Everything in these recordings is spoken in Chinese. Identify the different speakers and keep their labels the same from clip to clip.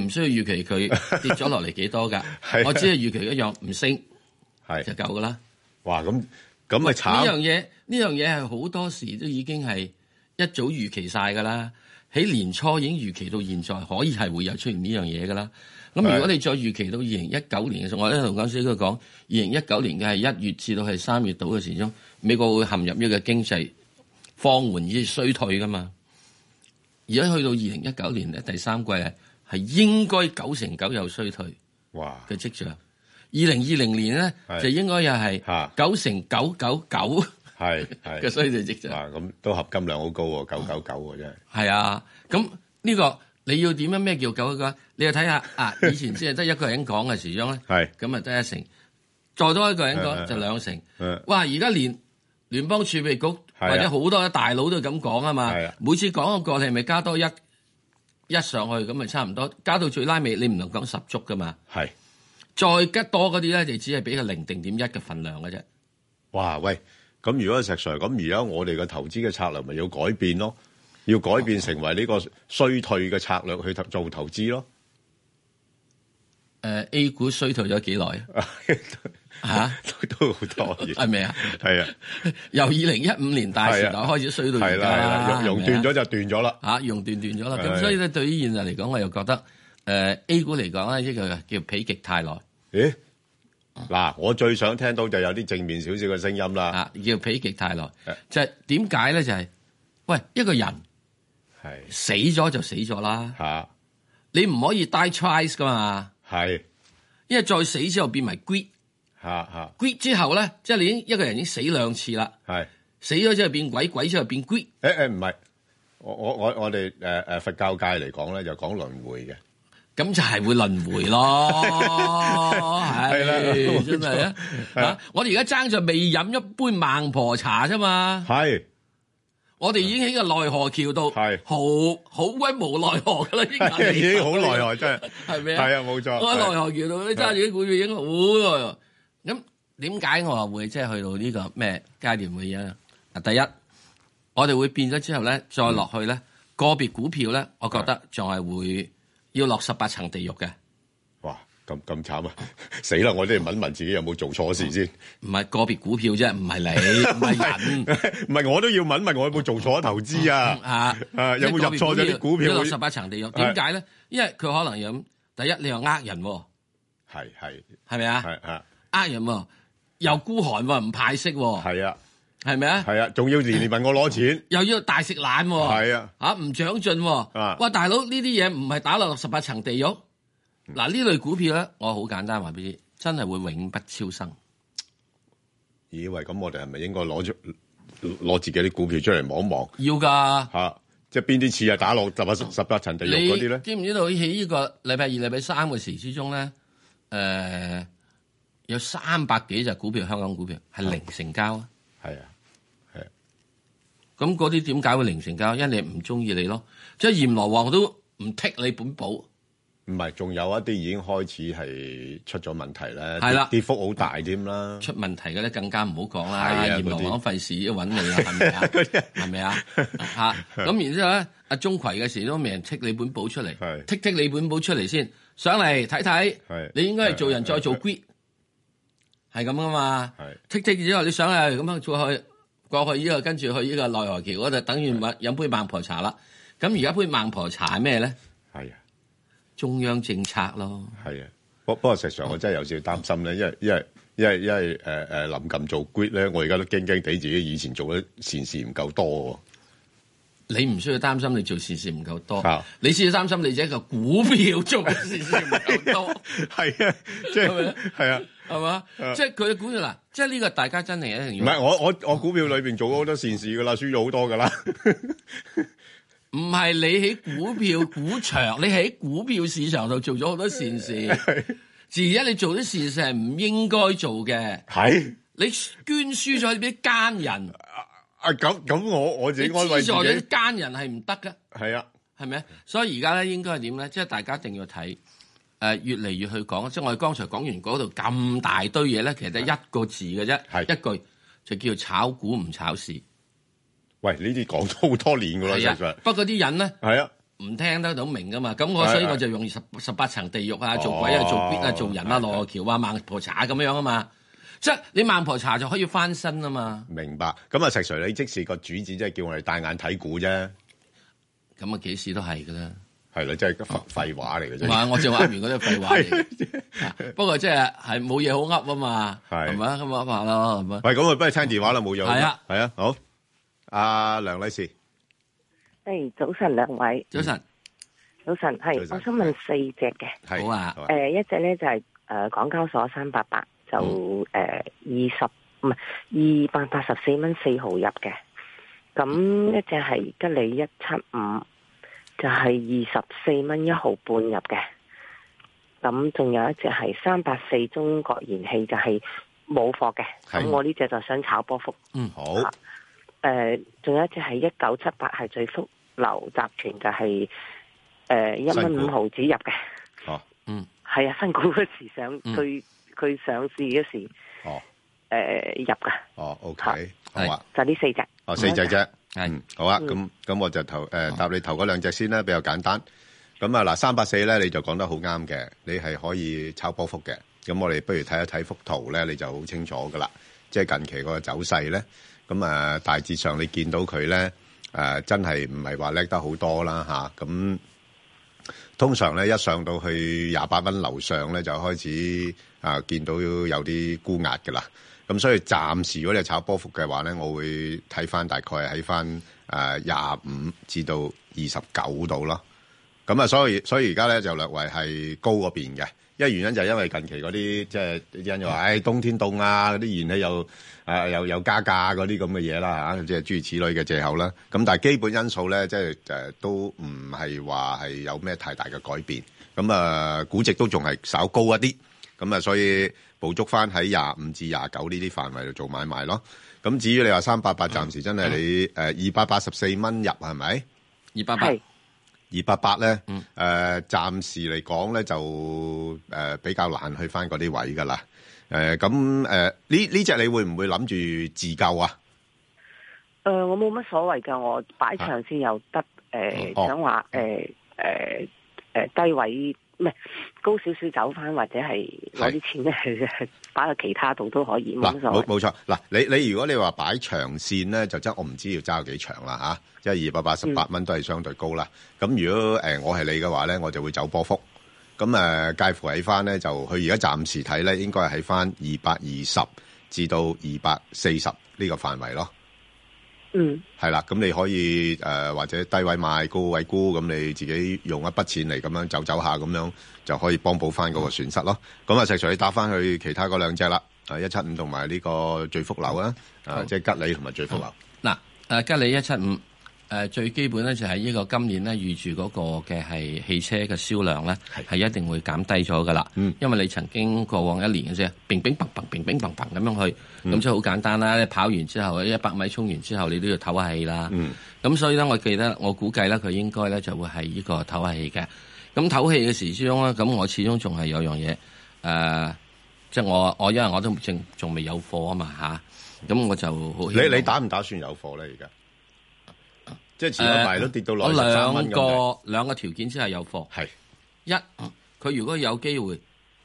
Speaker 1: 唔需要預 期佢跌咗落嚟幾多㗎
Speaker 2: 係啊。
Speaker 1: 我只係預期一樣唔升
Speaker 2: 係
Speaker 1: 就夠㗎啦。
Speaker 2: 哇，咁咁咪
Speaker 1: 呢樣
Speaker 2: 慘，
Speaker 1: 嘢呢樣嘢係好多時都已經係一早預期晒㗎啦，喺年初已經預期到現在可以係會有出現呢樣嘢㗎啦。咁如
Speaker 2: 係
Speaker 1: 果你再預期到二零一九年嘅時候，我喺度講先佢講，二零一九年嘅係一月至到係三月度嘅時鐘，美國會陷入呢個經濟放緩以至衰退㗎嘛。而家去到二零一九年咧第三季係係應該九成九有衰退。
Speaker 2: 哇，
Speaker 1: 嘅跡象。二零二零年咧
Speaker 2: 係
Speaker 1: 就應該又係
Speaker 2: 嚇
Speaker 1: 九成九九九
Speaker 2: 係
Speaker 1: 嘅
Speaker 2: 係，
Speaker 1: 衰退跡象。
Speaker 2: 哇，咁都合金量好高喎，九九九喎，真係。
Speaker 1: 係啊，咁呢個你要點樣咩叫九九？你要睇下啊，以前只係得一個人講嘅時鐘咧，
Speaker 2: 係
Speaker 1: 咁啊得一成，再多一個人
Speaker 2: 係
Speaker 1: 講
Speaker 2: 係
Speaker 1: 就兩成
Speaker 2: 係。
Speaker 1: 哇！而家連聯邦儲備局
Speaker 2: 係啊
Speaker 1: 或者好多大佬都咁講啊嘛
Speaker 2: 係啊，
Speaker 1: 每次講一個你咪加多一一上去，咁咪差唔多，加到最拉尾你唔能講十足噶嘛。
Speaker 2: 係，
Speaker 1: 再吉多嗰啲咧，就只係俾個零定點一嘅份量嘅啫。
Speaker 2: 哇喂，咁如果石 Sir 咁而家我哋嘅投資嘅策略咪要改變咯，要改變成為呢個衰退嘅策略去投做投資咯，
Speaker 1: 誒、A 股衰退咗幾耐 啊？
Speaker 2: 都都好多嘢
Speaker 1: 嚇，係咪啊？
Speaker 2: 係啊，
Speaker 1: 由二零一五年大時代
Speaker 2: 係啊
Speaker 1: 開始衰到
Speaker 2: 係
Speaker 1: 而
Speaker 2: 啦
Speaker 1: 家
Speaker 2: 係啦，
Speaker 1: 啦，
Speaker 2: 熔熔
Speaker 1: 係咪
Speaker 2: 斷
Speaker 1: 啊
Speaker 2: 咗就斷咗啦，
Speaker 1: 嚇，熔斷斷咗啦。
Speaker 2: 係
Speaker 1: 咁所以咧，對於現實嚟講，我又覺得誒、呃 A 股嚟講咧，呢個叫否極泰來
Speaker 2: 咦？
Speaker 1: 啊
Speaker 2: 嗱，我最想聽到就有啲正面少少嘅聲音啦，啊
Speaker 1: 啊，叫否極泰來
Speaker 2: 誒。
Speaker 1: 就係點解咧？就係、喂，一個人
Speaker 2: 係
Speaker 1: 死咗就死咗啦，
Speaker 2: 嚇，
Speaker 1: 你唔可以 die twice 噶嘛，
Speaker 2: 係
Speaker 1: 因為再死之後變埋 greed，greed
Speaker 2: 嚇嚇
Speaker 1: 之後咧，即係你已經一個人已經死兩次啦，
Speaker 2: 係。
Speaker 1: 死咗之後變鬼，鬼之後變 greed。
Speaker 2: 誒誒唔係，我我我我哋誒誒佛教界嚟講咧，就講輪迴嘅，
Speaker 1: 咁就係會輪迴咯，係
Speaker 2: 係啦冇錯
Speaker 1: 真係啊！
Speaker 2: 係
Speaker 1: 啊我哋而家爭在未飲一杯孟婆茶啫嘛，
Speaker 2: 係
Speaker 1: 我哋已經喺個奈何橋度，
Speaker 2: 係
Speaker 1: 好好鬼無奈何噶啦，已經係
Speaker 2: 已經好耐，喎，真係
Speaker 1: 係咪啊？
Speaker 2: 係啊，冇錯，
Speaker 1: 我喺奈
Speaker 2: 係
Speaker 1: 何橋度咧揸住啲股票已經好耐喎。咁點解我話會即係去到呢個咩階段會啊？嗱，第一，我哋會變咗之後咧，再落去咧，個別股票咧，我覺得仲係會要落十八層地獄嘅。
Speaker 2: 哇， 咁咁慘啊！ 死啦！我都要問問自己有冇做錯事先，
Speaker 1: 唔係個別股票啫，唔係你，唔係人
Speaker 2: 唔係我都要問問我有冇做錯投資啊？
Speaker 1: 啊！
Speaker 2: 啊有冇入錯咗啲股票
Speaker 1: 一落十八層地獄，點解咧？因為佢可能有咁第一，你又呃人喎，
Speaker 2: 係係
Speaker 1: 係咪啊？
Speaker 2: 係啊
Speaker 1: 呃人喎，又孤寒喎，唔派息喎，
Speaker 2: 係啊
Speaker 1: 係咪啊？
Speaker 2: 係啊，仲要年年問我攞錢，
Speaker 1: 又要大食懶喎，
Speaker 2: 係啊
Speaker 1: 嚇唔長進
Speaker 2: 啊
Speaker 1: 喎。哇，大佬呢啲嘢唔係打落十八層地獄。
Speaker 2: 嗯
Speaker 1: 嗱，呢類股票咧，我好簡單話俾你知，真係會永不超生。
Speaker 2: 以為咁我哋係咪應該攞出攞自己啲股票出嚟望一望
Speaker 1: 要㗎。
Speaker 2: 嚇？即係邊啲似啊打落十八十八層地獄嗰啲咧
Speaker 1: 你？知唔知道喺呢個禮拜二、禮拜三嘅時之中咧？誒、有三百幾隻股票，香港股票係零成交啊！
Speaker 2: 嗯係啊
Speaker 1: 咁嗰啲點解會零成交？因為你唔中意你咯，即係閻羅王都唔剔你本簿，
Speaker 2: 唔係，仲有一啲已經開始係出咗問題咧，
Speaker 1: 係啦
Speaker 2: 跌跌幅好大添啦。
Speaker 1: 出問題嘅咧更加唔好講
Speaker 2: 嗯係
Speaker 1: 啦。
Speaker 2: 啊
Speaker 1: 閻羅王費事揾你啦，係咪 啊？係咪啊？嚇！咁然之後咧，阿鍾馗嘅時都未人剔你本簿出嚟，
Speaker 2: 係
Speaker 1: 剔剔你本簿出嚟先，上嚟睇睇
Speaker 2: 係，
Speaker 1: 你應該係做人
Speaker 2: 係
Speaker 1: 再做
Speaker 2: 係
Speaker 1: greed，係咁噶嘛？
Speaker 2: 係
Speaker 1: 剔剔之後，你想係咁樣再去過去呢、個，跟住去呢個奈何橋嗰度，等於飲飲杯孟婆茶啦。咁而家杯孟婆茶係咩咧？
Speaker 2: 係啊，
Speaker 1: 中央政策咯，
Speaker 2: 係啊。不不過實際上我真係有少少擔心咧，因為因為因為因為誒誒臨近做 grid 咧，我而家都驚驚地自己以前做得善事唔夠多
Speaker 1: 你唔需要擔心你做善事唔夠多
Speaker 2: 啊，
Speaker 1: 你只要擔心你自己個股票做嘅善事唔夠 多，
Speaker 2: 喎。 係啊，即
Speaker 1: 係咪
Speaker 2: 係係啊，
Speaker 1: 係嘛？即係佢嘅股票嗱，即係呢個大家真係一
Speaker 2: 唔
Speaker 1: 定要
Speaker 2: 係我我我股票裏邊做咗好多善事噶啦，輸咗好多噶啦。
Speaker 1: 唔係你喺股票股場，你喺股票市場度做咗好多善 事，而家你做啲善事係唔應該做嘅，
Speaker 2: 係
Speaker 1: 你捐輸咗俾啲奸人，
Speaker 2: 啊，咁咁我我自
Speaker 1: 你
Speaker 2: 己安慰
Speaker 1: 資
Speaker 2: 自
Speaker 1: 助咗啲
Speaker 2: 己
Speaker 1: 奸人係唔得噶，
Speaker 2: 係啊，
Speaker 1: 係咪啊？所以而家咧應該係點咧？即係大家一定要睇。誒、越嚟越去講，即係我哋剛才講完嗰度咁大堆嘢咧，其實得一個字嘅啫，
Speaker 2: 係
Speaker 1: 一句就叫炒股唔炒市。
Speaker 2: 喂，呢啲講咗好多年噶啦，
Speaker 1: 係
Speaker 2: 實
Speaker 1: 啊
Speaker 2: 在，
Speaker 1: 不過啲人咧
Speaker 2: 係啊，
Speaker 1: 唔聽得到明噶嘛。咁我所以
Speaker 2: 係係
Speaker 1: 我就用十十八層地獄啊，做鬼啊，
Speaker 2: 哦
Speaker 1: 做 bit 啊，做人啊，羅橋啊，孟婆茶咁樣啊嘛。即係你孟婆茶就可以翻身啊嘛。
Speaker 2: 明白。咁啊，石 Sir，你即是個主旨，即係叫我哋帶眼睇股啫，
Speaker 1: 咁啊幾時都係噶啦。
Speaker 2: 係啦，即係廢話嚟嘅
Speaker 1: 唔
Speaker 2: 啫。
Speaker 1: 係，我正話噏完嗰啲廢話嚟 嘅。啊不過即係係冇嘢好噏啊嘛，
Speaker 2: 係
Speaker 1: 係咪啊咁啊話咯，係咪？
Speaker 2: 喂，咁啊，不如聽電話啦，冇用。
Speaker 1: 係啊，
Speaker 2: 係啊，好。阿梁女士，
Speaker 3: 诶，早晨兩位，
Speaker 1: 早晨，
Speaker 3: 早晨係，
Speaker 2: 早晨
Speaker 3: 我想問四隻嘅，
Speaker 2: 係
Speaker 1: 好啊
Speaker 3: 诶、一隻咧就係呃港交所三八八，就诶二十唔係二百八十四蚊四毫入嘅，
Speaker 1: 嗯
Speaker 3: 咁一隻係吉利一七五，就係二十四蚊一毫半入嘅，咁仲有一隻係三八四中國燃氣就係冇貨嘅，
Speaker 2: 係
Speaker 3: 咁我呢隻就想炒波幅。
Speaker 2: 好，
Speaker 3: 诶，啊呃仲、有一隻係一九七八係最福流集團，就係诶一
Speaker 2: 新
Speaker 3: 蚊
Speaker 2: 股
Speaker 3: 五毫子入嘅，
Speaker 2: 哦，
Speaker 3: 係啊，新股嗰時上
Speaker 1: 嗯
Speaker 3: 佢佢、上市嗰時
Speaker 2: 哦，
Speaker 3: 诶、入噶，
Speaker 2: 哦，OK，好啊，
Speaker 3: 就呢四隻。
Speaker 2: 哦，四隻啫。
Speaker 1: 係
Speaker 2: 嗯，好啊，
Speaker 3: 嗯
Speaker 2: 咁咁我就投誒答你投嗰兩隻先啦，比較簡單。咁啊嗱，三百四咧你就講得好啱嘅，你係可以炒波幅嘅。咁我哋不如睇一睇幅圖咧，你就好清楚噶啦。即係近期個走勢咧，咁啊大致上你見到佢咧誒真係唔係話叻得好多啦吓，咁、通常咧一上到去廿八蚊樓上咧，就開始啊見到有啲沽壓嘅啦。咁所以暫時如果你係炒波幅嘅話咧，我會睇翻大概喺翻誒廿五至到二十九度咯。咁啊，所以所以而家咧就略為係高嗰邊嘅，因為原因就係因為近期嗰啲即係啲人又話，唉、冬天凍啊，嗰啲燃氣又啊又又加價嗰啲咁嘅嘢啦啊嚇，即係諸如此類嘅藉口啦。咁但係基本因素咧，即係誒都唔係話係有咩太大嘅改變。咁啊，估值都仲係稍高一啲。咁啊，所以捕捉翻喺廿五至廿九呢啲範圍度做買賣咯。咁至於你話三八八，暫時真係你誒二百八十四蚊入係咪？
Speaker 1: 二百八
Speaker 3: 係
Speaker 2: 二八八咧，誒
Speaker 1: 嗯、
Speaker 2: 暫時嚟講咧就誒、呃比較難去翻嗰啲位噶啦。誒咁誒呢呢只你會唔會諗住自救啊？
Speaker 3: 诶、呃我冇乜所謂㗎，我擺長線又得，诶、
Speaker 2: 哦
Speaker 3: 想話诶诶诶低位唔係高少少走翻，或者係攞啲錢咧去 擺喺其他度都可以，冇
Speaker 2: 嗱，
Speaker 3: 乜所
Speaker 2: 冇
Speaker 3: 謂。
Speaker 2: 冇錯嗱，你你如果你話擺長線咧，就真我唔知要揸幾長啦嚇，即係二百八十八蚊都係相對高啦。咁如果誒、呃我係你嘅話咧，我就會走波幅。咁誒、呃介乎喺翻咧，就佢而家暫時睇咧，應該係喺翻二百二十至到二百四十呢個範圍咯。
Speaker 3: 嗯，
Speaker 2: 係啦，咁你可以誒、呃或者低位買，高位沽，咁你自己用一筆錢嚟咁樣走走下，咁樣就可以幫補翻嗰個損失咯。咁啊，石 Sir 你打翻去其他嗰兩隻啦，啊一七五同埋呢個聚福樓啦，啊
Speaker 1: 好
Speaker 2: 即係吉利同埋聚福樓，
Speaker 1: 嗱，誒吉利一七五誒最基本咧就係呢個今年咧預住嗰個嘅係汽車嘅銷量咧
Speaker 2: 係
Speaker 1: 係一定會減低咗噶啦，
Speaker 2: 嗯
Speaker 1: 因為你曾經過往一年嘅啫，乒乒乓乓、乒乒乓乓咁樣去，
Speaker 2: 嗯
Speaker 1: 咁即係好簡單啦。你跑完之後，一百米衝完之後，你都要唞下氣啦。
Speaker 2: 嗯
Speaker 1: 咁所以咧，我記得我估計咧，佢應該咧就會係呢個唞下氣嘅。咁唞氣嘅時之中咧，咁我始終仲係有樣嘢誒、呃即係我我因為我都仲仲未有貨啊嘛嚇，咁我就好希
Speaker 2: 你你
Speaker 1: 望
Speaker 2: 打唔打算有貨咧？而家即係前一
Speaker 1: 誒
Speaker 2: 排都跌到落
Speaker 1: 呃我
Speaker 2: 十三蚊
Speaker 1: 兩
Speaker 2: 咁
Speaker 1: 個兩個條件先係有
Speaker 2: 嘅，
Speaker 1: 貨。
Speaker 2: 係
Speaker 1: 一，佢如果有機會，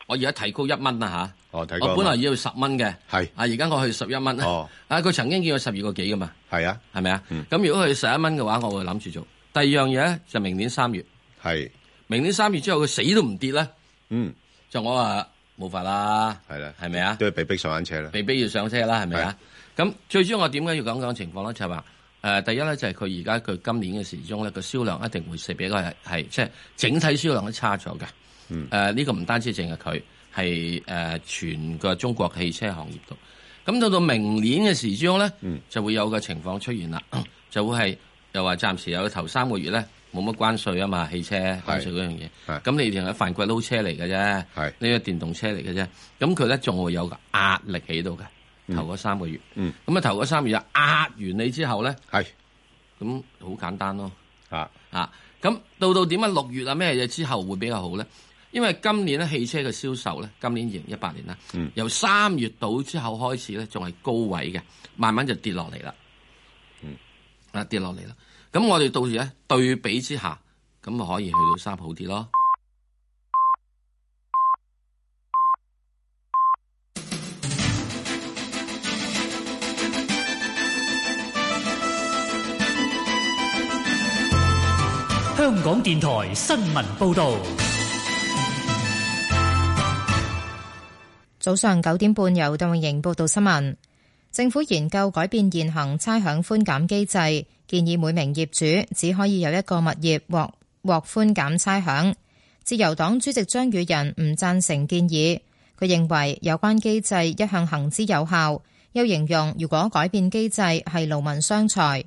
Speaker 1: 我而家提高一蚊啦
Speaker 2: 我睇
Speaker 1: 嚇，
Speaker 2: 過
Speaker 1: 我本來要十蚊嘅，
Speaker 2: 係
Speaker 1: 啊而家我去十一蚊。
Speaker 2: 哦
Speaker 1: 啊佢曾經見過十二個幾噶嘛，
Speaker 2: 係啊
Speaker 1: 係咪啊
Speaker 2: 嗯？
Speaker 1: 咁如果佢十一蚊嘅話，我會諗住做。第二樣嘢咧就明年三月，
Speaker 2: 係
Speaker 1: 明年三月之後佢死都唔跌咧，
Speaker 2: 嗯
Speaker 1: 就我話冇法啦，
Speaker 2: 係啦，
Speaker 1: 係咪啊？
Speaker 2: 都係被逼上緊車啦，
Speaker 1: 被逼要上車啦，係咪啊？咁最主要我點解要講講情況咧？就係話誒，第一咧就係佢而家佢今年嘅時鐘咧，個銷量一定會係比較係係即係整體銷量都差咗呃嘅。誒呢、
Speaker 2: 嗯
Speaker 1: 個唔單止淨係佢係誒全個中國汽車行業度。咁到到明年嘅時鐘咧，
Speaker 2: 嗯
Speaker 1: 就會有個情況出現啦， 就會係又話暫時有頭三個月咧冇乜關税啊嘛，汽車關税嗰樣
Speaker 2: 係
Speaker 1: 嘢。咁你哋係犯貴撈車嚟嘅啫。
Speaker 2: 係
Speaker 1: 呢個電動車嚟嘅啫，咁佢咧仲會有個壓力喺度嘅，頭嗰三個月。
Speaker 2: 嗯
Speaker 1: 咁啊頭嗰三個月壓完你之後咧，
Speaker 2: 係
Speaker 1: 咁好簡單咯。
Speaker 2: 啊
Speaker 1: 啊，咁到到點啊？六月啊咩嘢之後會比較好咧？因為今年咧汽車嘅銷售咧，今年二零一八年啦，
Speaker 2: 嗯
Speaker 1: 由三月到之後開始咧，仲係高位嘅，慢慢就跌落嚟啦。嗯，啊跌落嚟啦。咁我哋到時咧對比之下，咁咪可以去到三好啲咯。
Speaker 4: 香港電台新聞報導，
Speaker 5: 早上九點半由鄧永瑩報道新聞。政府研究改變現行差餉寬減機制，建議每名業主只可以有一個物業獲獲寬減差餉。自由黨主席張宇人唔贊成建議，佢認為有關機制一向行之有效，又形容如果改變機制係勞民傷財。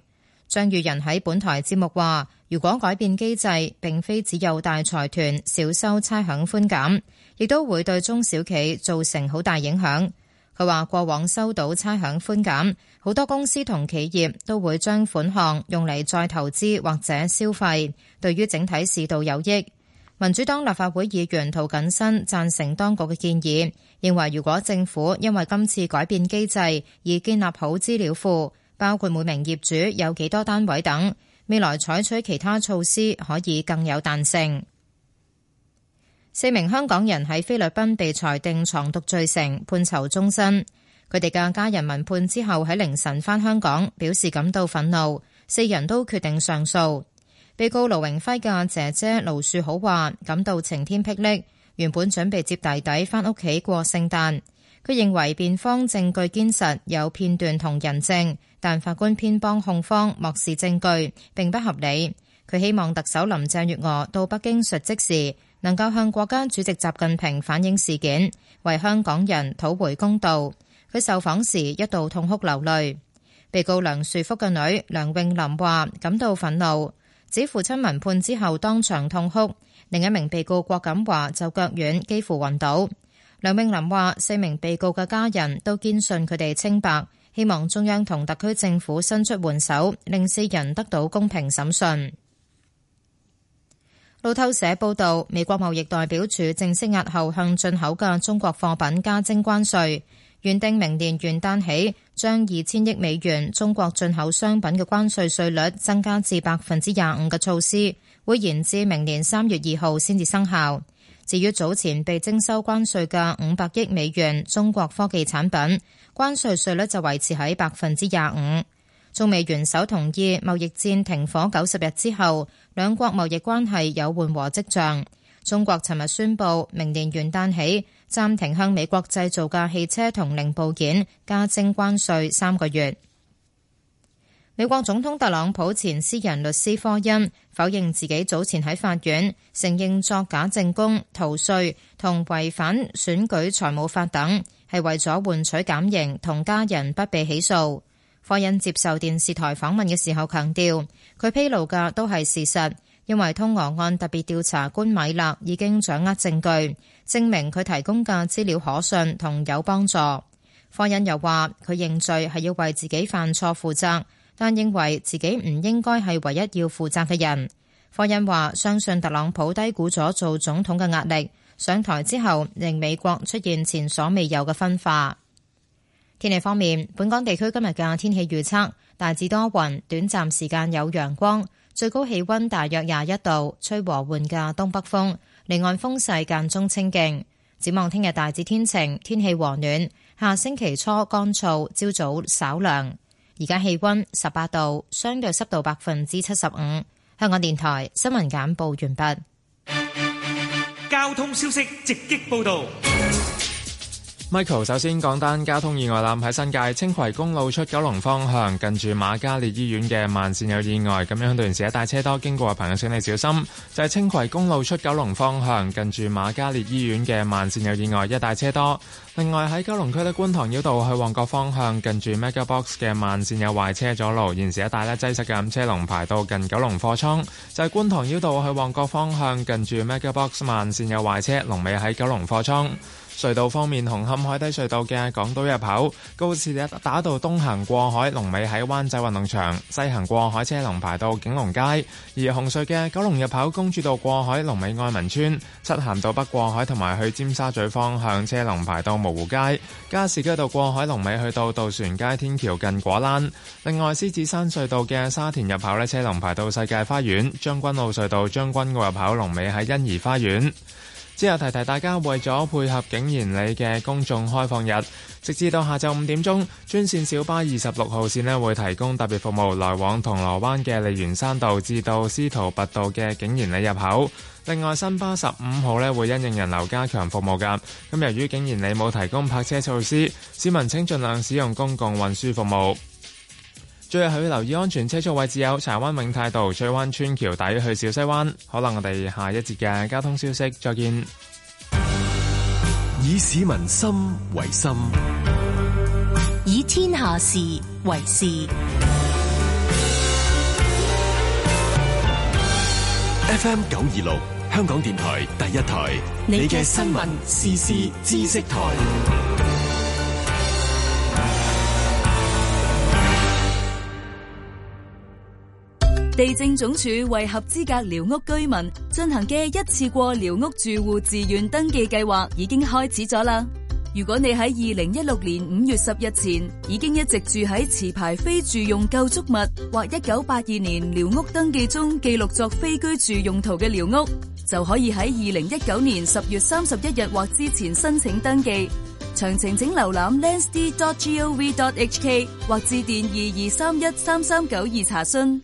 Speaker 5: 張宇人喺本台節目話，如果改變機制，並非只有大財團少收差餉寬減，亦都會對中小企造成好大影響。佢話：過往收到差餉寬減，好多公司同企業都會將款項用嚟再投資或者消費，對於整體市道有益。民主黨立法會議員涂謹申贊成當局嘅建議，認為如果政府因為今次改變機制而建立好資料庫，包括每名業主有幾多單位等，未來採取其他措施可以更有彈性。四名香港人喺菲律賓被裁定藏毒罪成，判囚終身。佢哋嘅家人民判之後喺凌晨返香港，表示感到憤怒。四人都決定上訴。被告盧榮輝嘅姐姐盧樹好話感到晴天霹靂，原本準備接弟弟返屋企過聖誕。佢認為辯方證據堅實，有片段同人證，但法官偏幫控方漠視證據，並不合理。佢希望特首林鄭月娥到北京述職時，能夠向國家主席習近平反映事件，為香港人討回公道。佢受訪時一度痛哭流淚。被告梁樹福嘅女梁詠琳話感到憤怒，指父親聞判之後當場痛哭。另一名被告郭錦華就腳軟，幾乎暈倒。梁詠琳話：四名被告嘅家人都堅信佢哋清白，希望中央同特區政府伸出援手，令四人得到公平審訊。路透社報道，美國貿易代表處正式押後向進口嘅中國貨品加徵關稅，原定明年元旦起將二千億美元中國進口商品嘅關稅稅率增加至百分之廿五嘅措施，會延至明年三月二號先至生效。至於早前被徵收關稅嘅五百億美元中國科技產品，關稅稅率就維持喺百分之廿五。中美元首同意貿易戰停火九十日之後，兩國貿易關係有緩和跡象。中國尋日宣布，明年元旦起暫停向美國製造嘅汽車同零部件加徵關稅三個月。美國總統特朗普前私人律師科恩否認自己早前喺法院承認作假證供、逃稅同違反選舉財務法等，係為咗換取減刑同家人不被起訴。科恩接受電視台訪問嘅時候強調，佢披露嘅都係事實，因為通俄案特別調查官米勒已經掌握證據，證明佢提供嘅資料可信同有幫助。科恩又話，佢認罪係要為自己犯錯負責，但認為自己唔應該係唯一要負責嘅人。科恩話，相信特朗普低估咗做總統嘅壓力，上台之後令美國出現前所未有嘅分化。天氣方面，本港地區今日嘅天氣預測大致多雲，短暫時間有陽光，最高氣溫大約廿一度，吹和緩嘅東北風，離岸風勢間中清勁。展望聽日大致天晴，天氣和暖。下星期初乾燥，朝早稍涼。而家氣溫十八度，相對濕度百分之七十五。香港電台新聞簡報完
Speaker 4: 畢。交通消息直擊報道。
Speaker 6: Michael 首先講單交通意外啦，喺新界青葵公路出九龍方向，近住瑪嘉烈醫院嘅慢線有意外，咁樣段時一帶車多，經過嘅朋友請你小心。就係、是、青葵公路出九龍方向，近住瑪嘉烈醫院嘅慢線有意外，一帶車多。另外喺九龍區咧，觀塘繞道去旺角方向，近住 Mega Box 嘅慢線有壞車阻路，現時一帶咧擠塞嘅車龍排到近九龍貨倉。就係、是、觀塘繞道去旺角方向，近住 Mega Box 慢線有壞車，龍尾喺九龍貨倉。隧道方面，紅磡海底隧道嘅港島入口告士打道東行過海，龍尾喺灣仔運動場；西行過海車龍排到景隆街。而紅隧嘅九龍入口公主道過海，龍尾愛民村；漆咸道北過海同埋去尖沙咀方向車龍排到蕪湖街。加士居道過海龍尾去到渡船街天橋近果欄。另外，獅子山隧道嘅沙田入口呢，車龍排到世界花園；將軍澳隧道將軍澳入口龍尾喺欣怡花園。之後提提大家，為咗配合景賢里嘅公眾開放日，直至到下晝五點鐘，專線小巴二十六號線呢會提供特別服務，來往銅鑼灣嘅利園山道至到司徒拔道嘅景賢里入口。另外，新巴十五號呢會因應人流加強服務㗎。咁由於景賢里冇提供泊車措施，市民請盡量使用公共運輸服務。最後要留意安全車速位置有柴灣永泰道、翠灣村橋底去小西灣。可能我哋下一節嘅交通消息再見。
Speaker 7: 以市民心為心，
Speaker 8: 以天下事為事。
Speaker 7: FM 九二六香港電台第一台，你嘅新聞時事知識台。
Speaker 9: 地政總署為合資格寮屋居民進行嘅一次過寮屋住戶自願登記計劃已經開始咗啦。如果你喺二零一六年五月十日前已經一直住喺持牌非住用構築物或一九八二年寮屋登記中記錄作非居住用途嘅寮屋，就可以喺二零一九年十月三十一日或之前申請登記。詳情請瀏覽 landsd.gov.hk 或致電二二三一三三九二查詢。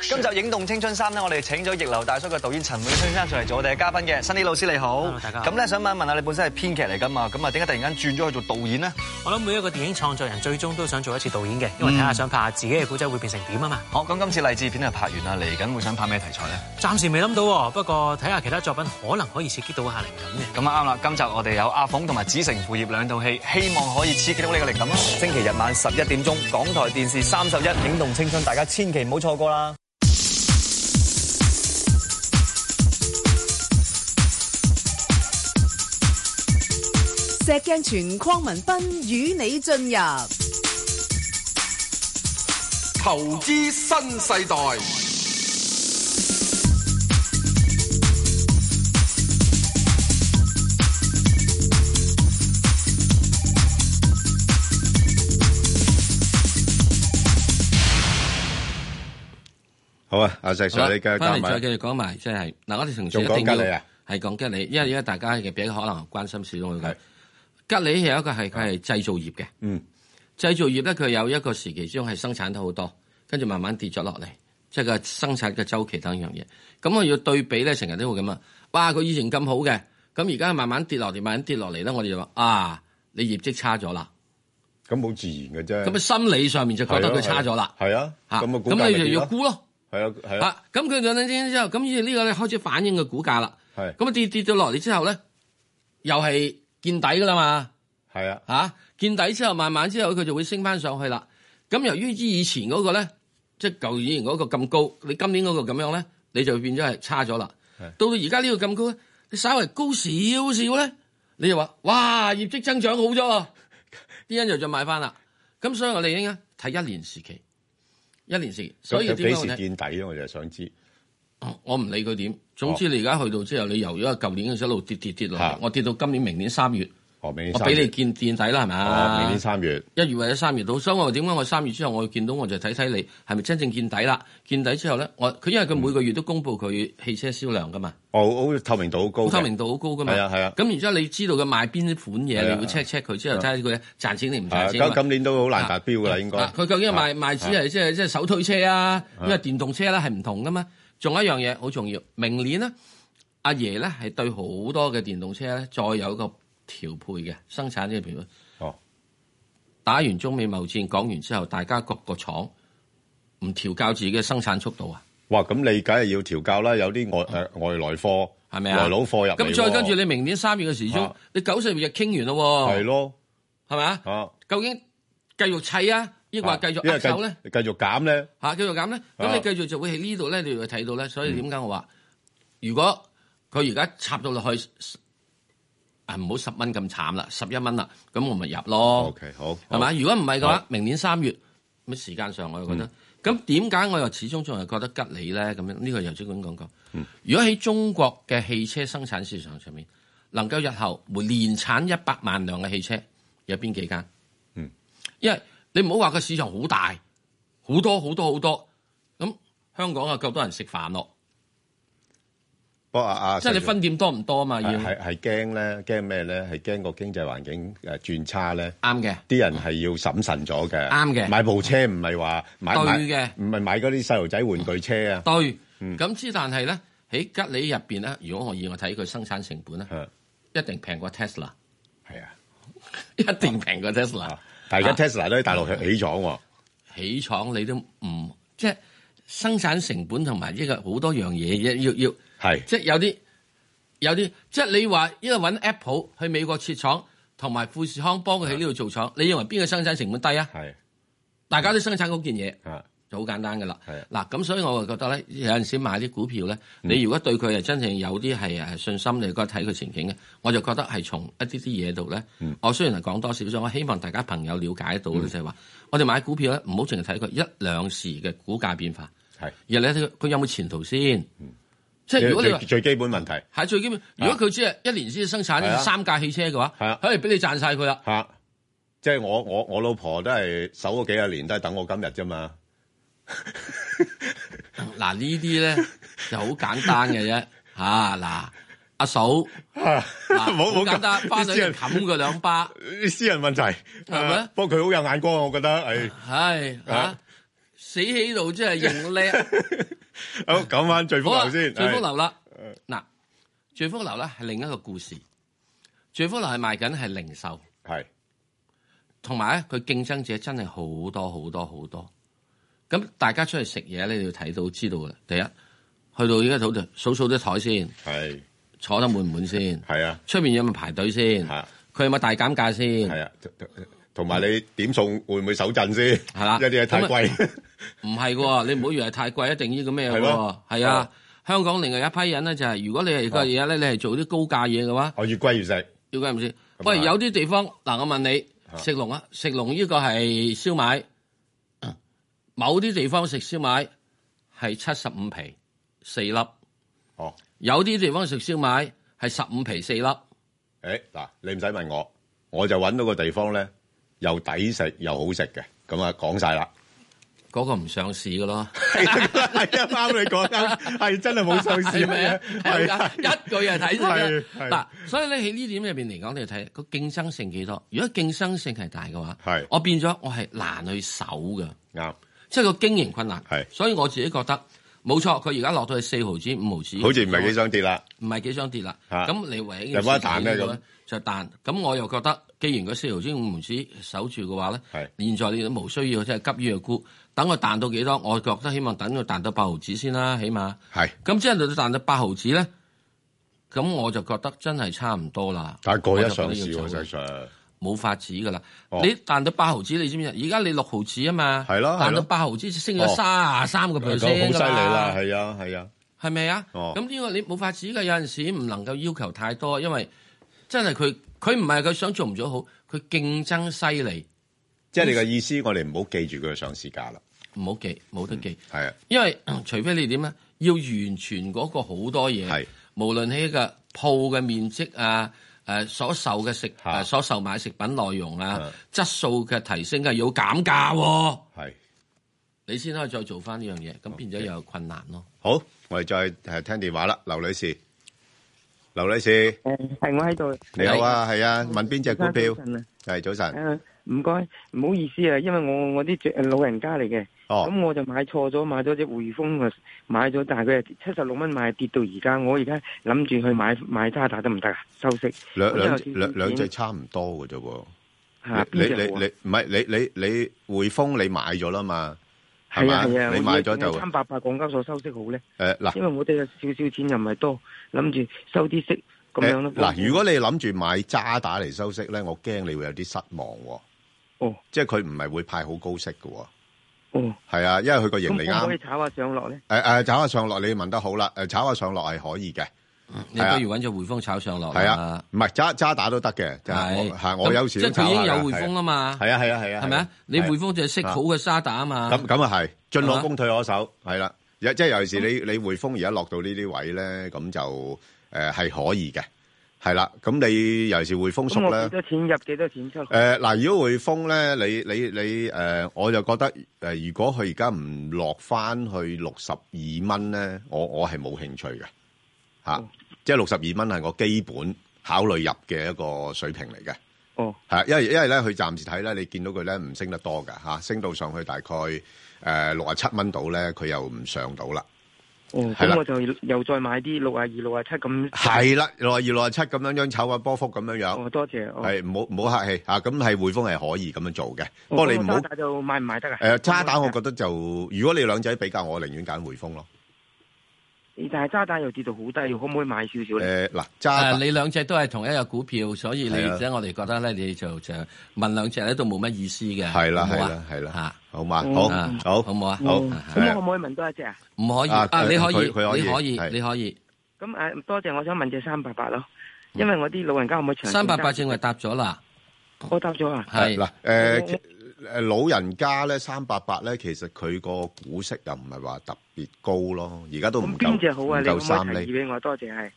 Speaker 10: 今集《影動青春三》咧，我哋請咗逆流大叔嘅導演陳永春先生上嚟做我哋嘅嘉賓嘅。Sunny 老師你好，
Speaker 11: 大家好
Speaker 10: 咁咧想問一問啊下，你本身係編劇嚟㗎嘛？咁啊，點解突然間轉咗去做導演呢？
Speaker 11: 我諗每一個電影創作人最終都想做一次導演嘅，因為
Speaker 10: 嗯
Speaker 11: 睇下想拍下自己嘅古仔會變成點啊嘛。
Speaker 10: 好，哦咁今次勵志片就拍完啦，嚟緊會想拍咩題材咧？
Speaker 11: 暫時未諗到喎，不過睇下其他作品可能可以刺激到下靈感嘅。
Speaker 10: 咁啊啱啦，今集我哋有阿鳳同埋子承父業兩套戲，希望可以刺激到呢個靈感啦。星期日晚十一點鐘，港台電視三十一《影動青春》，大家千祈唔好錯過啦。
Speaker 12: 石鏡泉鄺民彬與你進入
Speaker 13: 投資新世代，
Speaker 2: 好啊，阿石 Sir，你嘅
Speaker 1: 翻
Speaker 2: 答
Speaker 1: 嚟再繼
Speaker 2: 埋
Speaker 1: 續講埋，即係嗱，我哋同事
Speaker 2: 仲
Speaker 1: 一
Speaker 2: 講
Speaker 1: 定要
Speaker 2: 吉利啊
Speaker 1: 係講吉利，因為而家大家嘅比較可能關心少少嘅。吉利有一個係佢係製造業嘅，
Speaker 2: 嗯，
Speaker 1: 製造業咧佢有一個時期之中係生產得好多，跟住慢慢跌咗落嚟，即係個生產嘅周期等一樣嘢。咁我要對比咧，成日都會咁啊，哇！佢以前咁好嘅，咁而家慢慢跌落嚟，慢慢跌落嚟咧，我哋就話啊，你業績差咗啦。
Speaker 2: 咁好自然嘅啫。
Speaker 1: 咁啊，心理上面就覺得佢差咗啦。
Speaker 2: 係啊，
Speaker 1: 嚇
Speaker 2: 咁啊，
Speaker 1: 咁你就要沽咯。
Speaker 2: 係啊，係啊
Speaker 1: 啊，，咁佢兩兩之之後，咁呢個咧開始反映個股價啦。
Speaker 2: 係
Speaker 1: 咁啊跌跌咗落嚟之後咧，又係見底噶啦嘛。
Speaker 2: 係啊，
Speaker 1: 嚇見底之後，慢慢之後佢就會升翻上去啦。咁由於以前嗰個咧，即係舊年嗰個咁高，你今年嗰個咁樣咧，你就變咗係差咗啦。到到而家呢個咁高咧，你稍微高少少咧，你就話哇業績增長好咗喎，啲人就再買翻啦。咁所以我哋應該睇一年時期，一年時期。所以
Speaker 2: 咁
Speaker 1: 點
Speaker 2: 幾
Speaker 1: 解我
Speaker 2: 時
Speaker 1: 睇？
Speaker 2: 見底咧？我就想知。
Speaker 1: 我唔理佢點，總
Speaker 2: 哦
Speaker 1: 之你而家去到之後，你由咗舊年嘅一路跌跌跌落嚟，我跌到今年明年三月，
Speaker 2: 我俾
Speaker 1: 我俾你見見底啦，係咪啊
Speaker 2: 哦，明年三月。
Speaker 1: 一月或者三月到，所以我話點解我三月之後我會見到我就睇睇你係咪真正見底啦？見底之後咧，我佢因為佢每個月都公布佢汽車銷量噶嘛，
Speaker 2: 哦，好透明度好高嘅，
Speaker 1: 透明度好高噶嘛，
Speaker 2: 係啊係啊。
Speaker 1: 咁然之後你知道佢賣邊款
Speaker 2: 係啊
Speaker 1: 嘢，你會 check check 佢之後睇下佢賺錢定唔
Speaker 2: 啊
Speaker 1: 賺錢啊
Speaker 2: 咁
Speaker 1: 嘛。
Speaker 2: 今年都好難達標㗎啦，應該。
Speaker 1: 啊佢究竟係賣賣只係即係即係手推車啊，
Speaker 2: 啊
Speaker 1: 因為電動車咧係唔同噶嘛。仲有一樣嘢好重要，明年咧阿爺咧係對好多嘅電動車咧再有一個調配嘅生產呢個調配。
Speaker 2: 哦，
Speaker 1: 打完中美貿易戰講完之後，大家各個廠唔調教自己嘅生產速度啊，
Speaker 2: 哇，咁你梗係要調教啦，有啲外誒外來貨，
Speaker 1: 係咪啊？
Speaker 2: 外佬貨入嚟喎
Speaker 1: 咁再跟住你明年三月嘅時鐘
Speaker 2: 啊，
Speaker 1: 你九十日傾完咯喎。
Speaker 2: 係咯，
Speaker 1: 係咪啊？
Speaker 2: 啊，
Speaker 1: 究竟繼續砌啊，抑或繼續
Speaker 2: 因
Speaker 1: 握
Speaker 2: 為繼
Speaker 1: 手咧？
Speaker 2: 繼續減咧，
Speaker 1: 嚇，繼續減咧，咁
Speaker 2: 啊嗯
Speaker 1: 你繼續就會喺呢度咧，你就會睇到咧。所以點解我話，如果佢而家插到落去啊唔好十蚊咁慘啦，十一蚊啦，咁我咪入咯。
Speaker 2: OK，好
Speaker 1: 係咪？如果唔係嘅
Speaker 2: 好嗯
Speaker 1: 話，明年三月咁時間上我又覺得，咁點解我又始終仲係覺得吉利咧？咁樣呢個由主管講過。如果喺中國嘅汽車生產市場上面，能夠日後每年產一百萬輛嘅汽車，有邊幾間？
Speaker 2: 嗯，
Speaker 1: 因為你唔好話個市場好大，好多好多好多，咁香港啊夠多人食飯咯，
Speaker 2: 不過啊啊，
Speaker 1: 即係你
Speaker 2: Sir，
Speaker 1: 分店多唔多嘛？要
Speaker 2: 係係驚咧，驚咩咧？係驚個經濟環境誒轉差咧。
Speaker 1: 啱嘅，
Speaker 2: 啲人係要審慎咗嘅。
Speaker 1: 啱嘅
Speaker 2: 買部車唔係話買
Speaker 1: 對
Speaker 2: 買
Speaker 1: 嘅
Speaker 2: 唔係買嗰啲細路仔玩具車啊。
Speaker 1: 對，咁之但係咧喺吉利入邊咧，如果我以我睇佢生產成本咧，一定平過 Tesla，
Speaker 2: 啊係啊，
Speaker 1: 一定平過 Tesla。啊
Speaker 2: 但係而家 Tesla 都喺大陸起廠喎。
Speaker 1: 起廠你都唔即係生產成本同埋呢個好多樣嘢要要
Speaker 2: 係
Speaker 1: 即係有啲有啲即係你話因為揾 Apple 去美國設廠，同埋富士康幫佢喺呢度做廠，你認為邊個生產成本低啊？
Speaker 2: 係
Speaker 1: 大家都生產嗰件嘢
Speaker 2: 啊，
Speaker 1: 就好簡單噶啦
Speaker 2: 係。嗯
Speaker 1: 嗱咁所以我就覺得咧，有陣時買啲股票咧，你如果對佢係真正有啲係誒信心，你覺得睇佢前景嘅，我就覺得係從一啲啲嘢度咧。
Speaker 2: 嗯
Speaker 1: 我雖然係講多少少，我希望大家朋友了解到咧，就係話我哋買股票咧，唔好淨係睇佢一兩時嘅股價變化，
Speaker 2: 係
Speaker 1: 而你睇佢佢有冇前途先。即係如果你話
Speaker 2: 最最基本問題
Speaker 1: 係最基本，如果佢只係一年先生
Speaker 2: 啊係啊
Speaker 1: 產三架汽車嘅話，
Speaker 2: 係啊，
Speaker 1: 可以俾你賺晒佢啦。
Speaker 2: 嚇，即係我我我老婆都係守咗幾廿年，都係等我今日啫嘛。
Speaker 1: 嗱呢啲咧 就好簡單嘅啫嚇嗱，阿嫂嗱
Speaker 2: 啊冇冇咁啊
Speaker 1: 簡單，翻去
Speaker 2: 啲私人
Speaker 1: 冚佢兩巴，
Speaker 2: 啲私人問題
Speaker 1: 係咪
Speaker 2: 啊不過佢好有眼光，我覺得係。
Speaker 1: 唉嚇
Speaker 2: 啊
Speaker 1: 死喺度真係 認叻。
Speaker 2: 好，講翻聚福
Speaker 1: 好啦啊
Speaker 2: 樓先。
Speaker 1: 聚福
Speaker 2: 係
Speaker 1: 樓啦，嗱聚福樓咧係另一個故事，聚福樓係賣緊係零售，
Speaker 2: 係
Speaker 1: 同埋咧佢競爭者真係好多好多好多。咁大家出去食嘢咧，你要睇到知道嘅。第一，去到依家度就數數啲台先，
Speaker 2: 係
Speaker 1: 坐得滿唔滿先，
Speaker 2: 係啊，
Speaker 1: 出面有冇排隊先，佢有冇大減價先，
Speaker 2: 係啊，同埋你點餸會唔會手震先？
Speaker 1: 係啦，啊
Speaker 2: 一啲嘢太貴。
Speaker 1: 唔係 喎，你唔好以為太貴一定呢個咩
Speaker 2: 係
Speaker 1: 喎
Speaker 2: 咯，
Speaker 1: 係啊。香港另外一批人咧就係，如果你係個嘢咧，你係做啲高價嘢嘅話，
Speaker 2: 我哦越貴越食，啊
Speaker 1: 越貴唔食。喂，有啲地方嗱，我問你食龍啊，食龍呢個係燒賣，
Speaker 2: 嗯
Speaker 1: 某啲地方食燒賣係七十五皮四粒，
Speaker 2: 哦，
Speaker 1: 有啲地方食 燒賣 係十五皮四粒，
Speaker 2: 誒嗱，你唔使問我，我就揾到個地方咧，又抵食又好食嘅，咁啊講晒啦。
Speaker 1: 嗰個唔上市嘅咯。
Speaker 2: 係啊，啱你 講得，係真係冇上市
Speaker 1: 係咪啊
Speaker 2: 嘅，
Speaker 1: 係啊一句就睇
Speaker 2: 係
Speaker 1: 晒
Speaker 2: 係
Speaker 1: 啦。嗱，所以咧喺呢點入邊嚟講，你要睇個競爭性幾多。如果競爭性係大嘅話，係我變咗我係難去守嘅，
Speaker 2: 啱，
Speaker 1: 即係個經營困難。係，所以我自己覺得冇錯，佢而家落到去四毫子、五毫子，
Speaker 2: 好似唔係幾想跌啦。
Speaker 1: 唔係幾想跌啦。
Speaker 2: 嚇
Speaker 1: 咁你唯一
Speaker 2: 有冇得彈咧咁？
Speaker 1: 就彈。咁我又覺得，既然個四毫子五毫子守住嘅話咧，現在你都無需要即係急於去沽。等佢彈到幾多？我覺得希望等佢彈到八毫子先啦，起碼。
Speaker 2: 係。
Speaker 1: 咁之後到彈到八毫子咧，咁我就覺得真係差唔多啦。
Speaker 2: 但係過一
Speaker 1: 我就覺得
Speaker 2: 上
Speaker 1: 要
Speaker 2: 市喎，
Speaker 1: 走
Speaker 2: 實際上
Speaker 1: 冇法子噶啦。
Speaker 2: 哦
Speaker 1: 你彈到八毫子，你知唔知？而家你六毫子啊嘛，
Speaker 2: 係咯係咯
Speaker 1: 彈到八毫子升咗
Speaker 2: 哦
Speaker 1: 三啊三個
Speaker 2: 咁
Speaker 1: percent
Speaker 2: 好犀利啦，係啊係啊，
Speaker 1: 係咪啊？
Speaker 2: 哦
Speaker 1: 咁呢個你冇法子㗎，有陣時唔能夠要求太多，因為真係佢佢唔係佢想做唔做好，佢競爭犀利，
Speaker 2: 即係你嘅意思，我哋唔好記住佢嘅上市價啦。
Speaker 1: 唔好記，冇得記。
Speaker 2: 係啊，
Speaker 1: 因為嗯除非你點咧，要完全嗰個好多嘢，係無論喺個鋪嘅面積啊。誒所售嘅食誒所售買食品內容啊，質素嘅提升啊，要減價喎，
Speaker 2: 係哦
Speaker 1: 你先可以再做翻呢樣嘢，咁變咗又有困難咯。
Speaker 2: 好，我哋再誒聽電話啦，劉女士，劉女士，
Speaker 14: 係我喺度。
Speaker 2: 你好啊，係啊，問邊只股票
Speaker 14: 早？晨啊
Speaker 2: 係早晨，
Speaker 14: 誒唔該，唔好意思啊，因為我我啲長老人家嚟嘅，
Speaker 2: 哦
Speaker 14: 咁我就買錯咗，買咗只匯豐啊，買咗，但係佢係七十六蚊買，跌到而家，我而家諗住去買買渣打得唔得啊？收息
Speaker 2: 兩
Speaker 14: 我都有
Speaker 2: 兩
Speaker 14: 少少
Speaker 2: 兩兩隻
Speaker 14: 錢
Speaker 2: 差唔多嘅啫喎。
Speaker 14: 嚇
Speaker 2: 你
Speaker 14: 邊
Speaker 2: 你
Speaker 14: 隻
Speaker 2: 你
Speaker 14: 好啊
Speaker 2: 你唔係你你你匯豐你買咗啦嘛？係
Speaker 14: 係
Speaker 2: 嘛
Speaker 14: 啊？係啊，
Speaker 2: 你買咗就
Speaker 14: 三百八港交所收息好咧，
Speaker 2: 誒嗱
Speaker 14: 因為我哋有少少錢又唔係多，諗住收啲息咁樣咯。
Speaker 2: 誒嗱，如果你諗住買渣打嚟收息咧，我驚你會有啲失望喎。
Speaker 14: 哦，
Speaker 2: 即係佢唔係會派好高息嘅喎。
Speaker 14: 哦，
Speaker 2: 係啊，因為佢個盈利
Speaker 14: 咁可唔可以
Speaker 2: 啱。
Speaker 14: 炒下上落咧？
Speaker 2: 誒誒，炒下上落，你問得好啦。誒，炒下上落係可以嘅。
Speaker 1: 嗯
Speaker 2: 啊
Speaker 1: 你不如揾只匯豐炒上落
Speaker 2: 係啊，唔係渣渣打都得嘅，就係我係我有時都
Speaker 1: 即係佢已
Speaker 2: 炒
Speaker 1: 經有
Speaker 2: 下㗎
Speaker 1: 匯豐啊嘛。
Speaker 2: 係啊係啊係啊，
Speaker 1: 係咪啊？你匯豐就係識好嘅沙打啊嘛。
Speaker 2: 咁咁啊係，進
Speaker 1: 係嘛
Speaker 2: 可攻退可守，係啦。有即係尤其是你你匯豐而家落到呢啲位咧，咁就誒係可以嘅，係啦。咁你尤其是匯豐
Speaker 14: 咁
Speaker 2: 熟
Speaker 14: 我
Speaker 2: 咧
Speaker 14: 幾。多錢入幾多錢出？
Speaker 2: 誒呃嗱、如果匯豐咧，你你你誒、我就覺得誒、如果佢而家唔落翻去六十二蚊咧，我我係冇興趣嘅嚇，
Speaker 14: 哦
Speaker 2: 即係六十二蚊係我基本考慮入嘅一個水平嚟嘅。
Speaker 14: 哦，
Speaker 2: 係，因為因為咧，佢暫時睇咧，你見到佢咧唔升得多㗎嚇、升到上去大概誒六啊七蚊度咧，佢又唔上到啦。
Speaker 14: 哦，
Speaker 2: 係啦
Speaker 14: 咁我就又再買啲六啊二、六啊七咁。
Speaker 2: 係啦，六啊二、六啊七咁樣樣炒下波幅咁樣樣。
Speaker 14: 哦，多謝。哦
Speaker 2: 係唔好唔好客氣嚇，咁係匯豐係可以咁樣做嘅。
Speaker 14: 哦
Speaker 2: 不過你唔
Speaker 14: 咁我
Speaker 2: 好
Speaker 14: 渣。打就買唔買得啊？
Speaker 2: 誒 渣打，我覺得就如果你兩仔比較，我寧願揀匯豐咯。
Speaker 14: 但係渣打又跌到好低，可唔可以買少少
Speaker 2: 誒
Speaker 14: 咧？
Speaker 2: 嗱，
Speaker 1: 誒，你兩隻都係同一隻股票，所以你
Speaker 2: 係啊
Speaker 1: 即係我哋覺得咧，你就就問兩隻咧都冇乜意思嘅。
Speaker 2: 係啦，
Speaker 1: 好唔
Speaker 2: 係
Speaker 1: 好啊
Speaker 2: 啦，係啦
Speaker 1: 嚇，
Speaker 2: 好嘛，
Speaker 1: 嗯
Speaker 2: 好
Speaker 1: 嗯，
Speaker 2: 好，
Speaker 1: 好唔好啊
Speaker 2: 好，
Speaker 14: 咁我可唔可以問多一隻啊？
Speaker 1: 唔可以
Speaker 2: 啊
Speaker 1: 啊！你可以，
Speaker 2: 佢佢可以
Speaker 1: 你可
Speaker 2: 係
Speaker 1: 以，你可以。
Speaker 14: 咁誒，多謝，我想問隻三八八咯，因為我啲老人家可唔可以長線
Speaker 1: 三八八
Speaker 14: 揸
Speaker 1: 正話答咗啦，
Speaker 14: 我答咗啊。
Speaker 2: 係嗱，誒誒老人家咧三八八咧，其實佢個股息又唔係話特別高咯，而家都唔夠
Speaker 14: 邊隻好啊？
Speaker 2: 唔
Speaker 14: 你可唔
Speaker 2: 夠三
Speaker 14: 可以提議
Speaker 2: 厘，
Speaker 14: 俾我？多謝係，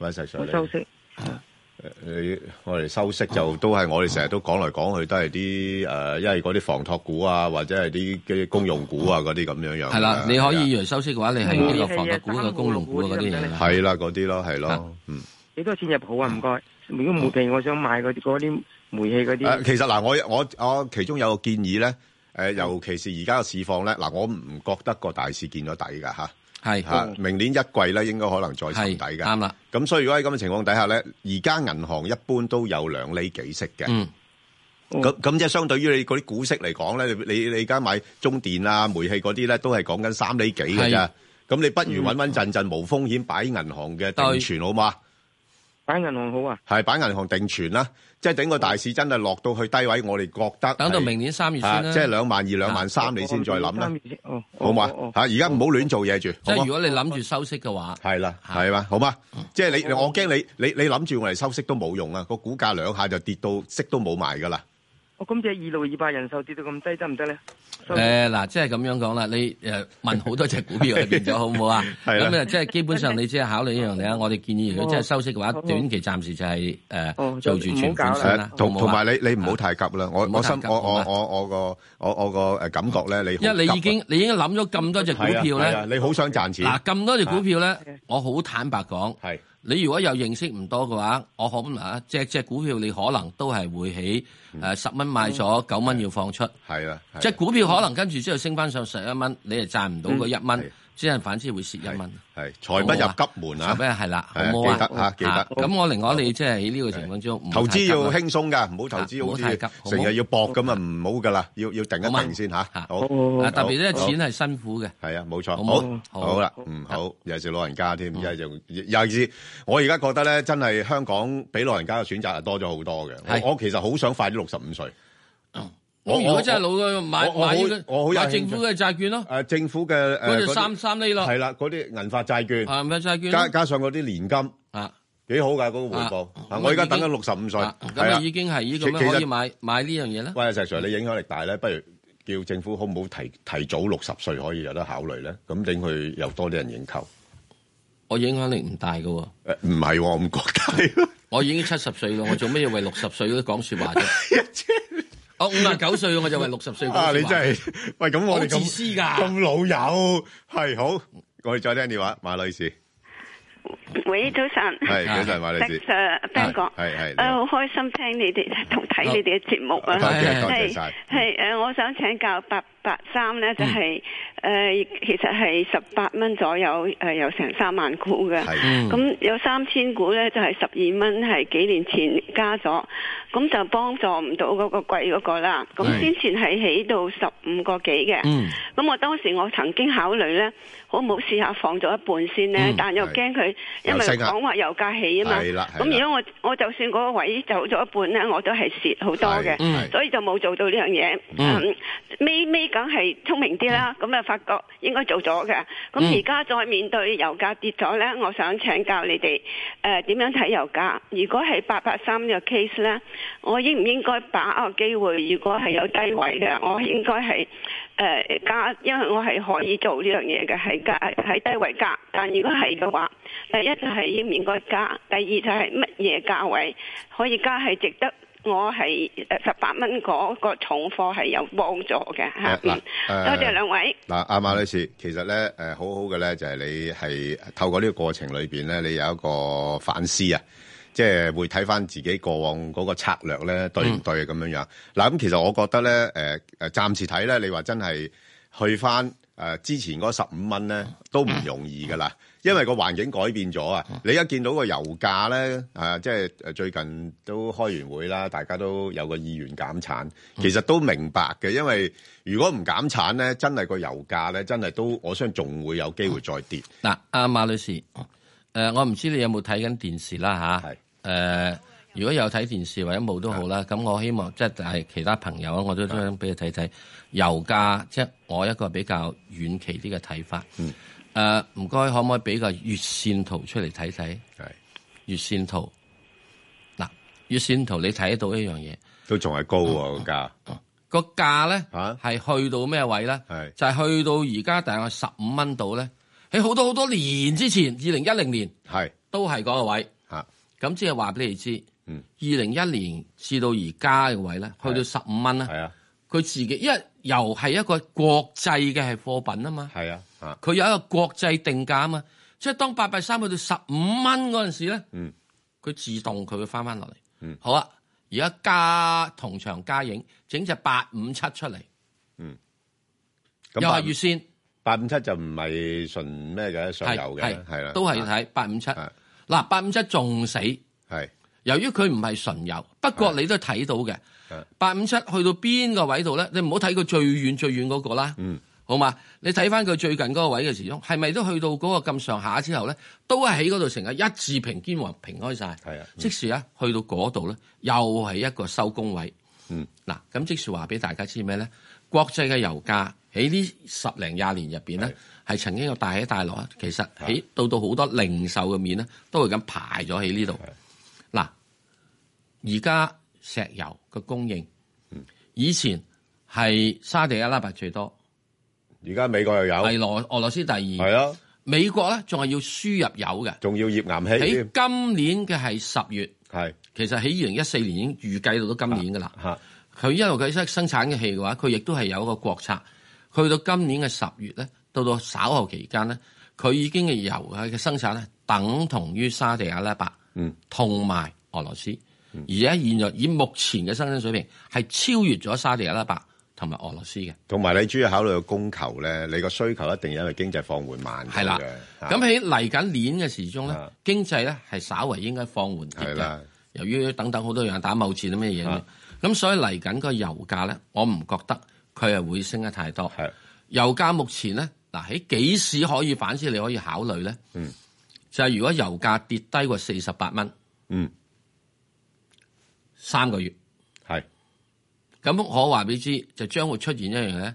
Speaker 2: 揾石 Sir
Speaker 14: 我
Speaker 2: 你
Speaker 14: 收息。
Speaker 2: 誒你我哋收息就都係我哋成日都講嚟講去都係啲誒，因為嗰啲房託股啊，或者係啲啲公用股啊嗰啲咁樣樣。
Speaker 1: 係啦，你可以以為收息嘅話，你係呢個房地股嘅公用股嗰啲嘢啦。
Speaker 2: 係啦，嗰啲咯，係咯，嗯。
Speaker 14: 幾多錢入好啊？唔該。如果煤氣，我想買嗰啲嗰啲煤氣
Speaker 2: 誒、
Speaker 14: 嗰啲。
Speaker 2: 啊其實嗱，我我我其中有個建議咧，誒、尤其是而家嘅市況咧，嗱，我唔覺得個大市見咗底㗎吓，
Speaker 1: 係
Speaker 2: 嚇明年一季咧應該可能再沉底㗎，啱
Speaker 1: 啦。
Speaker 2: 咁所以如果喺咁嘅情況底下咧，而家銀行一般都有兩厘幾息嘅。
Speaker 1: 嗯
Speaker 2: 咁咁即係相對於你嗰啲股息嚟講咧，你你你而家買中電啊、煤氣嗰啲咧，都係講緊三厘幾嘅
Speaker 1: 係
Speaker 2: 啫。咁你不如穩穩陣陣無風險擺銀行嘅定存好嘛？
Speaker 14: 擺銀行好啊？
Speaker 2: 係擺銀行定存啦，即係等個大市真係落到去低位，我哋覺得
Speaker 1: 等到
Speaker 2: 係
Speaker 1: 明年三月先啦
Speaker 2: 啊即係兩萬二、兩萬三，你先再諗啦，好嘛？嚇，而家唔好亂做嘢住，
Speaker 1: 即
Speaker 2: 好
Speaker 1: 係
Speaker 2: 嘛
Speaker 1: 如？果你諗住收息嘅話，
Speaker 2: 係啦，係嘛，好嘛？即係你，我驚你，你你諗住我嚟收息都冇用啊！個股價兩下就跌到息都冇埋㗎啦。
Speaker 14: 我哦咁隻二六二八人壽跌到咁低得唔得咧？收息
Speaker 1: 誒嗱，即係咁樣講啦，你誒問好多隻股票裏邊咗好唔好啊？
Speaker 2: 係啦
Speaker 1: 咁啊，即係基本上你只係考慮一樣嘢啊。我哋建議如果真係收息嘅話，
Speaker 2: 哦
Speaker 1: 短期暫時就係誒
Speaker 2: 哦
Speaker 1: 做住存款先啦
Speaker 2: 誒。同
Speaker 1: 好唔好
Speaker 2: 同
Speaker 1: 啊
Speaker 2: 埋你你唔好太急啦，我
Speaker 1: 唔好
Speaker 2: 我
Speaker 1: 太
Speaker 2: 心
Speaker 1: 急
Speaker 2: 我我
Speaker 1: 好嘛
Speaker 2: 我我個我我個誒感覺咧，你好
Speaker 1: 因為你已
Speaker 2: 急
Speaker 1: 經你已經諗咗咁多隻股票
Speaker 2: 係啊係啊
Speaker 1: 咧，
Speaker 2: 你好想賺錢
Speaker 1: 嗱咁多隻股票咧，我好坦白講，
Speaker 2: 啊係
Speaker 1: 你如果有認識唔多嘅話，我可能啊隻隻股票你可能都係會喺誒十蚊買咗，九蚊要放出，
Speaker 2: 嗯係啦，係啦
Speaker 1: 即係股票可能跟住之後升翻上十一蚊，你係賺唔到嗰
Speaker 2: 嗯
Speaker 1: 一蚊，只係反之會蝕一蚊。
Speaker 2: 係財不入急門啊！
Speaker 1: 咩係啦，好
Speaker 2: 係啊
Speaker 1: 冇
Speaker 2: 記得
Speaker 1: 啊
Speaker 2: 嚇，記得
Speaker 1: 咁我另外你即係喺呢個情況中，唔好
Speaker 2: 投
Speaker 1: 太急
Speaker 2: 資
Speaker 1: 啦
Speaker 2: 要輕鬆㗎，唔好投
Speaker 1: 啊
Speaker 2: 資
Speaker 1: 唔好
Speaker 2: 好
Speaker 1: 太
Speaker 2: 似
Speaker 1: 急好冇
Speaker 2: 成日要搏咁啊，唔好㗎啦，要要定一定先嚇。好，
Speaker 1: 啊特別咧
Speaker 2: 好
Speaker 1: 錢係辛苦嘅。
Speaker 2: 係啊，冇錯，
Speaker 1: 好
Speaker 2: 好
Speaker 1: 冇
Speaker 2: 好啦，嗯，好，尤其是老人家添，而家就尤其是我而家覺得咧，真係香港俾老人家嘅選擇係多咗好多嘅。我我其實好想快啲六十五歲。
Speaker 1: 咁如果真係老嘅
Speaker 2: 我
Speaker 1: 買
Speaker 2: 我好
Speaker 1: 買呢
Speaker 2: 我好
Speaker 1: 個
Speaker 2: 有
Speaker 1: 買
Speaker 2: 興趣
Speaker 1: 政府嘅債券咯，
Speaker 2: 誒政府嘅誒
Speaker 1: 嗰
Speaker 2: 啲
Speaker 1: 隻三三厘咯啊
Speaker 2: 係啦，嗰啲銀發債券，
Speaker 1: 銀發債券咯
Speaker 2: 加加上嗰啲年金
Speaker 1: 啊，
Speaker 2: 幾好㗎嗰個回報
Speaker 1: 啊。
Speaker 2: 啊
Speaker 1: 咁
Speaker 2: 我而家
Speaker 1: 已經
Speaker 2: 等緊六十五歲，
Speaker 1: 咁啊已經係呢個
Speaker 2: 其
Speaker 1: 咩
Speaker 2: 其實
Speaker 1: 可以買買呢樣嘢啦。
Speaker 2: 喂，石 Sir，你影響力大咧，不如叫政府好唔好提提早六十歲可以有得考慮咧？咁等佢又多啲人認購。
Speaker 1: 我影響力唔大嘅喎。
Speaker 2: 誒唔係喎，我唔覺得。
Speaker 1: 我已經七十歲啦，我做咩要為六十歲嗰啲講 説話啫？哦我五十九歲我就為六十歲講説話
Speaker 2: 啊，你真係 喂咁，我哋
Speaker 1: 好自私
Speaker 2: 咁
Speaker 1: 㗎
Speaker 2: 咁老友係好，我哋再聽電話，馬女士
Speaker 15: 喂，早晨，呃
Speaker 2: 係早晨馬女士
Speaker 15: Ben 哥，
Speaker 2: 係係你
Speaker 15: 誒，哎好開心聽你哋同睇你哋嘅節目啊，
Speaker 2: 多謝多謝
Speaker 15: 係
Speaker 2: 晒嗯
Speaker 15: 係誒，我想請教八八三咧，就係誒，其實係十八蚊左右，誒，有成三萬股嘅，
Speaker 16: 嗯
Speaker 15: 咁有三千股咧，就係十二蚊，係幾年前加咗，咁就幫助唔到嗰個貴嗰個啦。咁
Speaker 16: 係
Speaker 15: 先前係起到十五個幾嘅，
Speaker 16: 嗯
Speaker 15: 咁我當時我曾經考慮呢，好唔好試下放咗一半先呢？
Speaker 16: 嗯
Speaker 15: 但又
Speaker 16: 係
Speaker 15: 驚佢因為
Speaker 2: 又升啊
Speaker 15: 講話油價起啊嘛。
Speaker 2: 係啦係啦
Speaker 15: 咁如果我我就算嗰個位走咗一半咧，我都係蝕好多
Speaker 2: 係嗯
Speaker 15: 嘅，所以就冇做到呢樣嘢。
Speaker 2: 嗯
Speaker 15: 嗯尾尾梗係聰明啲啦，咁啊發覺應該做咗嘅。
Speaker 16: 嗯
Speaker 15: 咁而家再面對油價跌咗咧，我想請教你哋誒點樣睇油價？如果係八八三呢個 case 咧，我應唔應該把握機會？如果係有低位嘅，我應該係誒呃加，因為我係可以做呢樣嘢嘅，係加喺低位加。但如果係嘅話，第一就係應唔應該加，第二就係乜嘢價位可以加係值得。我係十八蚊嗰個重貨係有幫助嘅
Speaker 2: 誒
Speaker 15: 嚇，
Speaker 2: 嗱，
Speaker 15: 多
Speaker 2: 誒
Speaker 15: 謝兩位。
Speaker 2: 嗱，阿馬女士，其實咧，誒、好好嘅咧，就係、你係透過呢個過程裏邊咧，你有一個反思啊，即係會睇翻自己過往嗰個策略咧對唔對咁樣樣。嗱、咁其實我覺得咧，誒、誒，暫時睇咧，你話真係去翻誒、之前嗰十五蚊咧，都唔容易噶啦，因為個環境改變咗啊。你一見到個油價咧，啊，即係誒最近都開完會啦，大家都有個意願減產，其實都明白嘅，因為如果唔減產咧，真係個油價咧，真係都我相信仲會有機會再跌。
Speaker 1: 嗱，阿馬女士，誒、我唔知你有冇睇緊電視啦吓，誒、如果有睇電視或者冇都好啦，咁我希望即係但係其他朋友啊，我都想俾你睇睇油價，即係我一個比較遠期啲嘅睇法。
Speaker 2: 嗯。
Speaker 1: 誒，唔該，可唔可以俾個月線圖出嚟睇睇？
Speaker 2: 係
Speaker 1: 月線圖。嗱，月線圖你睇得到一樣嘢，
Speaker 2: 都仲係高喎個價。
Speaker 1: 個價咧
Speaker 2: 啊
Speaker 1: 係去到咩位咧？就係去到而家大概十五蚊度咧。喺好多好多年之前，二零一零年
Speaker 2: 係
Speaker 1: 都係嗰個位。
Speaker 2: 嚇，
Speaker 1: 咁即係話俾你知，
Speaker 2: 啊嗯，
Speaker 1: 二零一年至到而家嘅位咧，去到十五蚊啦。
Speaker 2: 係啊，
Speaker 1: 佢自己因為油係一個國際嘅係貨品啊嘛。
Speaker 2: 係啊，啊，
Speaker 1: 佢有一個國際定價啊嘛。即係當八百三去到十五蚊嗰陣時咧，
Speaker 2: 嗯，
Speaker 1: 佢自動佢會翻翻落嚟。
Speaker 2: 嗯，
Speaker 1: 好啊，而家加同場加影，整隻八五七出嚟。
Speaker 2: 嗯，
Speaker 1: 又係月線
Speaker 2: 八五七就唔係純咩嘅上游嘅，係啦，
Speaker 1: 都係睇八五七。嗱，八五七仲死，
Speaker 2: 係
Speaker 1: 由於佢唔係純油，不過你都睇到嘅。八五七去到邊個位度咧？你唔好睇佢最遠最遠嗰個啦，
Speaker 2: 嗯，
Speaker 1: 好嘛？你睇翻佢最近嗰個位嘅時鐘，係咪都去到嗰個咁上下之後咧，都係喺嗰度成日一字平肩橫平開晒。係啊，即時啊，去到嗰度咧，又係一個收工位。
Speaker 2: 嗯，
Speaker 1: 嗱，咁即是話俾大家知咩咧？國際嘅油價喺呢十零廿年入邊咧，係曾經有大起大落啊。其實喺到到好多零售嘅面咧，都係咁排咗喺呢度。嗱，而家石油嘅供應，
Speaker 2: 嗯
Speaker 1: 以前係沙地阿拉伯最多，
Speaker 2: 而家美國又有，
Speaker 1: 係羅俄羅斯第二，係
Speaker 2: 啊，
Speaker 1: 美國咧仲係要輸入油嘅，
Speaker 2: 仲要頁岩氣
Speaker 1: 喺
Speaker 2: 添
Speaker 1: 今年嘅係十月，
Speaker 2: 係啊
Speaker 1: 其實喺二零一四年已經預計到到今年噶啦。
Speaker 2: 嚇，
Speaker 1: 佢一路佢生生產嘅氣嘅話，佢亦都係有一個國策。去到今年嘅十月咧，到到稍後期間咧，佢已經嘅油嘅生產咧，等同於沙地阿拉伯，
Speaker 2: 嗯，
Speaker 1: 同埋俄羅斯。嗯而家現在以目前嘅生產水平係超越咗沙地阿拉伯同埋俄羅斯嘅。
Speaker 2: 同埋你主要考慮個供求咧，你個需求一定因為經濟放緩慢咗
Speaker 1: 係啦
Speaker 2: 嘅，
Speaker 1: 咁喺嚟緊年嘅時鐘咧，經濟咧係稍為應該放緩啲
Speaker 2: 係
Speaker 1: 嘅
Speaker 2: 啊啦。
Speaker 1: 由於等等好多樣打貿戰啊咩嘢嘅
Speaker 2: 啊，
Speaker 1: 咁所以嚟緊個油價咧，我唔覺得佢係會升得太多。油價目前咧，嗱喺幾時可以反思？你可以考慮咧，
Speaker 2: 嗯
Speaker 1: 就係如果油價跌低過四十八蚊
Speaker 2: 嗯
Speaker 1: 三個月，
Speaker 2: 係
Speaker 1: 咁我話俾你知，就將會出現一樣咧，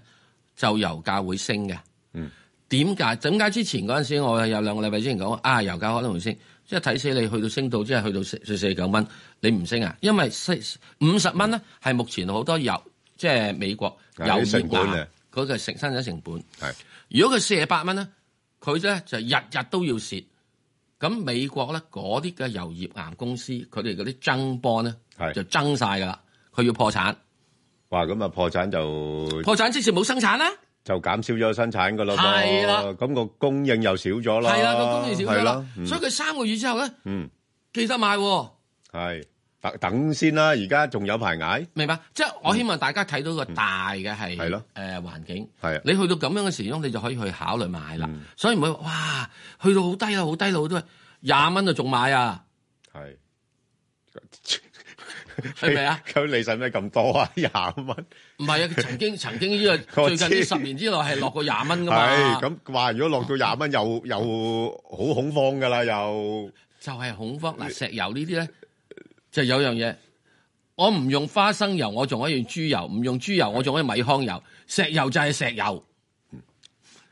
Speaker 1: 就油價會升嘅。
Speaker 2: 嗯
Speaker 1: 點解？點解之前嗰陣時，我有兩個禮拜之前講啊，油價可能會升，即係睇死你去到升到即係去到四四十九蚊，你唔升啊？因為四五十蚊咧係目前好多油，即係美國油
Speaker 2: 係啲成本
Speaker 1: 業
Speaker 2: 啊
Speaker 1: 啊，佢嘅成生產成本。
Speaker 2: 係
Speaker 1: 如果佢四十八蚊咧，佢咧就日日都要蝕。咁美國咧嗰啲嘅油業岩公司，佢哋嗰啲增波咧就增晒㗎啦，佢要破產。
Speaker 2: 哇！咁啊破產就
Speaker 1: 破產即時冇生產啦。
Speaker 2: 就減少咗生產噶咯噃，
Speaker 1: 係啦
Speaker 2: 咁個供應又少咗啦，
Speaker 1: 係啦，個供應少咗
Speaker 2: 係
Speaker 1: 啦，
Speaker 2: 嗯
Speaker 1: 所以佢三個月之後咧，
Speaker 2: 嗯
Speaker 1: 記得買喎。
Speaker 2: 係等等先啦，而家仲有排捱，
Speaker 1: 明白？即係我希望大家睇到個大嘅
Speaker 2: 嗯
Speaker 1: 係
Speaker 2: 係
Speaker 1: 誒
Speaker 2: 咯
Speaker 1: 環境。
Speaker 2: 係啊嗯
Speaker 1: 你去到咁樣嘅時鐘，你就可以去考慮買啦。所以唔會話哇，去到好低啦，好低啦，好多廿蚊就仲買啊！
Speaker 2: 係
Speaker 1: 係咪啊？
Speaker 2: 咁你使咩咁多啊？廿蚊
Speaker 1: 唔係啊，佢 曾經曾經呢個
Speaker 2: 我
Speaker 1: 最
Speaker 2: 知
Speaker 1: 近呢十年之內係落過廿蚊噶
Speaker 2: 係
Speaker 1: 嘛，
Speaker 2: 咁話，如果落到廿蚊，又又好恐慌噶啦，又
Speaker 1: 就係恐慌嗱。石油呢啲咧就有樣嘢，我唔用花生油，我仲可以用豬油；唔用豬油，我仲可以米糠油。石油就係石油。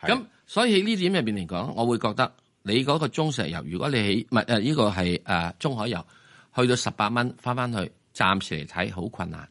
Speaker 1: 咁所以喺呢點入邊嚟講，我會覺得你嗰個中石油，如果你喺唔係誒呢個係誒中海油，去到十八蚊翻翻去，暫時嚟睇好困難。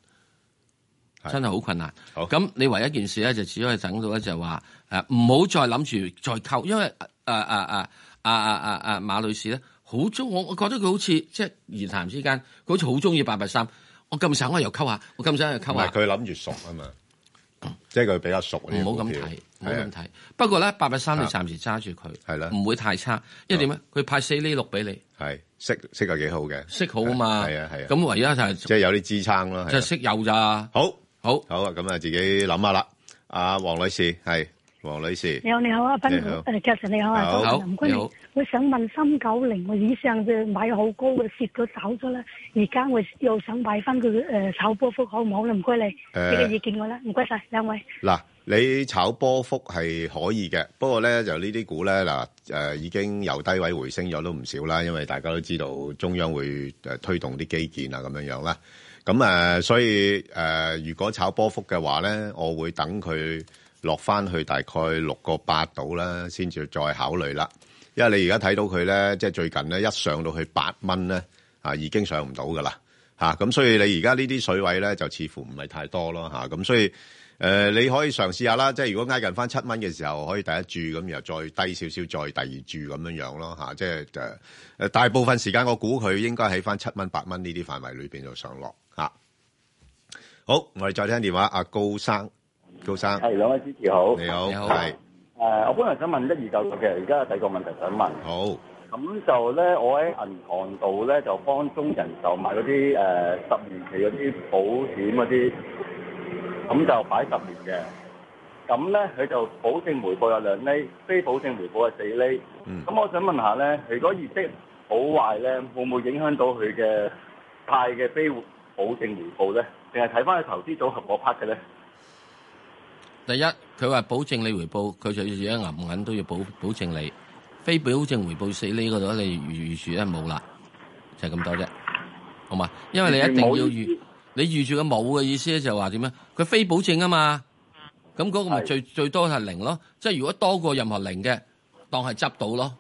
Speaker 1: 真係好困難。咁你唯一一件事咧，就只可以等到咧，就係話誒唔好再諗住再溝，因為誒誒誒誒誒誒馬女士咧，好中我我覺得佢好似即係言談之間，佢好似好中意八八三。我咁想我又溝下，我咁想又
Speaker 2: 唔
Speaker 1: 溝
Speaker 2: 係
Speaker 1: 下。
Speaker 2: 佢諗住熟啊嘛，即係佢比較熟呢啲
Speaker 1: 唔好
Speaker 2: 股
Speaker 1: 咁
Speaker 2: 票
Speaker 1: 睇，唔好
Speaker 2: 係啊
Speaker 1: 咁睇。不過咧，八八三你
Speaker 2: 啊
Speaker 1: 暫時揸住佢，
Speaker 2: 係啦啊
Speaker 1: 唔會太差。因為點咧？啊佢派四厘六俾你，
Speaker 2: 係息息係幾好嘅，
Speaker 1: 息好啊嘛。
Speaker 2: 係啊係啊。
Speaker 1: 咁唯一就係
Speaker 2: 即係有啲支撐咯，係啊
Speaker 1: 就係息有咋。
Speaker 2: 好，
Speaker 1: 好，
Speaker 2: 好啊，咁啊，自己諗下啦。阿黃女士係黃女士，
Speaker 16: 你好，你好啊，斌
Speaker 2: 你好
Speaker 16: 誒 j a s o n 你好啊，
Speaker 2: 好
Speaker 16: 早晨林君
Speaker 2: 你好
Speaker 16: 如，我想問三九零，我以上嘅呃買好高嘅，蝕咗走咗啦，而家我又想買翻佢誒炒波幅好唔好咧？唔該你，
Speaker 2: 誒
Speaker 16: 俾個意見我啦，唔該晒兩位。
Speaker 2: 嗱，你炒波幅係可以嘅，不過咧就呢啲股咧嗱誒已經由低位回升咗都唔少啦，因為大家都知道中央會誒推動啲基建啊咁樣樣啦。咁誒、呃所以誒、呃如果炒波幅嘅話咧，我會等佢落翻去大概六個八度啦，先至再考慮啦。因為你而家睇到佢咧，即係最近咧一上到去八蚊咧，啊已經上唔到噶啦，嚇、咁所以你而家呢啲水位咧就似乎唔係太多咯，嚇、咁所以誒、呃你可以嘗試下啦，即係如果挨近翻七蚊嘅時候，可以第一注咁，然後再低少少，再第二注咁樣樣咯，嚇、即係誒誒大部分時間我估佢應該喺翻七蚊八蚊呢啲範圍裏邊度上落嚇、好，我哋再聽電話，阿高生，高生，
Speaker 17: 係兩位主持好，
Speaker 2: 你好，
Speaker 17: 你好
Speaker 2: 係
Speaker 17: 誒、呃我本來想問一二九六嘅，而家有第二個問題想問。
Speaker 2: 好。
Speaker 17: 咁就咧，我喺銀行度咧就幫中人就買嗰啲誒呃十年期嗰啲保險嗰啲，咁就擺十年嘅。咁咧佢就保證回報有兩厘，非保證回報係四厘。咁、
Speaker 18: 嗯
Speaker 17: 我想問下咧，如果業績好壞咧，會唔會影響到佢嘅派嘅非保證回報咧？定係睇翻佢投資組合嗰 part 嘅咧？
Speaker 1: 第一，佢話保證你回報，佢就要而家銀銀都要保保證你，非保證回報死呢嗰度你預預住咧冇啦，就係咁多啫，好嘛？因為你一定要預，你預住佢冇嘅意思咧就係話點咧？佢非保證啊嘛，咁嗰個咪最最多係零咯，即係如果多過任何零嘅，當係執到咯。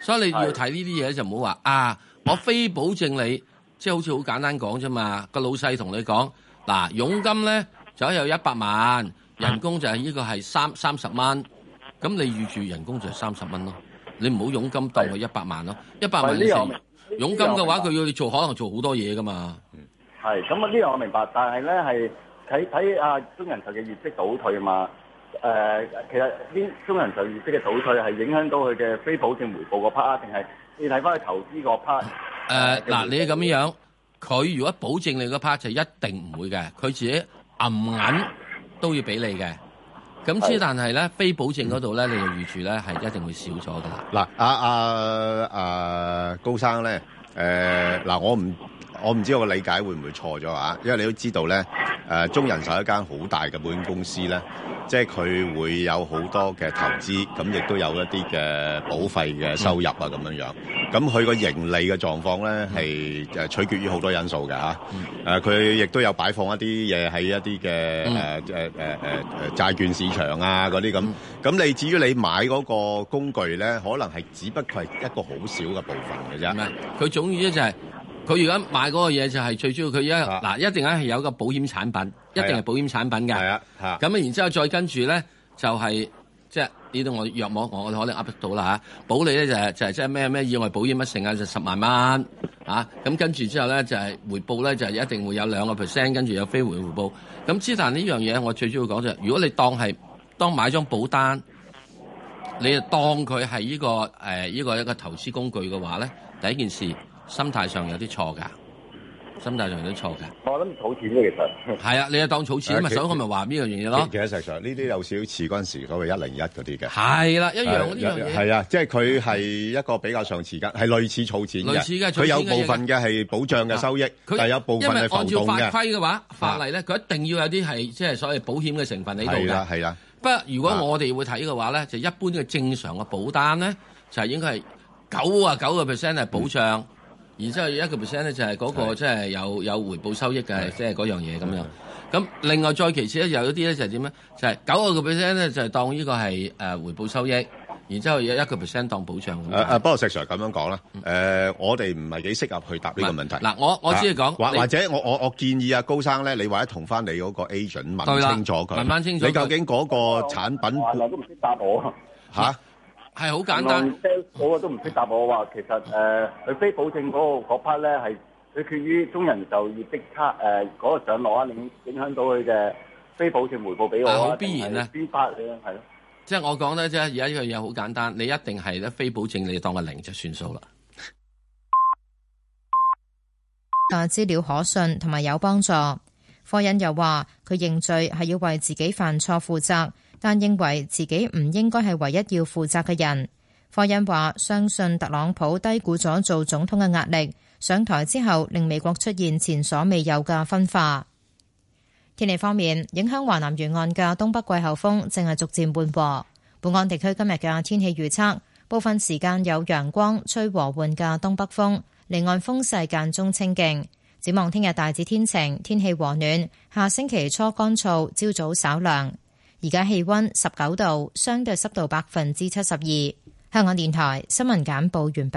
Speaker 1: 所以你要睇呢啲嘢就唔好話啊，我非保證你，即係好似好簡單講啫嘛。個老細同你講，嗱，佣金咧就有一百萬，人工就係呢個係三三十蚊，咁你預住人工就係三十蚊咯。你唔好佣金當佢一百萬咯，一百萬
Speaker 17: 喂
Speaker 1: 你
Speaker 17: 呢個
Speaker 1: 成
Speaker 17: 我明
Speaker 1: 佣金嘅話，
Speaker 17: 呢個我明白
Speaker 1: 佢要你做可能做好多嘢噶嘛。
Speaker 17: 係，咁啊呢樣我明白，但係咧係睇睇啊中人壽嘅業績倒退啊嘛。誒、其實呢中人壽業績嘅倒退係影響到佢嘅非保證回報個 part 啊，定係你睇翻佢投資個 part？
Speaker 1: 誒呃嗱，你咁樣，佢如果保證你嗰 part 就一定唔會嘅，佢自己銀銀都要俾你嘅。咁之但係咧，非保證嗰度咧，你就預住咧係一定會少咗噶啦。
Speaker 2: 嗱，阿阿阿高生咧，誒、嗱，我唔我唔知我嘅理解會唔會錯咗啊？因為你都知道咧，誒、中人壽一間好大嘅保險公司咧，即係佢會有好多嘅投資，咁亦都有一啲嘅保費嘅收入啊咁樣樣。咁佢個盈利嘅狀況咧係誒取決於好多因素嘅嚇。誒，佢亦都有擺放一啲嘢喺一啲嘅誒誒誒誒誒債券市場啊嗰啲咁。咁你至於你買嗰個工具咧，可能係只不過係一個好少嘅部分嘅啫。
Speaker 1: 佢總之就係佢而家買嗰個嘢就係最主要佢一嗱一定咧係有一個保險產品，一定啊係保險產品嘅。係
Speaker 2: 啊，
Speaker 1: 咁啊，然之後再跟住咧就係即係呢度我約莫我我可能噏得到啦嚇，保你咧就係就係即係咩咩意外保險乜成啊就十萬蚊啊，咁跟住之後咧就係回報咧就係一定會有兩個 percent，跟住有非回回報。咁之但呢樣嘢我最主要講就係如果你當係當買張保單。你就當佢係呢個誒呢、個一個投資工具嘅話咧，第一件事心態上有啲錯㗎，心態上都錯嘅。
Speaker 17: 我諗儲錢啫，其實。
Speaker 1: 係啊，你係當儲錢啊嘛，
Speaker 2: 其
Speaker 1: 所以我咪話呢樣嘢咯
Speaker 2: 其。實實上呢啲有少少似嗰陣時嗰個一零一嗰啲嘅。
Speaker 1: 係啦一樣
Speaker 2: 係
Speaker 1: 呢樣嘢
Speaker 2: 係啊，即係佢係一個比較上次間，係類似儲錢嘅。
Speaker 1: 類似嘅儲錢嘅
Speaker 2: 佢有部分嘅係保障嘅收益，
Speaker 1: 佢
Speaker 2: 但係有部分
Speaker 1: 因為
Speaker 2: 係浮
Speaker 1: 按照
Speaker 2: 動
Speaker 1: 法規
Speaker 2: 嘅。啊
Speaker 1: 嘅話，法例咧佢一定要有啲係即係所謂保險嘅成分喺度
Speaker 2: 係啦
Speaker 1: 㗎。
Speaker 2: 係啦，
Speaker 1: 不過如果我哋會睇嘅話咧，就一般嘅正常嘅保單咧，就係應該係九啊九個 percent 係保
Speaker 2: 嗯
Speaker 1: 障，然之後有一個 percent 咧就係嗰個即係有有回報收益嘅，即係嗰樣嘢咁樣。咁另外再其次咧，有一啲咧就係點咧，就係九個 percent 咧就係當呢個係誒回報收益，然之後有一個 percent 當保障咁
Speaker 2: 誒誒，
Speaker 1: 解。
Speaker 2: 啊不過石 Sir 咁樣講啦，誒，我哋唔係幾適合去答呢個問題。啊
Speaker 1: 嗱我我只係講
Speaker 2: 或
Speaker 1: 你
Speaker 2: 或者我我我建議啊，高生咧，你或者同翻你嗰個 agent
Speaker 1: 對
Speaker 2: 問
Speaker 1: 啦
Speaker 2: 清楚佢，
Speaker 1: 問翻清楚佢
Speaker 2: 你究竟嗰個產品
Speaker 17: 都唔識答我。啊
Speaker 2: 嚇
Speaker 1: 係 好
Speaker 17: 簡單。嗰個都唔識答啊我話，其實誒佢、非保證嗰、個嗰 part 咧係佢決於中人就業績差誒嗰個上落啊，影影響到佢嘅非保證回報俾我
Speaker 1: 啊
Speaker 17: 啊。
Speaker 1: 好必然啊
Speaker 17: 定係邊 part 咧係咯？
Speaker 1: 即係我講咧，即係而家呢樣嘢好簡單，你一定係咧非保證，你當個零就算數啦。
Speaker 5: 但資料可信同埋有幫助。科恩又話：佢認罪係要為自己犯錯負責，但認為自己唔應該係唯一要負責嘅人。科恩話：相信特朗普低估咗做總統嘅壓力，上台之後令美國出現前所未有嘅分化。天氣方面，影響華南沿岸嘅東北季候風正係逐漸緩和。本港地區今日嘅天氣預測，部分時間有陽光，吹和緩嘅東北風，離岸風勢間中清勁。展望聽日大致天晴，天氣和暖。下星期初乾燥，朝早稍涼。而家氣温十九度，相對濕度百分之七十二。香港電台新聞簡報完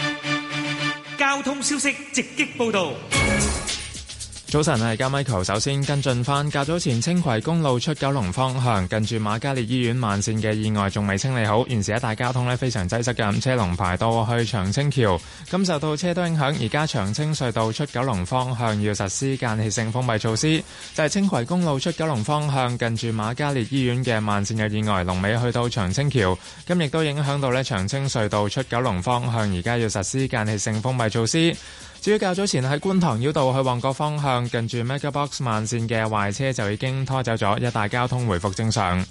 Speaker 5: 畢。
Speaker 4: 交通消息直擊報道。
Speaker 6: 早晨，我係家 Michael。首先跟進翻，較早前青葵公路出九龍方向，近住瑪嘉烈醫院慢線嘅意外仲未清理好，現時一帶交通呢非常擠塞嘅，車龍排到去長青橋。咁受到車多影響，而家長青隧道出九龍方向要實施間歇性封閉措施，就係、青葵公路出九龍方向，近住瑪嘉烈醫院嘅慢線有意外，龍尾去到長青橋。咁亦都影響到呢長青隧道出九龍方向，而家要實施間歇性封閉措施。至於較早前喺觀塘繞道去旺角方向，近住 MegaBox 慢線嘅壞車就已經拖走咗，一帶交通回復正常。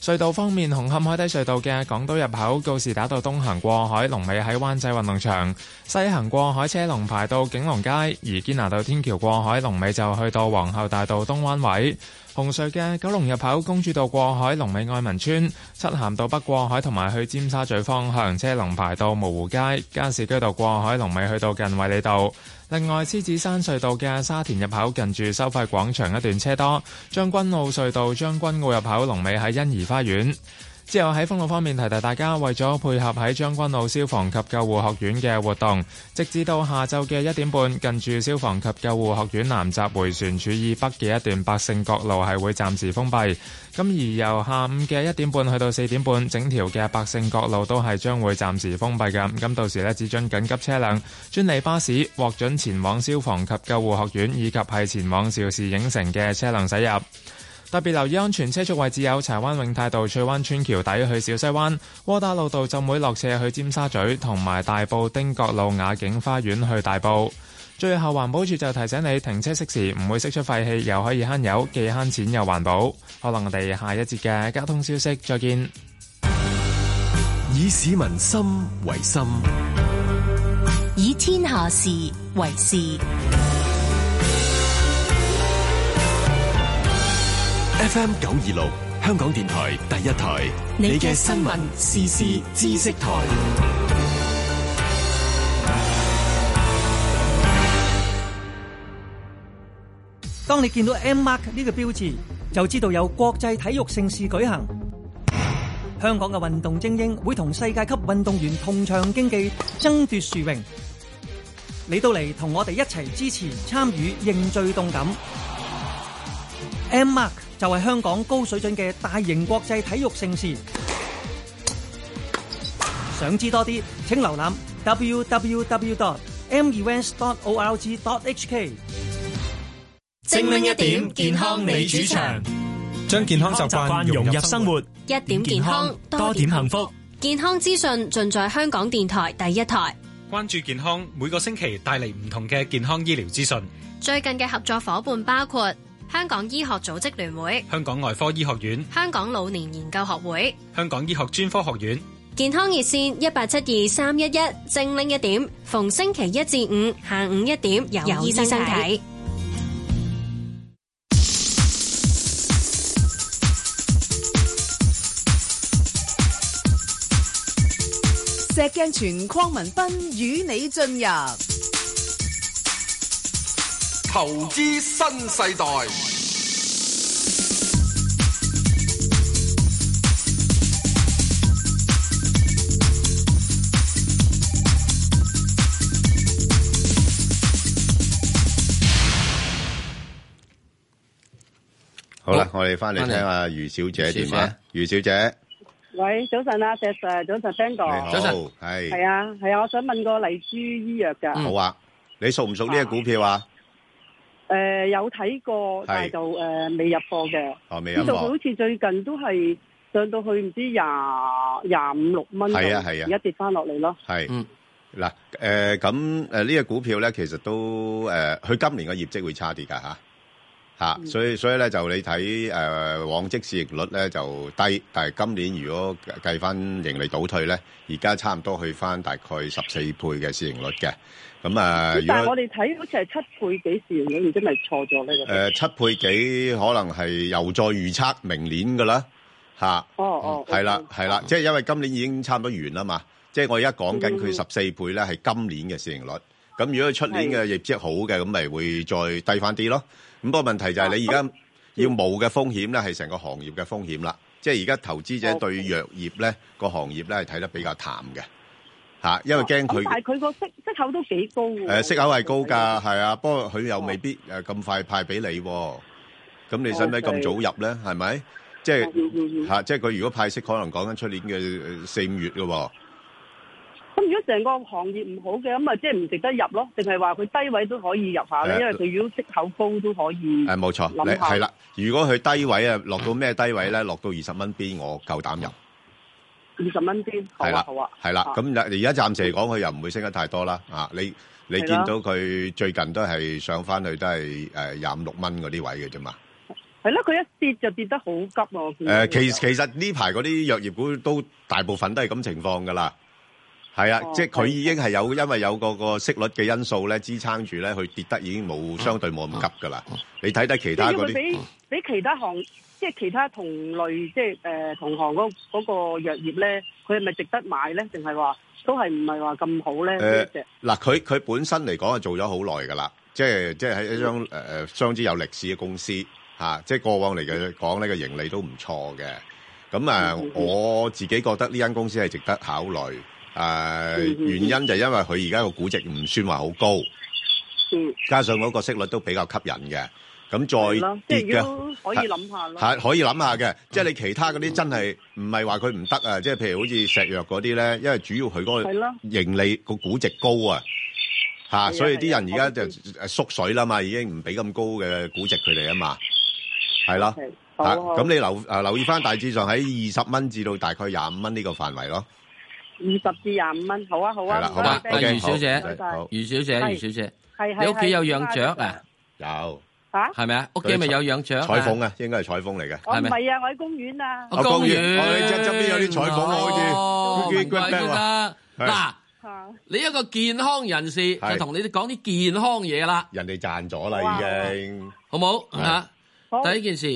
Speaker 6: 隧道方面，紅磡海底隧道嘅港島入口告士打道東行過海，龍尾喺灣仔運動場；西行過海車龍排到景隆街，而堅拿道天橋過海龍尾就去到皇后大道東灣位。紅隧嘅九龍入口公主道過海，龍尾愛民村；漆咸道北過海同埋去尖沙咀方向，車龍排到蕪湖街；加士居道過海，龍尾去到近衛理道。另外，獅子山隧道嘅沙田入口近住收費廣場一段車多；將軍澳隧道將軍澳入口，龍尾喺欣怡花園。之後喺封路方面提提大家，為咗配合喺將軍澳消防及救護學院嘅活動，直至到下晝嘅一點半，近住消防及救護學院南閘迴旋處以北嘅一段百勝角路係會暫時封閉。咁而由下午嘅一點半去到四點半，整條嘅百勝角路都係將會暫時封閉嘅。咁到時呢，只准緊急車輛、專利巴士獲准前往消防及救護學院，以及係前往肇事影城嘅車輛駛入。特別留意安全車速位置有柴灣永泰道翠灣村橋底去小西灣、窩打老道浸會落斜去尖沙咀，同埋大埔汀角路雅景花園去大埔。最後環保署就提醒你停車熄匙唔會釋出廢氣，又可以慳油，既慳錢又環保。可能我哋下一節嘅交通消息再見。
Speaker 7: 以市民心為心，
Speaker 8: 以天下事為事。
Speaker 7: FM 九二六，香港電台第一台，你嘅新聞時事知識台，
Speaker 18: 當你見到 M Mark 呢個標誌，就知道有國際體育盛事舉行。香港嘅運動精英會同世界級運動員同場競技，爭奪殊榮。你到嚟同我哋一齊支持、參與、認最動感。M Mark 就係香港高水準嘅大型國際體育盛事。想知多啲，請瀏覽 www.mevents.org.hk。
Speaker 19: 精靈一點健康你主場
Speaker 20: 將健康習慣融入生活，
Speaker 19: 一點健康，多
Speaker 20: 多
Speaker 19: 點
Speaker 20: 點
Speaker 19: 幸
Speaker 20: 幸
Speaker 19: 福。
Speaker 20: 福。
Speaker 19: 健康資訊盡在香港電台第一台。
Speaker 20: 關注健康，每個星期帶嚟唔同嘅健康醫療資訊。
Speaker 21: 最近嘅合作伙伴包括香港醫學組織聯會、
Speaker 20: 香港外科醫學院、
Speaker 21: 香港老年研究學會、
Speaker 20: 香港醫學專科學院。
Speaker 21: 健康熱線一八七二三一一，正拎一點，逢星期一至五下午一點有醫生 睇。
Speaker 12: 石鏡泉鄺民彬與你進入
Speaker 13: 投資新世代，
Speaker 2: 好啦，我哋翻嚟聽下余小姐電話。余小姐，
Speaker 22: 喂，早晨啊，石 Sir，早晨 Ben 哥，
Speaker 2: 你好，係
Speaker 22: 系啊，系啊，我想問個麗珠醫藥㗎，
Speaker 2: 好，啊，你熟唔熟呢只股票啊？
Speaker 22: 诶，有睇過，但係就诶未入貨嘅，
Speaker 2: 哦，未有
Speaker 22: 呢度好似最近都係上到去唔知廿廿五六蚊度，
Speaker 2: 係啊係啊
Speaker 22: 而家跌翻落嚟咯，
Speaker 2: 係，嗱，誒咁誒呢只股票咧，其實都誒，呃佢、今年嘅業績會差啲㗎嚇嚇，
Speaker 22: 嗯
Speaker 2: 所以所以咧就你睇誒、呃往績市盈率咧就低，但係今年如果計翻盈利倒退咧，而家差唔多去翻大概十四倍嘅市盈率嘅，咁啊、
Speaker 22: 但
Speaker 2: 如
Speaker 22: 係
Speaker 2: 果
Speaker 22: 我哋睇好似係七倍幾市盈率，唔知咪錯咗呢
Speaker 2: 誒、呃七倍幾可能係又再預測明年㗎啦，嚇、
Speaker 22: 哦哦，
Speaker 2: 係啦，係啦，即係因為今年已經差唔多完啦嘛，即係我而家講緊佢
Speaker 22: 嗯
Speaker 2: 十四倍咧係今年嘅市盈率，咁如果佢出年嘅業績好嘅，咁咪會再低翻啲咯。咁不過問題就係你
Speaker 22: 啊
Speaker 2: 而家要冒嘅風險咧係成個行業嘅風險啦，即係而家投資者
Speaker 22: 哦
Speaker 2: 對藥業咧個行業咧係睇得比較淡嘅嚇、因為驚
Speaker 22: 哦咁
Speaker 2: 佢
Speaker 22: 但係佢個息息口都幾高喎，
Speaker 2: 呃誒息口係高㗎，係啊，不過佢又未必誒咁快派俾你喎，咁你使唔使咁早入咧？係咪？即係嚇，即係佢如果派息，可能講緊出年嘅呃四五月嘅喎。
Speaker 22: 咁如果成個行業唔好嘅，咁啊即係唔值得入咯，定係話佢低位都可以入下咧？
Speaker 2: 誒
Speaker 22: 因為佢如果息口高都可以。
Speaker 2: 誒冇錯，
Speaker 22: 諗
Speaker 2: 你
Speaker 22: 下
Speaker 2: 係啦。如果佢低位啊，落到咩低位咧？落到二十蚊邊，我夠膽入。
Speaker 22: 二十蚊邊，好
Speaker 2: 係
Speaker 22: 啊
Speaker 2: 啦
Speaker 22: 好啊，，
Speaker 2: 係啦。咁而家暫時嚟講，佢又唔會升得太多啦。啊，你你
Speaker 22: 係
Speaker 2: 見
Speaker 22: 啦
Speaker 2: 到佢最近都係上翻去都係誒廿五六蚊嗰啲位嘅啫嘛。
Speaker 22: 係啦，佢一跌就跌得好急啊！我見到
Speaker 2: 誒，其其實呢排嗰啲藥業股都大部分都係咁情況㗎啦，係啊，
Speaker 22: 哦
Speaker 2: 即係佢已經係有因為有個個息率嘅因素咧支撐住咧，佢跌得已經
Speaker 22: 哦
Speaker 2: 冇相對冇咁急㗎啦。你睇睇其
Speaker 22: 即係
Speaker 2: 他
Speaker 22: 哦要
Speaker 2: 嗰
Speaker 22: 佢比
Speaker 2: 啲，
Speaker 22: 比其他行，即係其他同類，即係誒同行嗰嗰個藥業咧，佢係咪值得買咧？定係話都係唔係話咁好咧？呢一
Speaker 2: 誒
Speaker 22: 隻
Speaker 2: 呃嗱，佢佢本身嚟講係做咗好耐㗎啦，即係即係係一
Speaker 22: 嗯
Speaker 2: 張誒誒相之有歷史嘅公司嚇、啊即係過往嚟嘅講呢個盈利都唔錯嘅。咁啊，
Speaker 22: 嗯
Speaker 2: 我自己覺得呢間公司係值得考慮。誒、
Speaker 22: 嗯
Speaker 2: 原因就係因為佢而家個估值唔算話好高。加上嗰個息率都比較吸引嘅，
Speaker 22: 嗯係
Speaker 2: 咁
Speaker 22: 咯，即
Speaker 2: 再
Speaker 22: 係
Speaker 2: 跌
Speaker 22: 如果
Speaker 2: 嘅
Speaker 22: 可以諗下咯。
Speaker 2: 係可以諗下嘅，即係你其他嗰啲真係唔係話佢唔得啊，即係譬如好似石藥嗰啲咧，因為主要佢嗰
Speaker 22: 係咯
Speaker 2: 個盈利個估值高啊，
Speaker 22: 係
Speaker 2: 嚇，
Speaker 22: 啊
Speaker 2: 所以啲人
Speaker 22: 係啊
Speaker 2: 而家就誒縮水啦嘛，已經唔俾咁高嘅估值佢哋啊嘛，係咯
Speaker 22: OK，，好
Speaker 2: 嚇，
Speaker 22: 好
Speaker 2: 咁你留誒留意翻大致上喺二十蚊至到大概廿五蚊呢個範圍咯。
Speaker 22: 二十至廿五蚊，好啊好
Speaker 2: 係
Speaker 22: 啊，
Speaker 2: 啦
Speaker 22: 唔
Speaker 2: 好
Speaker 22: 該
Speaker 2: 啊
Speaker 22: ，Ben 哥
Speaker 2: ，OK，
Speaker 1: 余小姐
Speaker 22: 唔該晒，
Speaker 1: 余小姐，
Speaker 22: 係
Speaker 1: 余小姐，
Speaker 22: 係係
Speaker 1: 你屋企有
Speaker 22: 係
Speaker 1: 養雀
Speaker 22: 唔該
Speaker 1: 啊？
Speaker 2: 有，
Speaker 22: 嚇
Speaker 1: 係咪啊？屋企咪有養雀啊？
Speaker 2: 採訪啊，應該係採訪嚟嘅，
Speaker 22: 我唔係啊，我喺公園啊。
Speaker 1: 啊公園，
Speaker 2: 園哦 你側側邊有啲採訪啊好似
Speaker 1: 好似
Speaker 2: Good Good Bad
Speaker 1: 得
Speaker 2: 啊
Speaker 1: 嗱
Speaker 2: 係。
Speaker 1: 你一個健康人士就
Speaker 2: 係
Speaker 1: 同你哋講啲健康嘢啦，
Speaker 2: 人哋賺咗啦已經，
Speaker 1: 好冇
Speaker 2: 係
Speaker 1: 嚇？第一件事，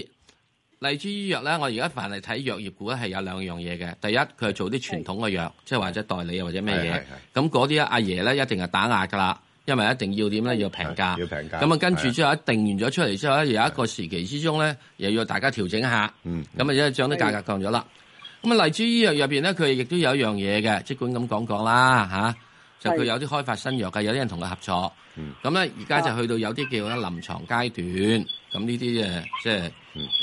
Speaker 1: 麗珠醫藥咧，我而家凡係睇藥業股咧，係有兩樣嘢嘅。第一，佢係做啲傳統嘅藥，即係或者代理啊，或者咩
Speaker 2: 係係
Speaker 1: 嘢。咁嗰啲阿爺咧，一定係打壓㗎啦，因為一定要點咧，要平價。
Speaker 2: 要平價。
Speaker 1: 咁啊，跟住之後一定完咗出嚟之後咧，有一個時期之中咧，又要大家調整下。
Speaker 2: 嗯
Speaker 1: 咁啊，即係將啲價格降咗啦。咁啊，荔枝醫藥入邊咧，佢亦都有一樣嘢嘅，即管咁講講啦嚇。就佢
Speaker 10: 係
Speaker 1: 有啲開發新藥嘅，有啲人同佢合作。咁咧，而家就去到有啲叫咧臨床階段。咁呢啲誒，即係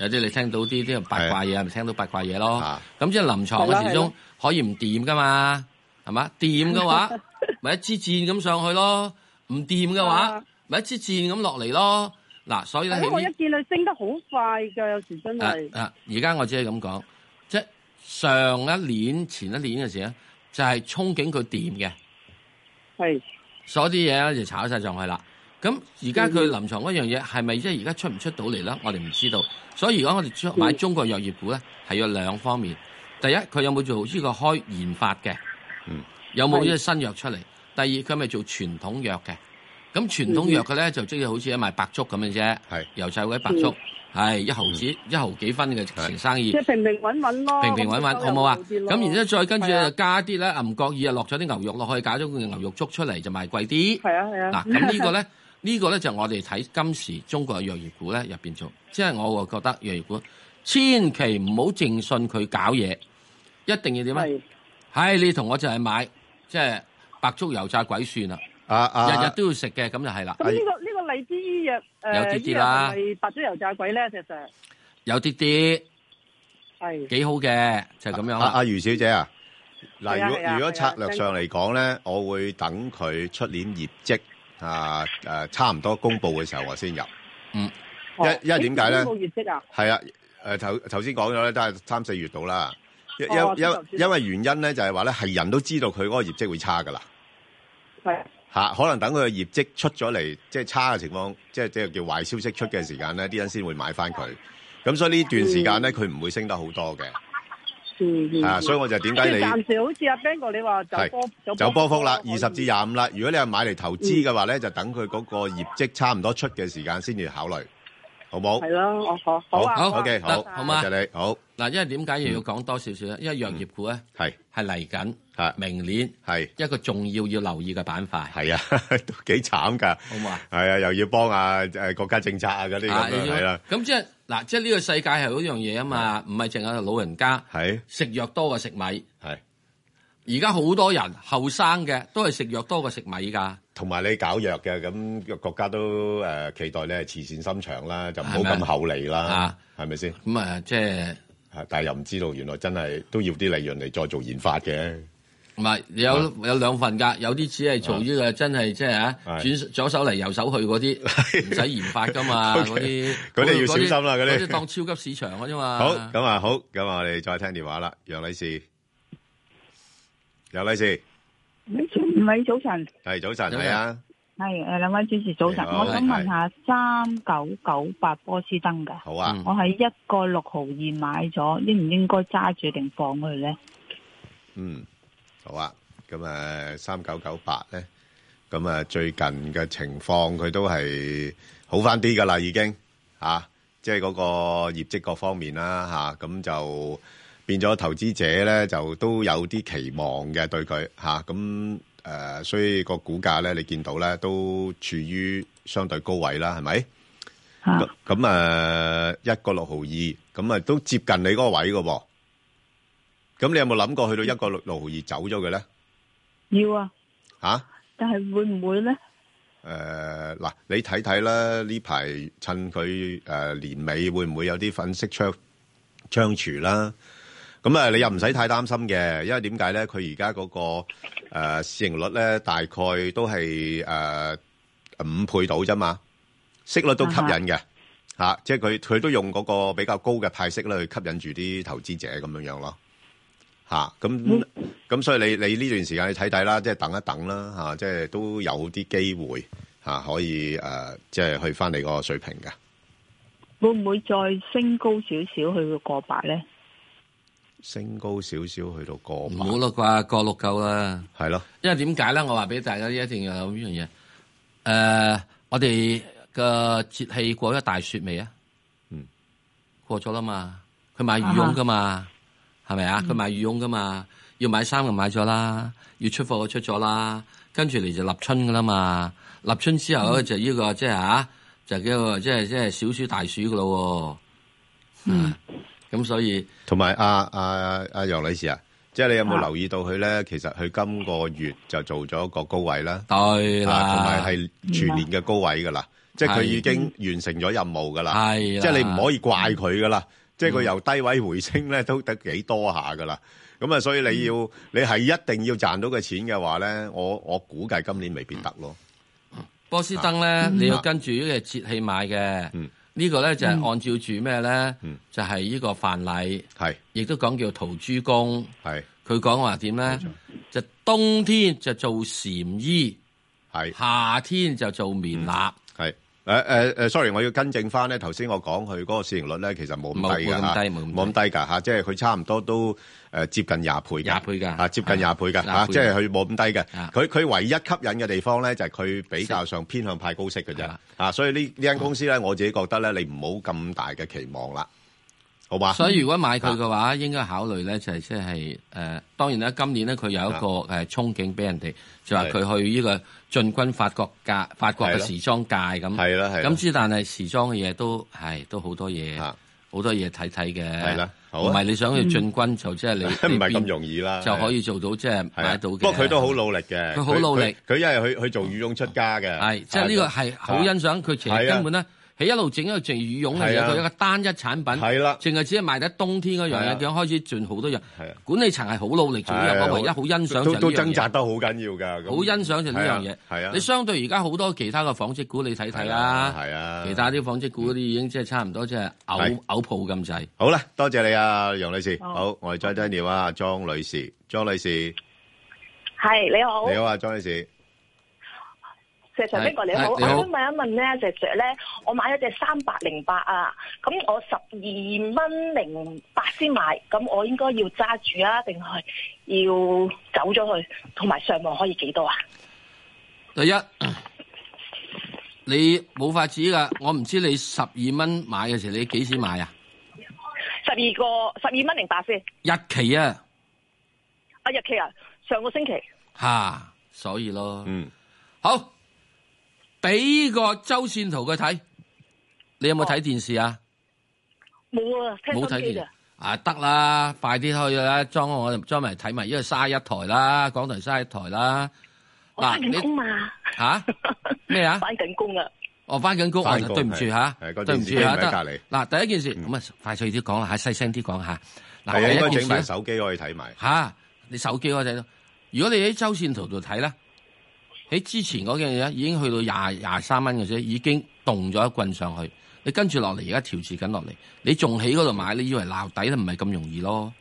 Speaker 1: 有啲你聽到啲啲八卦嘢，咪聽到八卦嘢咯。咁即係臨床
Speaker 10: 係啦
Speaker 1: 嘅時
Speaker 10: 係
Speaker 1: 鐘
Speaker 10: 啦
Speaker 1: 可以唔掂噶嘛，係嘛？掂嘅 話，咪一支箭咁上去咯；唔掂嘅話，咪一支箭咁落嚟咯。嗱，所以咧
Speaker 22: 係
Speaker 1: 喺
Speaker 22: 咯，
Speaker 1: 呢
Speaker 22: 我一見佢升得好快嘅，有時真係。
Speaker 1: 啊！而家我只係咁講，即係啊上一年、前一年嘅時咧，就係憧憬佢掂嘅。
Speaker 22: 係
Speaker 1: 所有啲嘢咧就炒晒上去啦。咁而家
Speaker 22: 嗯
Speaker 1: 佢臨床嗰樣嘢係咪即係而家出唔出到嚟咧？我哋唔知道。所以如果我哋出買中國藥業股咧，係有兩方面。第一，佢有冇做呢個開研發嘅？
Speaker 2: 嗯，
Speaker 1: 有冇呢個
Speaker 2: 係
Speaker 1: 新藥出嚟？第二，佢係咪做傳統藥嘅？咁傳
Speaker 22: 嗯
Speaker 1: 統藥嘅咧就即係好似一賣白粥咁嘅啫，
Speaker 2: 係
Speaker 1: 由細位白粥
Speaker 22: 嗯，
Speaker 1: 係一毫子一毫幾分嘅前生意
Speaker 22: 即。係平哦平穩穩咯，
Speaker 1: 平平穩穩，好唔好啊？咁然之後再跟住
Speaker 22: 係
Speaker 1: 就
Speaker 22: 啊
Speaker 1: 加啲咧，唔覺意啊落咗啲牛肉落去，搞咗個牛肉粥出嚟就賣貴啲。
Speaker 22: 係啊係啊
Speaker 1: 嗱，咁呢個咧，呢個咧就我哋睇今時中國嘅藥業股咧入邊做，即係我會覺得藥業股千祈唔好淨信佢搞嘢，一定要點啊？係你同我就係買即係白粥油炸鬼算啦，
Speaker 2: 啊
Speaker 1: 日日都要食嘅，咁就係啦。
Speaker 22: 咁呢個呢個荔枝醫藥
Speaker 1: 有
Speaker 22: 誒
Speaker 1: 啲
Speaker 22: 醫
Speaker 1: 啲
Speaker 22: 藥
Speaker 1: 啦
Speaker 22: 係咪白咗油炸鬼咧？石 Sir
Speaker 1: 有啲啲
Speaker 22: 係
Speaker 1: 幾好嘅，就係咁樣
Speaker 2: 阿
Speaker 1: 啦
Speaker 2: 阿。余小姐啊，嗱，
Speaker 1: 係
Speaker 2: 如
Speaker 1: 啊
Speaker 2: 果
Speaker 1: 係啊
Speaker 2: 如果
Speaker 1: 係啊
Speaker 2: 策略上嚟講咧，我會等佢出年業績啊誒差唔多公佈嘅時候，我先入。
Speaker 1: 嗯，
Speaker 2: 因因為點解咧？
Speaker 22: 公佈業績啊？
Speaker 2: 係啊，誒頭頭先講咗咧，都係三四月度啦。因因
Speaker 22: 哦知道
Speaker 2: 因因為原因咧，就係話咧係人都知道佢嗰個業績會差噶啦。
Speaker 22: 係
Speaker 2: 嚇，可能等佢嘅業績出咗嚟，即係差嘅情況，即係即係叫壞消息出嘅時間咧，啲人先會買翻佢。咁所以呢段時
Speaker 1: 嗯
Speaker 2: 間咧，佢唔會升得好多嘅。
Speaker 22: 嗯嗯
Speaker 2: 啊，所以我就點解
Speaker 22: 即係
Speaker 2: 你
Speaker 22: 暫時好似阿 Bang 哥你話走波
Speaker 2: 係走波幅啦，二十至廿五啦。如果你係買嚟投
Speaker 22: 嗯
Speaker 2: 資嘅話咧，就等佢嗰個業績差唔多出嘅時間先至考慮，好冇？
Speaker 22: 係咯，我好好啊
Speaker 1: 好
Speaker 2: 好，OK，好，
Speaker 1: 好嘛
Speaker 2: 多謝你，好。
Speaker 1: 嗱，因為點解又
Speaker 2: 嗯
Speaker 1: 要講多少少咧？因為藥業股咧
Speaker 2: 係
Speaker 1: 係嚟緊，
Speaker 2: 係
Speaker 1: 明年
Speaker 2: 係
Speaker 1: 一個重要要留意嘅板塊。
Speaker 2: 係啊， 都幾慘㗎。
Speaker 1: 好嘛？
Speaker 2: 係啊，又要幫啊誒國家政策啊嗰啲
Speaker 1: 啊
Speaker 2: 咁樣係啦。
Speaker 1: 咁即係嗱，即係呢個世界係嗰樣嘢啊嘛，唔係淨係老人家
Speaker 2: 係
Speaker 1: 食藥多過食米。
Speaker 2: 係
Speaker 1: 而家好多人後生嘅都係食藥多過食米㗎。
Speaker 2: 同埋你搞藥嘅，咁國家都誒期待你係慈善心腸啦，就唔好
Speaker 1: 係咪
Speaker 2: 咁厚利啦，係咪先？
Speaker 1: 咁啊，即係，
Speaker 2: 但係又唔知道原來真係都要啲利潤嚟再做研發嘅。
Speaker 1: 唔係有
Speaker 2: 啊
Speaker 1: 有兩份㗎，有啲只係做呢個真係即係嚇
Speaker 2: 係
Speaker 1: 轉左手嚟右手去 嗰啲，唔使研發㗎嘛
Speaker 2: OK，
Speaker 1: 嗰啲。
Speaker 2: 嗰啲要小心啦嗰啲
Speaker 1: 嗰啲當超級市場㗎啫嘛。
Speaker 2: 好，咁啊好，咁啊我哋再聽電話啦，楊女士，楊女士，
Speaker 3: 唔係早晨，
Speaker 2: 係早晨，係啊，
Speaker 3: 係誒兩位主持早晨，
Speaker 2: 你好
Speaker 3: 我想問下三九九八波司登嘅，
Speaker 2: 好啊
Speaker 3: 我喺一個六毫二買咗，應唔應該揸住定放佢咧？
Speaker 2: 嗯，好啊，咁啊三九九八咧，咁啊最近嘅情況佢都係好翻啲噶啦，已經啊，即係嗰個業績各方面啦吓，咁、就變咗投資者咧就都有啲期望嘅對佢吓，咁、誒、所以個股價咧你見到咧都處於相對高位啦，係咪？咁咁啊，一個六毫二，咁啊都接近你嗰個位嘅喎。咁你有冇諗過去到一個六六毫二走咗佢咧？
Speaker 3: 要啊，
Speaker 2: 吓、
Speaker 3: 但係會唔會咧？
Speaker 2: 誒呃嗱，你睇睇啦，呢排趁佢誒、呃年尾會唔會有啲粉飾窗窗廚啦？咁啊，你又唔使太擔心嘅，因為點解咧？佢而家嗰個、呃、市盈率咧，大概都係誒、呃五倍到啫嘛，息率都吸引嘅嚇、啊即係佢佢都用嗰個比較高嘅派息咧去吸引住啲投資者咁樣樣咯。吓咁咁，所以你你呢段時間你睇睇啦，即係等一等啦吓，即係都有啲機會吓啊可以誒，即係去翻你嗰個水平嘅
Speaker 3: 會唔會再升高少少去到過百咧？
Speaker 2: 升高少少去到個
Speaker 1: 唔好啦啩，過六夠啦。
Speaker 2: 係咯，
Speaker 1: 因為點解咧？我話俾大家一定要有呢樣嘢。誒、呃我哋嘅節氣過咗大雪未啊？
Speaker 2: 嗯，
Speaker 1: 過咗啦嘛。佢買羽絨噶嘛，係咪啊？佢買羽絨噶嘛，要買衫就買咗啦，要出貨就出咗啦，跟住嚟就立春噶啦嘛。立春之後咧就呢、個即係嚇，就叫做即係即係小暑大暑噶咯
Speaker 3: 嗯，
Speaker 1: 喎。咁所以
Speaker 2: 同埋阿阿阿楊女士啊，即係你有冇
Speaker 1: 啊
Speaker 2: 留意到佢咧？其實佢今個月就做咗個高位啦，
Speaker 1: 對啦
Speaker 2: 啊同埋係全年嘅高位噶啦，即係佢
Speaker 1: 係
Speaker 2: 已經完成咗任務噶啦，
Speaker 1: 係啦嗯
Speaker 2: 即係你唔可以怪佢噶啦，即係佢由低位回升咧都得幾多下噶啦。咁啊，所以你要你係一定要賺到嘅錢嘅話咧，我我估計今年未必得咯。
Speaker 1: 波斯登咧，
Speaker 2: 嗯
Speaker 1: 你要跟住呢個節氣買嘅。呢個咧就係按照住咩咧？就係呢個範例，
Speaker 2: 嗯係
Speaker 1: 亦都講叫陶朱公，
Speaker 2: 係
Speaker 1: 佢講話點咧？就就冬天就做禪衣，
Speaker 2: 係
Speaker 1: 夏天就做棉衲。
Speaker 2: 係誒誒誒，sorry，我要跟正翻咧。頭先我講佢嗰個市盈率咧，其實冇咁低㗎
Speaker 1: 冇冇咁
Speaker 2: 嚇
Speaker 1: 低冇咁低
Speaker 2: 冇咁低㗎嚇，即係佢差唔多都誒接近廿倍㗎，廿倍
Speaker 1: 㗎
Speaker 2: 嚇，接近廿倍㗎
Speaker 1: 廿
Speaker 2: 嚇，
Speaker 1: 倍
Speaker 2: 即係佢冇咁低嘅
Speaker 1: 啊。
Speaker 2: 佢佢唯一吸引嘅地方咧，就係佢比較上偏向派高息嘅啫嚇，所以呢呢間公司咧，我自己覺得咧，你唔好咁大嘅期望啦，好嘛？
Speaker 1: 所以如果買佢嘅話，應該考慮咧就係即係誒，當然啦，今年咧佢有一個
Speaker 2: 啊
Speaker 1: 誒憧憬俾人哋，就話佢去呢個進軍法國界、法國
Speaker 2: 係
Speaker 1: 嘅
Speaker 2: 咯
Speaker 1: 時裝界咁。
Speaker 2: 係啦係啦
Speaker 1: 咁之但係時裝嘅嘢都係都好多嘢，好多嘢睇睇嘅。
Speaker 2: 係啦好啊嗯
Speaker 1: 唔係你想去進軍就即係你
Speaker 2: 唔係咁容
Speaker 1: 易
Speaker 2: 易啦，
Speaker 1: 就可以
Speaker 2: 係
Speaker 1: 做到即係
Speaker 2: 係啊
Speaker 1: 買到嘅。
Speaker 2: 不過佢都好努力嘅，
Speaker 1: 佢好努力。
Speaker 2: 佢佢因為佢佢做羽絨出家嘅，係啊
Speaker 1: 即係呢個係好欣賞佢，其實根本咧喺一路整一路淨羽絨嘅
Speaker 2: 係
Speaker 1: 嘢，
Speaker 2: 啊
Speaker 1: 佢一個單一產品，
Speaker 2: 係啦
Speaker 1: 淨係只係賣得冬天嗰樣
Speaker 2: 係
Speaker 1: 嘢，
Speaker 2: 啊
Speaker 1: 佢開始轉好多樣。管理層係好努力做呢樣，我唯一好欣賞就
Speaker 2: 都
Speaker 1: 係
Speaker 2: 都
Speaker 1: 呢樣嘢
Speaker 2: 掙扎得好緊要㗎，咁
Speaker 1: 好欣賞就呢樣嘢。
Speaker 2: 係啊，
Speaker 1: 你相對而家好多其他嘅紡織股，你睇睇啦。係啊，其他啲紡織股嗰啲已經即係差唔多即係嘔
Speaker 2: 嗯係
Speaker 1: 嘔泡咁滯。
Speaker 2: 好啦，多謝你啊，楊女士。
Speaker 9: 好
Speaker 2: 好，我哋再聽電話啊，莊女士，莊女士，
Speaker 9: 系你好，
Speaker 2: 你好啊，莊女士，
Speaker 9: 石 Sir
Speaker 2: 係
Speaker 9: 呢個你好，
Speaker 2: 係
Speaker 9: 我
Speaker 2: 你好
Speaker 9: 想問一問咧，石 Sir 咧，我買咗隻三百零八啊，咁我十二蚊零八先買，咁我應該要揸住啊，定係要走咗去？同埋上望可以幾多啊？
Speaker 1: 第一，你冇法子㗎。我唔知你十二蚊買嘅時候，你幾時買啊？
Speaker 9: 十二個十二蚊零八先，
Speaker 1: 日期啊！
Speaker 9: 啊日期啊，上個星期
Speaker 1: 吓、所以咯，嗯，好，俾個周線圖佢睇，你有冇
Speaker 2: 哦
Speaker 1: 睇電視啊？
Speaker 9: 冇啊，聽
Speaker 1: 冇
Speaker 9: 心
Speaker 1: 睇
Speaker 9: 機
Speaker 1: 電
Speaker 9: 咋
Speaker 1: 視，啊，得啦，快啲去啦，裝我裝埋睇埋，因為嘥一台啦，港台嘥一台啦。
Speaker 9: 我翻緊工嘛，
Speaker 1: 吓咩啊？
Speaker 9: 翻緊 工啊，
Speaker 1: 我翻緊工，我
Speaker 2: 翻工
Speaker 1: 對唔住
Speaker 2: 係
Speaker 1: 吓
Speaker 2: 係個，
Speaker 1: 對唔
Speaker 2: 電視
Speaker 1: 住
Speaker 2: 機
Speaker 1: 吓，
Speaker 2: 唔喺隔
Speaker 1: 得
Speaker 2: 離嗯
Speaker 1: 嗱第一件事咁啊，快脆啲講下，細聲啲講下。嗱，
Speaker 2: 係啊，應該
Speaker 1: 第一件
Speaker 2: 整
Speaker 1: 事
Speaker 2: 埋
Speaker 1: 呢
Speaker 2: 手機可以睇埋。
Speaker 1: 吓、你手機嗰睇到。如果你喺周線圖度睇咧，喺之前嗰件嘢已經去到廿廿三蚊嘅啫，已經動咗一棍上去。你跟住落嚟，而家調節緊落嚟，你仲喺嗰度買，你以為鬧底咧，唔係咁容易咯。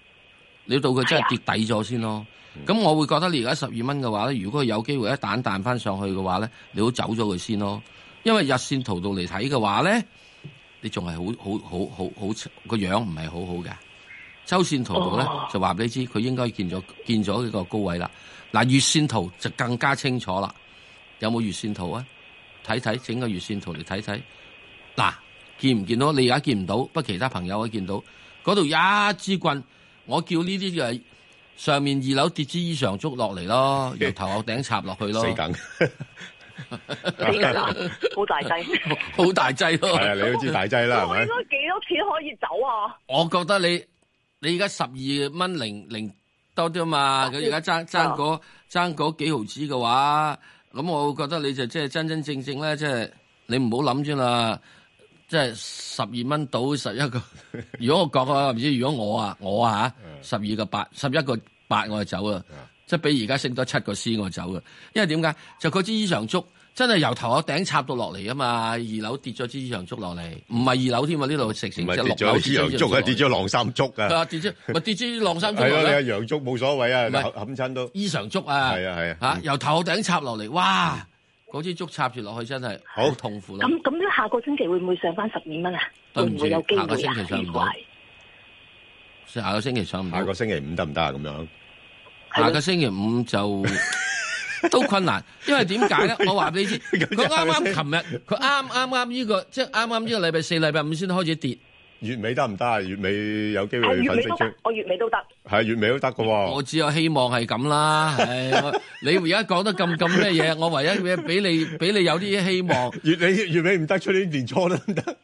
Speaker 1: 你要到佢真係跌底咗先咯。咁我會覺得你而家十二蚊嘅話咧，如果佢有機會一彈彈翻上去嘅話咧，你好走咗佢先咯。因為日線圖度嚟睇嘅話咧，你仲係好好好好好個樣唔係好好嘅。周線圖度咧
Speaker 11: 哦
Speaker 1: 就話俾你知，佢應該見咗見咗呢個高位啦。嗱，月線圖就更加清楚啦。有冇月線圖啊？睇睇整個月線圖嚟睇睇。嗱，見唔見到？你而家見唔到，不過其他朋友可以見到。嗰度一支棍，我叫呢啲嘅上面二樓跌支衣裳竹落嚟 咯，由頭殼頂插落去咯。
Speaker 2: 死梗，
Speaker 9: 死梗啦，好 大劑。
Speaker 1: 好大劑咯。
Speaker 2: 係啊，你都知大劑 啦，係
Speaker 9: 我
Speaker 2: 咪
Speaker 9: 應？該幾多錢可以走啊？
Speaker 1: 我覺得你你而家十二蚊零零多啲啊嘛，佢而家爭爭嗰爭嗰幾毫子嘅話，咁我覺得你就即係真真正正咧，即係你唔好諗住啦，即係十二蚊到十一個。 如果我講嘅話，唔知如果我啊我啊
Speaker 2: 嗯
Speaker 1: 十二個八十一個八我就走啦，即係比而家升多七個 C 我就走啦。啊因為點解？就嗰支衣裳竹真係由頭殼頂插到落嚟啊嘛，二樓跌咗支衣裳竹落嚟，唔係二樓添啊，呢度食成
Speaker 2: 唔
Speaker 1: 即係
Speaker 2: 係
Speaker 1: 六
Speaker 2: 跌咗
Speaker 1: 樓
Speaker 2: 啲洋竹啊，跌咗晾衫竹
Speaker 1: 係啊，
Speaker 2: 啊，
Speaker 1: 跌咗咪跌支晾衫竹
Speaker 2: 係
Speaker 1: 落
Speaker 2: 咯，
Speaker 1: 嚟
Speaker 2: 你啊洋竹冇所謂啊，
Speaker 1: 唔係
Speaker 2: 冚親都
Speaker 1: 衣裳竹啊，
Speaker 2: 係啊係啊，
Speaker 1: 嚇由頭頂插落嚟，哇！嗰支竹插住落去真係好痛苦啦。
Speaker 9: 咁咁咧，下個星期會唔會上翻十二蚊啊？
Speaker 1: 對
Speaker 9: 會
Speaker 1: 唔
Speaker 9: 唔
Speaker 1: 住
Speaker 9: 會有機會
Speaker 1: 下個星期上唔到
Speaker 9: 啊？
Speaker 1: 下個星期上唔到，
Speaker 2: 下個星期五得唔得啊？咁樣
Speaker 1: 下個星期五 就都困難，因為點解咧？我話俾你知，佢啱啱琴日，佢啱啱啱呢個，即係啱啱呢個禮拜四、禮拜五先開始跌。
Speaker 2: 月尾得唔得啊？月尾有機
Speaker 9: 係
Speaker 2: 會
Speaker 9: 啊月
Speaker 2: 分
Speaker 9: 尾
Speaker 2: 析
Speaker 9: 都
Speaker 2: 出
Speaker 9: 得，，我月尾都得。
Speaker 2: 係月尾都得嘅喎。
Speaker 1: 我只有希望係咁啦。唉，我你而家講得咁咁咩嘢？我唯一嘢俾你俾你有啲希望。
Speaker 2: 月尾月尾唔得出年年初都唔得。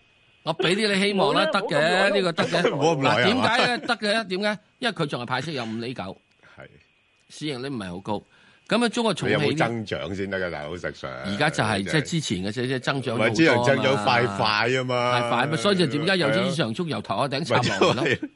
Speaker 1: 我俾啲你希望啦，
Speaker 2: 冇
Speaker 1: 得
Speaker 2: 啦冇咁耐
Speaker 1: 嘅
Speaker 2: 啦
Speaker 1: 呢個得嘅。
Speaker 2: 冇咁耐
Speaker 1: 嗱，
Speaker 2: 啊
Speaker 1: 點解咧？得嘅點解？因為佢仲係派息有五厘九，係市盈率唔係好高。咁啊，中國重
Speaker 2: 你有
Speaker 1: 汽
Speaker 2: 冇
Speaker 1: 呢
Speaker 2: 增長先得㗎？大佬石 Sir，而
Speaker 1: 而家就係即係之前嘅啫，即係增長
Speaker 2: 咪
Speaker 1: 好
Speaker 2: 知人
Speaker 1: 多啊
Speaker 2: 增長
Speaker 1: 嘛
Speaker 2: 快快啊嘛
Speaker 1: 快快嘛，所以就點解有
Speaker 2: 係
Speaker 1: 啲
Speaker 2: 啊
Speaker 1: 衣裳足由頭頂插
Speaker 2: 咪就
Speaker 1: 落嚟咯
Speaker 2: 係？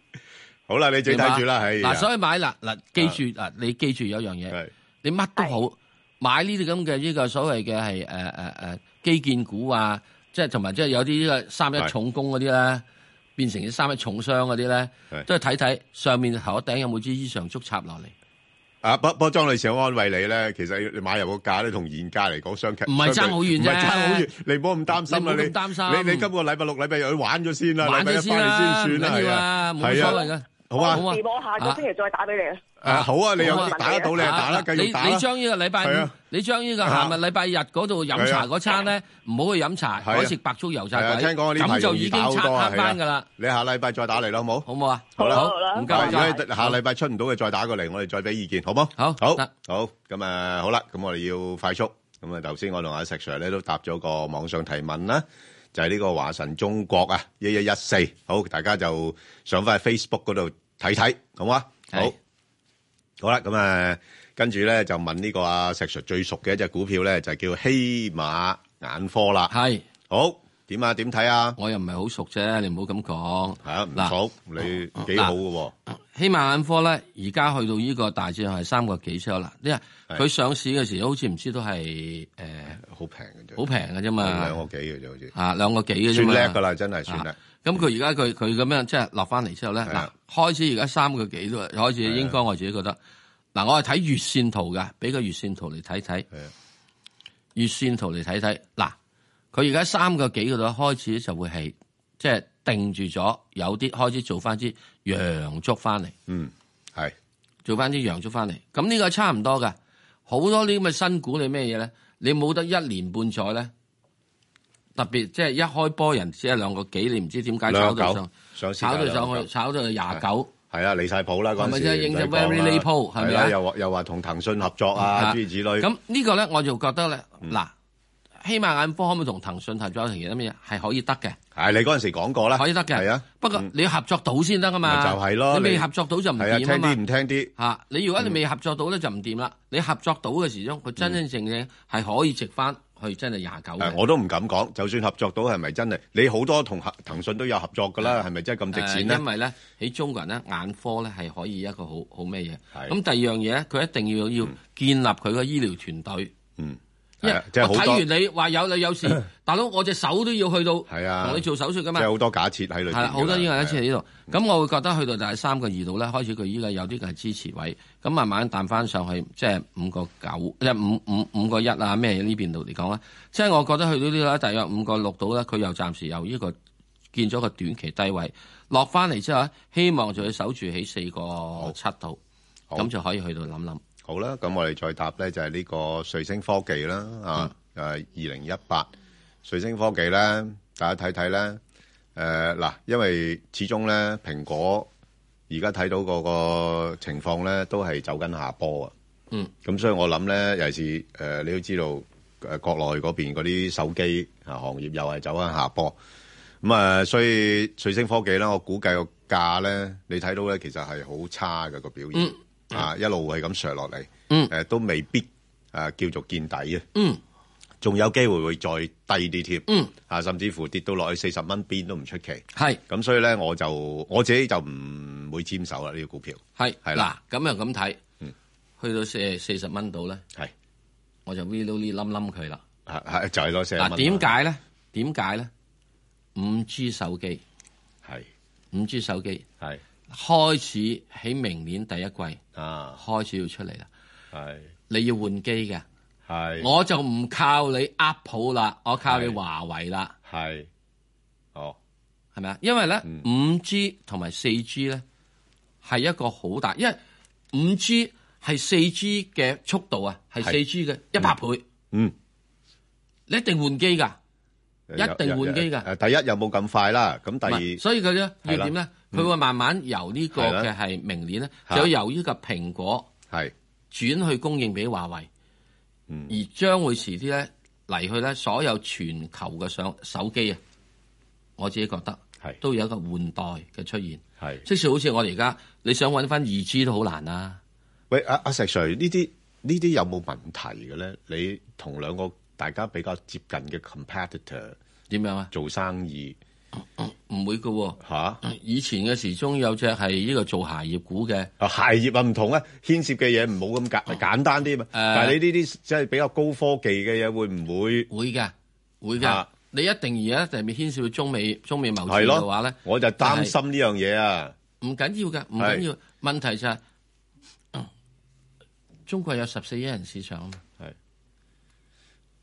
Speaker 2: 好啦，你自己睇住啦，哎係
Speaker 1: 係嘛嗱，所以買啦嗱，記住嗱，你記住有樣嘢，你乜都好買呢啲咁嘅呢個所謂嘅係誒誒誒基建股啊，即係同埋即係有啲呢個三一重工嗰啲咧，變成啲三一重傷嗰啲咧，都係睇睇上面頭頂有冇支衣裳竹插落嚟。
Speaker 2: 啊，不不過莊女士，我安慰你咧，其實你買入個價咧，同現價嚟講相距
Speaker 1: 唔係爭好遠啫
Speaker 2: 唔係爭好遠，你唔好咁擔心啦，
Speaker 1: 你唔好咁
Speaker 2: 你
Speaker 1: 擔心
Speaker 2: 你你今個禮拜六、禮拜日去玩咗先啦，
Speaker 1: 玩
Speaker 2: 禮拜
Speaker 1: 咗
Speaker 2: 一
Speaker 1: 先
Speaker 2: 翻嚟
Speaker 1: 啦
Speaker 2: 先算啦，
Speaker 1: 唔緊
Speaker 2: 係
Speaker 1: 要
Speaker 2: 啊
Speaker 1: 啊，
Speaker 2: 係
Speaker 1: 冇所謂嘅
Speaker 2: 好啊，
Speaker 1: 好啊
Speaker 9: 我下個星期再打俾你啊。
Speaker 2: 啊好啊，你又
Speaker 1: 好啊
Speaker 2: 打得到你就打啦，繼
Speaker 1: 你
Speaker 2: 續打啦
Speaker 1: 你將呢個禮
Speaker 2: 係
Speaker 1: 拜五
Speaker 2: 啊，
Speaker 1: 你將呢個下個禮拜日嗰度飲茶嗰餐咧，唔好去飲茶，
Speaker 2: 係啊
Speaker 1: 改食白粥油炸
Speaker 2: 係啊
Speaker 1: 鬼。
Speaker 2: 聽講呢排
Speaker 1: 咁就
Speaker 2: 容
Speaker 1: 已
Speaker 2: 易
Speaker 1: 經
Speaker 2: 打好
Speaker 1: 撐
Speaker 2: 多啊，
Speaker 1: 慳翻㗎
Speaker 2: 係
Speaker 1: 啦
Speaker 2: 啊。你下禮拜再打嚟啦，好冇？
Speaker 1: 好唔好啊？
Speaker 2: 好啦，
Speaker 1: 好好唔該
Speaker 2: 係
Speaker 1: 唔該
Speaker 2: 如果下禮拜出唔到嘅，再打過嚟，我哋再俾意見，好冇？
Speaker 1: 好，
Speaker 2: 好，好，咁啊，好啦，咁我哋要快速，咁啊，頭先我同阿石 Sir 咧都答咗個網上提問啦，就係呢個華晨中國啊，一一一四，好，大家就上翻去 Facebook 嗰度睇睇，好嘛？好，好啦，咁啊，跟住咧就問呢個阿石 Sir 最熟嘅一隻股票咧，就叫希馬眼科啦，
Speaker 1: 係，
Speaker 2: 好，點啊？點睇啊？
Speaker 1: 我又唔係好熟啫，你唔好咁講。
Speaker 2: 係啊，唔
Speaker 1: 哦嗱
Speaker 2: 熟，你幾好嘅喎。
Speaker 1: 希望眼科咧，而家去到呢個大致上係三個幾收啦，因為
Speaker 2: 係
Speaker 1: 佢上市嘅時候好似唔知都係誒
Speaker 2: 好平嘅啫，
Speaker 1: 好平嘅啫嘛，
Speaker 2: 兩個幾嘅啫，好似
Speaker 1: 啊兩個幾嘅啫嘛
Speaker 2: 算叻㗎啦真係算叻
Speaker 1: 啊咁佢而家佢佢咁樣即係落翻嚟之後咧，
Speaker 2: 啊
Speaker 1: 嗱開始而家三個幾都開始應該我自己覺得，嗱我係睇月線圖㗎，俾個月線圖嚟睇睇，
Speaker 2: 啊
Speaker 1: 月線圖嚟睇睇，嗱佢而家三個幾嗰度開始就會係即係定住咗，有啲開始做翻支陽燭翻嚟，
Speaker 2: 嗯係
Speaker 1: 做翻支陽燭翻嚟，咁呢個差唔多㗎，好多呢啲咁嘅新股你咩嘢咧，你冇得一年半載咧。特別即係一開波人只係兩個幾，你唔知點解炒到上
Speaker 2: 上市價
Speaker 1: 炒到上
Speaker 2: 兩個
Speaker 1: 去，
Speaker 2: 九
Speaker 1: 炒到去廿九。
Speaker 2: 係啊，離晒譜啦嗰
Speaker 1: 係咪
Speaker 2: 陣時
Speaker 1: 即係應
Speaker 2: 唔
Speaker 1: 咗
Speaker 2: 使講
Speaker 1: very
Speaker 2: 啦
Speaker 1: late poll，係咪啊
Speaker 2: 係啦又話又話同騰訊合作啊，諸如此類。嗯
Speaker 1: 咁呢個咧，我就覺得咧，嗱，希望眼科可唔可以同騰訊合作？其他乜嘢係可以得嘅。
Speaker 2: 係你嗰陣時講過啦，
Speaker 1: 可以得嘅。
Speaker 2: 係啊，
Speaker 1: 不過你要合作到先得噶嘛。
Speaker 2: 咪就係咯
Speaker 1: 你未
Speaker 2: 你
Speaker 1: 合作到就唔
Speaker 2: 係啊，聽
Speaker 1: 掂啊
Speaker 2: 啲
Speaker 1: 嘛。
Speaker 2: 唔聽啲嗯
Speaker 1: 嚇！你如果你未合作到咧，就唔掂啦。你合作到嘅時鐘，佢真真正正係可以值翻去真係廿九
Speaker 2: 誒，
Speaker 1: 嘅。
Speaker 2: 我都唔敢講。就算合作到係咪真係？你好多同合騰訊都有合作㗎啦，係咪真係咁值錢
Speaker 1: 誒
Speaker 2: 咧
Speaker 1: 因？為咧喺中國人咧眼科咧係可以一個好好咩嘢。
Speaker 2: 係
Speaker 1: 咁第二樣嘢咧，佢一定要要建立佢個醫療團隊。
Speaker 2: 嗯，
Speaker 1: 因
Speaker 2: 係
Speaker 1: 為
Speaker 2: 啊即係好
Speaker 1: 我
Speaker 2: 多
Speaker 1: 睇完你話有你 有事，大佬我隻手都要去到，
Speaker 2: 係啊，
Speaker 1: 同你做手術㗎
Speaker 2: 即
Speaker 1: 嘛
Speaker 2: 係。好多假設喺裏邊㗎
Speaker 1: 係
Speaker 2: 啦。
Speaker 1: 啦，好多呢個一
Speaker 2: 係
Speaker 1: 次
Speaker 2: 啊
Speaker 1: 喺呢度，咁我會覺得去到第三個二度咧，開始佢依家有啲嘅支持位，咁慢慢彈翻上去，即係五個九，即係五五五個一啊咩呢邊度嚟講啦，即係我覺得去到呢度咧，大約五個六度咧，佢又暫時由呢個見咗個短期低位落翻嚟之後咧，希望就要守住喺四個七度，咁就可以去到諗諗。
Speaker 2: 好啦，咁我哋再答咧就係呢個瑞星科技啦，啊，誒
Speaker 1: 嗯
Speaker 2: 二零一八瑞星科技咧，大家睇睇咧，誒、嗱，因為始終咧蘋果而家睇到嗰個情況咧，都係走緊下坡啊。
Speaker 1: 嗯，
Speaker 2: 咁所以我諗咧，尤其是誒、呃你都知道誒、呃、國內嗰邊嗰啲手機啊行業又係走緊下坡，咁啊、呃所以瑞星科技咧，我估計個價咧，你睇到咧其實係好差嘅個表現、啊，一路係咁上落嚟，誒、
Speaker 1: 嗯
Speaker 2: 都未必誒、呃叫做見底嘅，
Speaker 1: 嗯，
Speaker 2: 仲有機會會再低啲添，
Speaker 1: 嗯，
Speaker 2: 啊，甚至乎跌到落去四十蚊邊都唔出奇，
Speaker 1: 係，
Speaker 2: 咁所以咧我就我自己就唔會沾手啦呢、個股票，
Speaker 1: 係
Speaker 2: 係
Speaker 1: 嗱
Speaker 2: 啦，嗯
Speaker 1: 咁樣咁睇，去到四四十蚊度咧，
Speaker 2: 係
Speaker 1: 我就 really 冧冧佢啦。
Speaker 2: 係係就係攞四十蚊
Speaker 1: 嗱，
Speaker 2: 啦。
Speaker 1: 點解咧？點解咧？五 G 手機
Speaker 2: 係
Speaker 1: 五 G 手機
Speaker 2: 係
Speaker 1: 開始喺明年第一季
Speaker 2: 啊
Speaker 1: 開始要出嚟啦。
Speaker 2: 係
Speaker 1: 你要換機嘅，
Speaker 2: 係
Speaker 1: 我就唔靠你 Apple 啦，我靠你華為啦，
Speaker 2: 係哦，嗯
Speaker 1: 係咪啊？因為咧五 G 同埋四 G 咧係一個好大，因為五 G 係四 G 嘅速度啊，係
Speaker 2: 係
Speaker 1: 四 G 嘅一百倍，
Speaker 2: 嗯，
Speaker 1: 你一定換機㗎，一定換機㗎。
Speaker 2: 誒第一有冇咁快啦？咁
Speaker 1: 唔
Speaker 2: 第
Speaker 1: 係
Speaker 2: 二，
Speaker 1: 所以佢咧要
Speaker 2: 係啦
Speaker 1: 點咧？
Speaker 2: 嗯
Speaker 1: 佢會慢慢由呢個
Speaker 2: 係啦
Speaker 1: 嘅係明年咧，
Speaker 2: 嚇
Speaker 1: 就由呢個蘋果
Speaker 2: 係
Speaker 1: 轉去供應俾華為，
Speaker 2: 嗯
Speaker 1: 而將會遲啲咧嚟去咧所有全球嘅上手機啊，我自己覺得
Speaker 2: 係
Speaker 1: 都有一個換代嘅出現。
Speaker 2: 係
Speaker 1: 即使好似我哋而家你想揾翻二 G 都好難啊！
Speaker 2: 喂阿阿石 Sir 呢啲呢啲有冇問題嘅咧？你同兩個大家比較接近嘅 competitor
Speaker 1: 點樣啊？
Speaker 2: 做生意
Speaker 1: 唔會嘅喎、
Speaker 2: 嚇？
Speaker 1: 以前嘅時鐘有隻係呢個做鞋業股嘅，哦
Speaker 2: 啊鞋業啊唔同啊，牽涉嘅嘢唔好咁簡簡單啲嘛。但係你呢啲即係比較高科技嘅嘢，會唔會
Speaker 1: 會嘅會嘅。
Speaker 2: 啊
Speaker 1: 你一定而家一定牽涉到中美中美貿
Speaker 2: 係
Speaker 1: 易嘅
Speaker 2: 咯
Speaker 1: 話咧，？
Speaker 2: 我就擔心呢樣嘢啊。
Speaker 1: 唔緊要嘅，唔緊要。問題就係、嗯中國有十四億人市場啊嘛。係，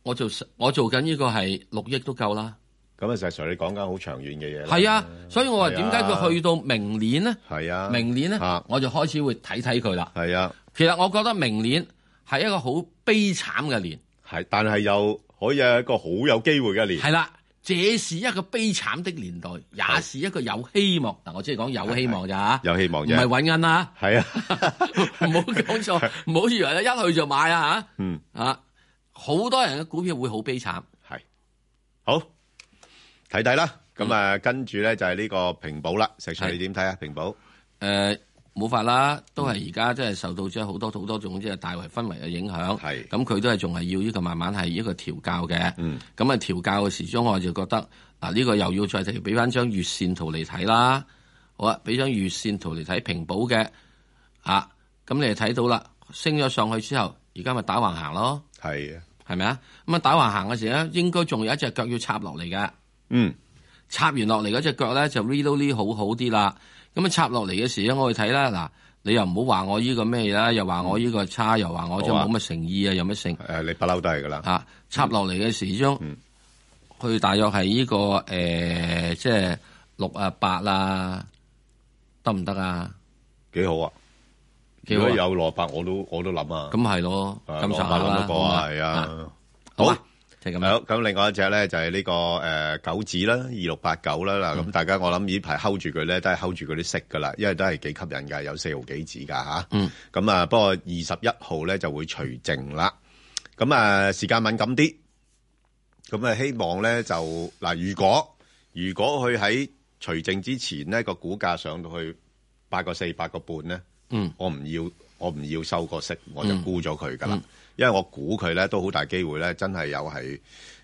Speaker 1: 我做我做緊呢個係六億都夠啦。
Speaker 2: 咁啊，實上你講緊好長遠嘅嘢啦。
Speaker 1: 係啊，所以我話
Speaker 2: 係啊
Speaker 1: 點解佢去到明年咧？
Speaker 2: 係啊，
Speaker 1: 明年咧，我就開始會睇睇佢啦。
Speaker 2: 係啊，
Speaker 1: 其實我覺得明年係一個好悲慘嘅年。
Speaker 2: 係，但係又可以有一個好有機會嘅年。
Speaker 1: 係啦，這是一個悲慘的年代，也是一個有希望。嗱，我只係講有希望咋嚇，
Speaker 2: 有希望啫
Speaker 1: 啊唔係揾銀啊。
Speaker 2: 係啊，
Speaker 1: 唔好講錯，唔好以為咧一去就買啊嚇。
Speaker 2: 嗯
Speaker 1: 啊，好多人嘅股票會好悲慘。
Speaker 2: 係好睇睇啦。咁啊，跟住咧就係呢個平保啦。石 Sir 你點睇啊？平保
Speaker 1: 誒呃冇法啦，
Speaker 2: 嗯
Speaker 1: 都係而家即係受到即係好多好多種即係大圍氛圍嘅影響。係咁，佢都係仲係要呢個慢慢係一個調教嘅。
Speaker 2: 嗯，
Speaker 1: 咁啊調教嘅時鐘，我就覺得嗱呢個又要再提俾翻張月線圖嚟睇啦。好啊，俾張月線圖嚟睇平保嘅啊，咁你就睇到啦，升咗上去之後，而家咪打橫行咯。
Speaker 2: 係啊，
Speaker 1: 係咪啊？咁啊打橫行嘅時咧，應該仲有一隻腳要插落嚟嘅。
Speaker 2: 嗯，
Speaker 1: 插完落嚟嗰只腳咧就 really 好好啲啦。咁啊插落嚟嘅時咧，我去睇啦。嗱，你又唔好話我呢個咩啦，又話我呢個差，又話我真係冇乜誠意啊，有乜性？
Speaker 2: 誒，你不嬲都係噶啦。嗯
Speaker 1: 啊，插落嚟嘅時鐘，佢大約係呢個誒，即係六啊八啊，得唔得啊？
Speaker 2: 幾好啊！
Speaker 1: 幾
Speaker 2: 如
Speaker 1: 好啊
Speaker 2: 果有蘿蔔，我都我都諗啊。
Speaker 1: 咁係咯，
Speaker 2: 啊
Speaker 1: 咁上下
Speaker 2: 蘿蔔
Speaker 1: 啦
Speaker 2: 諗，得過啊，
Speaker 1: 咁
Speaker 2: 係啊。
Speaker 1: 好
Speaker 2: 好
Speaker 1: 啊，就係咁
Speaker 2: 好，咁另外一隻咧就係呢個誒九指啦，二六八九啦
Speaker 1: 嗯
Speaker 2: 嗱，咁大家我諗呢排 hold 住佢咧，都係 hold 住佢啲息噶啦，因為都係幾吸引㗎，有四毫幾指㗎嚇。
Speaker 1: 嗯。
Speaker 2: 咁啊，不過二十一號咧就會除淨啦。咁啊，時間敏感啲。咁啊，希望咧就嗱，如果如果佢喺除淨之前呢個股價上到去八個四、八個半咧，
Speaker 1: 嗯，
Speaker 2: 我唔要我唔要收個息，我就
Speaker 1: 嗯
Speaker 2: 沽咗佢噶啦
Speaker 1: 嗯，
Speaker 2: 因為我估佢咧都好大機會咧，真係有係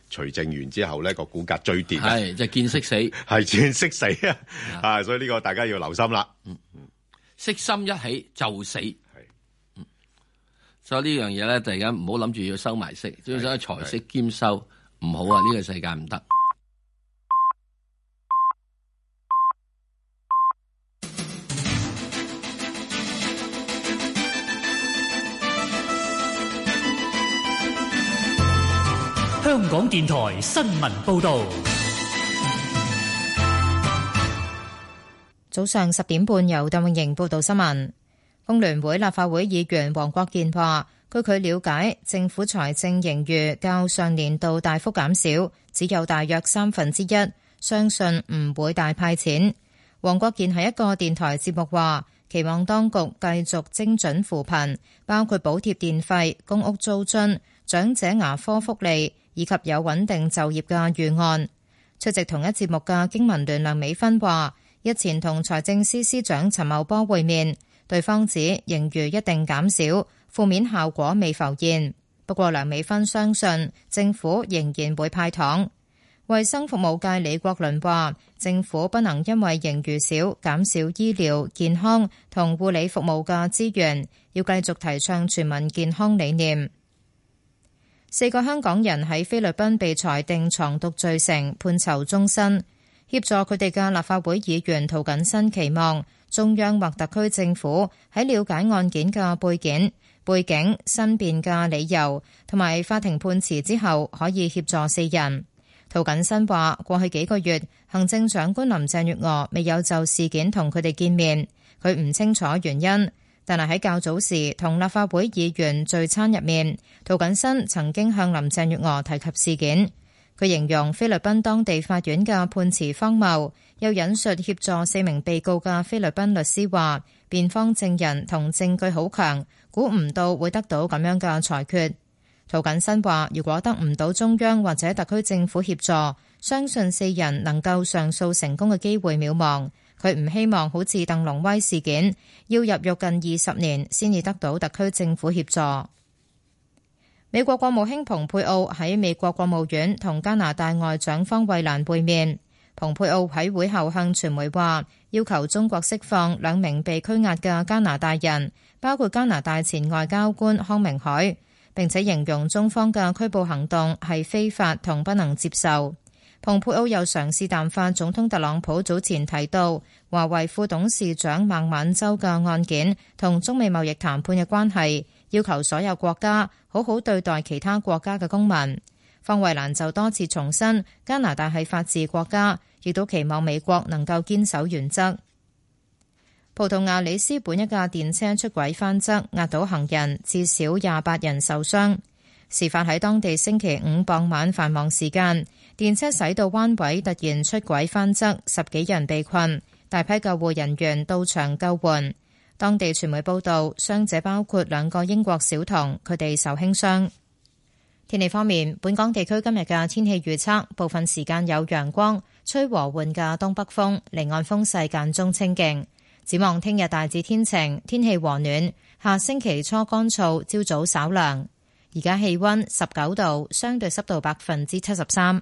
Speaker 2: 除淨完之後咧個股價追跌，啊
Speaker 1: 係即係見識死，
Speaker 2: 係見識死啊！啊，所以呢個大家要留心啦。
Speaker 1: 悉心一起就死。係，所以呢樣嘢咧，大家唔好諗住要收埋息，最想財色兼收，唔好啊！呢、個世界唔得。
Speaker 4: 香港電台新聞報導，
Speaker 5: 早上十點半，由鄧永盈報道新聞。工聯會立法會議員黃國健話，據佢了解，政府財政盈餘較上年度大幅減少，只有大約三分之一，相信唔會大派錢。黃國健喺一個電台節目話，期望當局繼續精準扶貧，包括補貼電費、公屋租津、長者牙科福利以及有穩定就業嘅預案。出席同一節目嘅經民聯梁美芬話：日前同財政司司長陳茂波會面，對方指盈餘一定減少，負面效果未浮現。不過梁美芬相信政府仍然會派糖。衛生服務界李國麟話：政府不能因為盈餘少減少醫療、健康同護理服務嘅資源，要繼續提倡全民健康理念。四個香港人喺菲律賓被裁定藏毒罪成，判囚終身。協助佢哋嘅立法會議員涂謹申期望中央或特區政府喺了解案件嘅背景、背景、申辯嘅理由同埋法庭判詞之後，可以協助四人。涂謹申話：過去幾個月，行政長官林鄭月娥未有就事件同佢哋見面，佢唔清楚原因。但係喺較早時同立法會議員聚餐入面，涂謹申曾經向林鄭月娥提及事件。佢形容菲律賓當地法院嘅判詞荒謬，又引述協助四名被告嘅菲律賓律師話，辯方證人同證據好強，估唔到會得到咁樣嘅裁決。涂謹申話：如果得唔到中央或者特區政府協助，相信四人能夠上訴成功嘅機會渺茫。佢唔希望好似鄧龍威事件，要入獄近二十年先至得到特區政府協助。美國國務卿蓬佩奧喺美國國務院同加拿大外長方慧蘭會面。蓬佩奧喺會後向傳媒話，要求中國釋放兩名被拘押嘅加拿大人，包括加拿大前外交官康明凱，並且形容中方嘅拘捕行動係非法同不能接受。蓬佩奧又嘗試淡化總統特朗普早前提到華為副董事長孟晚舟嘅案件同中美貿易談判嘅關係，要求所有國家好好對待其他國家嘅公民。方慧蘭就多次重申，加拿大係法治國家，亦都期望美國能夠堅守原則。葡萄牙里斯本一架電車出軌翻側，壓倒行人，至少廿八人受傷。事發喺當地星期五傍晚繁忙時間，電車駛到彎位，突然出軌翻側，十幾人被困，大批救護人員到場救援。當地傳媒報道，傷者包括兩個英國小童，佢哋受輕傷。天氣方面，本港地區今日嘅天氣預測，部分時間有陽光，吹和緩嘅東北風，離岸風勢間中清勁。展望聽日大致天晴，天氣和暖。下星期初乾燥，朝早稍涼。而家氣溫十九度，相對濕度百分之七十三。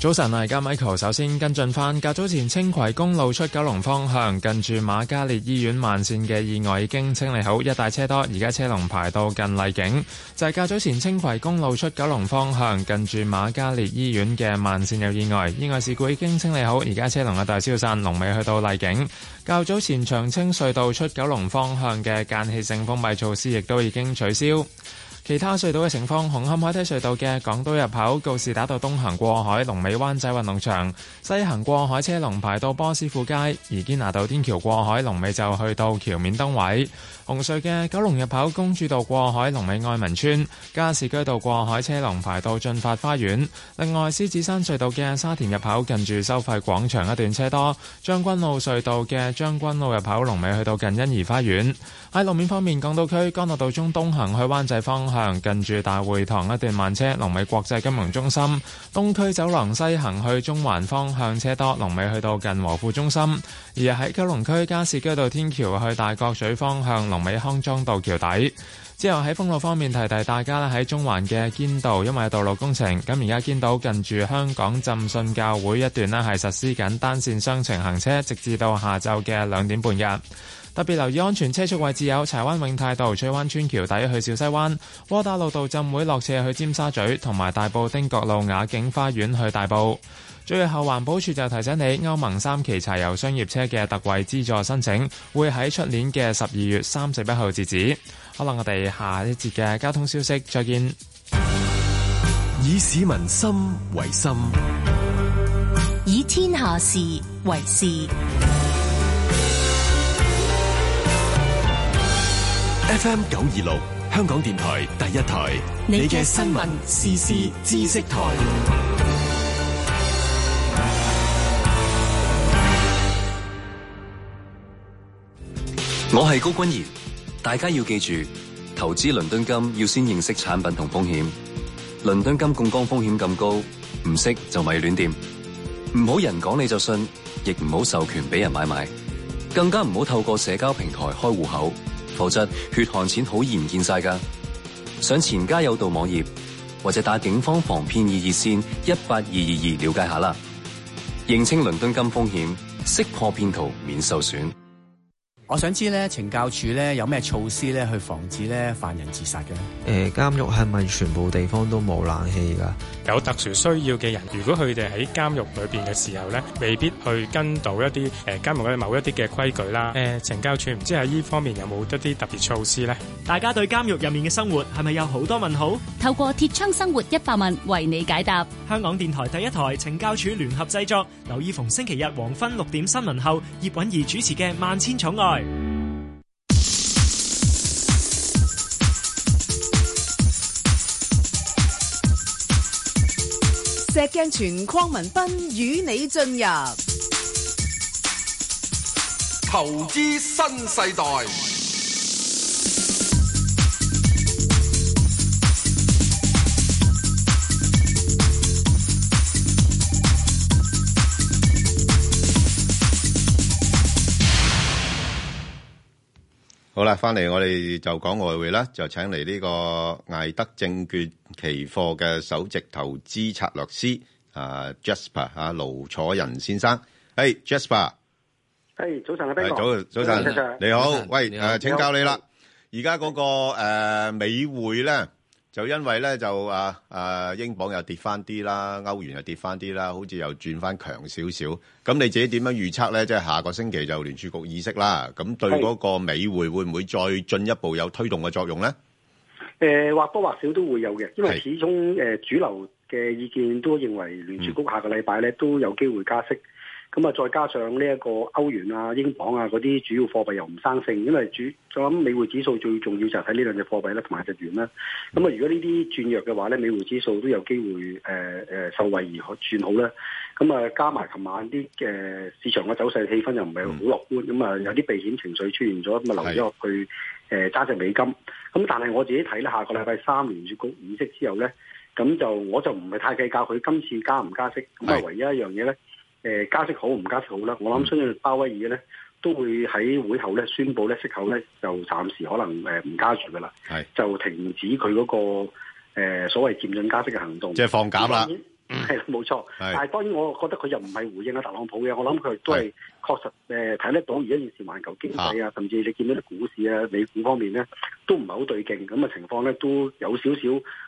Speaker 6: 早晨啊，而家 Michael 首先跟進翻，較早前青葵公路出九龍方向近住瑪嘉烈醫院慢線嘅意外已經清理好，一帶車多，而家車龍排到近麗景。就係、是、較早前青葵公路出九龍方向近住瑪嘉烈醫院嘅慢線有意外，意外事故已經清理好，而家車龍嘅大消散，龍尾去到麗景。較早前長青隧道出九龍方向嘅間歇性封閉措施亦都已經取消。其他隧道嘅情況，紅磡海底隧道嘅港島入口告士打道東行過海，龍尾灣仔運動場；西行過海車龍排到波斯富街，而堅拿道天橋過海龍尾就去到橋面燈位。紅隧嘅九龍入口公主道過海龍尾愛民村，加士居道過海車龍排到進發花園。另外，獅子山隧道嘅沙田入口近住收費廣場一段車多，將軍澳隧道嘅將軍澳入口龍尾去到近欣怡花園。喺路面方面，港島區干諾道中東行去灣仔方向近住大會堂一段慢車，龍尾國際金融中心；東區走廊西行去中環方向車多，龍尾去到近和富中心。而喺九龍區加士居道天橋去大角咀方向，龍尾康莊道橋底。之後喺封路方面提提大家咧，喺中環嘅堅道，因為有道路工程，咁而家堅道近住香港浸信教會一段咧係實施緊單線雙程行車，直至到下晝嘅兩點半嘅。特別留意安全車速位置有柴灣永泰道、翠灣村橋底去小西灣、窩打老道浸會落斜去尖沙咀，同埋大埔汀角路雅景花園去大埔。最後環保署就提醒你，歐盟三期柴油商業車嘅特惠資助申請會喺出年嘅十二月三十一號截止。可能我哋下一節嘅交通消息再見。
Speaker 7: 以市民心為心，
Speaker 8: 以天下事為事。
Speaker 7: FM 九二六，香港電台第一台，你嘅新聞、時事、知識台。
Speaker 11: 我係高君賢，大家要記住，投資倫敦金要先認識產品同風險。倫敦金槓桿風險咁高，唔識就咪亂掂，唔好人講你就信，亦唔好授權俾人買賣，更加唔好透過社交平台開戶口。否則血汗錢好易唔見晒㗎。上錢家有道網頁或者打警方防騙易熱線一八二二二了解下啦。認清倫敦金風險，識破騙徒免受損。
Speaker 14: 我想知咧，懲教署咧有咩措施咧去防止咧犯人自殺嘅咧？
Speaker 23: 誒、呃，監獄係咪全部地方都冇冷氣㗎？
Speaker 24: 有特殊需要嘅人，如果佢哋喺監獄裏邊嘅時候咧，未必去跟到一啲誒、呃、監獄嘅某一啲嘅規矩啦。誒、呃，懲教署唔知喺呢方面有冇一啲特別措施咧？
Speaker 25: 大家對監獄入面嘅生活係咪有好多問號？
Speaker 26: 透過鐵窗生活一百問為你解答。
Speaker 25: 香港電台第一台懲教署聯合製作，留意逢星期日黃昏六點新聞後，葉韻儀主持嘅《萬千寵愛》。
Speaker 12: 石鏡泉鄺民彬與你進入
Speaker 13: 投資新世代。
Speaker 2: 好啦，翻嚟我哋就講外匯啦，就請嚟呢個艾德證券期貨嘅首席投資策略師啊 Jasper 啊盧楚仁先生，係 Jasper，
Speaker 27: 係早晨啊，
Speaker 2: 係早早 à, 晨，你好，喂誒請教你啦，而家嗰個誒美匯咧就因為咧就啊啊英鎊又跌翻啲啦，歐元又跌翻啲啦，好似又轉翻強少少。咁你自己點樣預測咧？即係下個星期就聯儲局議息啦。咁對嗰個美匯會唔會再進一步有推動嘅作用咧？
Speaker 15: 誒或多或少都會有嘅，因為始終誒主流嘅意見都認為聯儲局下個禮拜咧都有機會加息。咁啊，再加上呢一個歐元啊、英鎊啊嗰啲主要貨幣又唔生性，因為主我諗美匯指數最重要就係睇呢兩隻貨幣啦，同埋隻元啦。咁啊，如果呢啲轉弱嘅話咧，美匯指數都有機會誒誒、呃、受惠而可轉好啦。咁啊，加埋琴晚啲誒、呃市場嘅走勢氣氛又唔係好樂
Speaker 2: 嗯
Speaker 15: 觀，咁啊、有啲避險情緒出現咗，咁啊留咗落去誒揸隻美金。咁但係我自己睇咧，下個禮拜三聯儲局議息之後咧，咁就我就唔係太計較佢今次加唔加息。咁啊，唯一一樣嘢咧。誒、加息好唔加息好啦，
Speaker 2: 嗯
Speaker 15: 我諗相信鮑威爾咧都會喺會後咧宣布咧息口咧就暫時可能誒唔加住噶啦，就停止佢嗰、個、呃、所謂漸進加息嘅行動，
Speaker 2: 即係放鴿啦
Speaker 15: 啊 係啦，冇錯。
Speaker 2: 係
Speaker 15: 但嗯係當然，我覺得佢又唔係回應阿啊特朗普嘅，我諗佢都係確實誒睇得到而家現時環球經濟啊，甚至你見到啲股市啊、美股方面咧，都唔係好對勁咁嘅情況咧，都有少少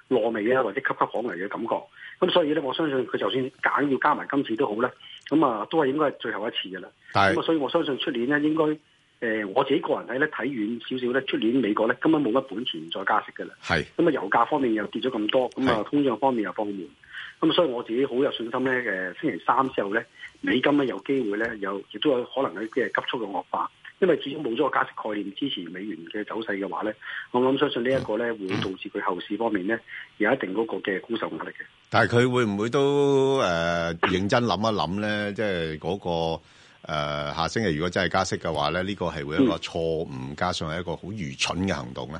Speaker 15: 落味啊，或者岌岌可危嘅感覺。咁所以咧，我相信佢就算揀要加埋今次都好咧，咁啊都係應該係最後一次嘅啦。
Speaker 2: 係
Speaker 15: 咁啊，所以我相信出年咧應該。誒、我自己個人睇咧，睇遠少少咧，出年美國咧根本冇乜本錢再加息嘅啦。
Speaker 2: 係
Speaker 15: 咁啊，油價方面又跌咗咁多，咁啊
Speaker 2: 係
Speaker 15: 通脹方面又放緩，咁所以我自己好有信心咧。誒，星期三之後咧，美金咧有機會咧，有亦都有可能喺嘅急速嘅惡化，因為始終冇咗個加息概念支持美元嘅走勢嘅話咧，我諗相信呢一個咧會導致佢後市方面咧有一定嗰個嘅沽售壓力嘅。
Speaker 2: 但係佢會唔會都誒、呃、認真諗一諗咧？即係嗰、個、呃、下星期如果真係加息嘅話咧，呢、個係會一個錯誤，加上係一個好愚蠢嘅行動咧。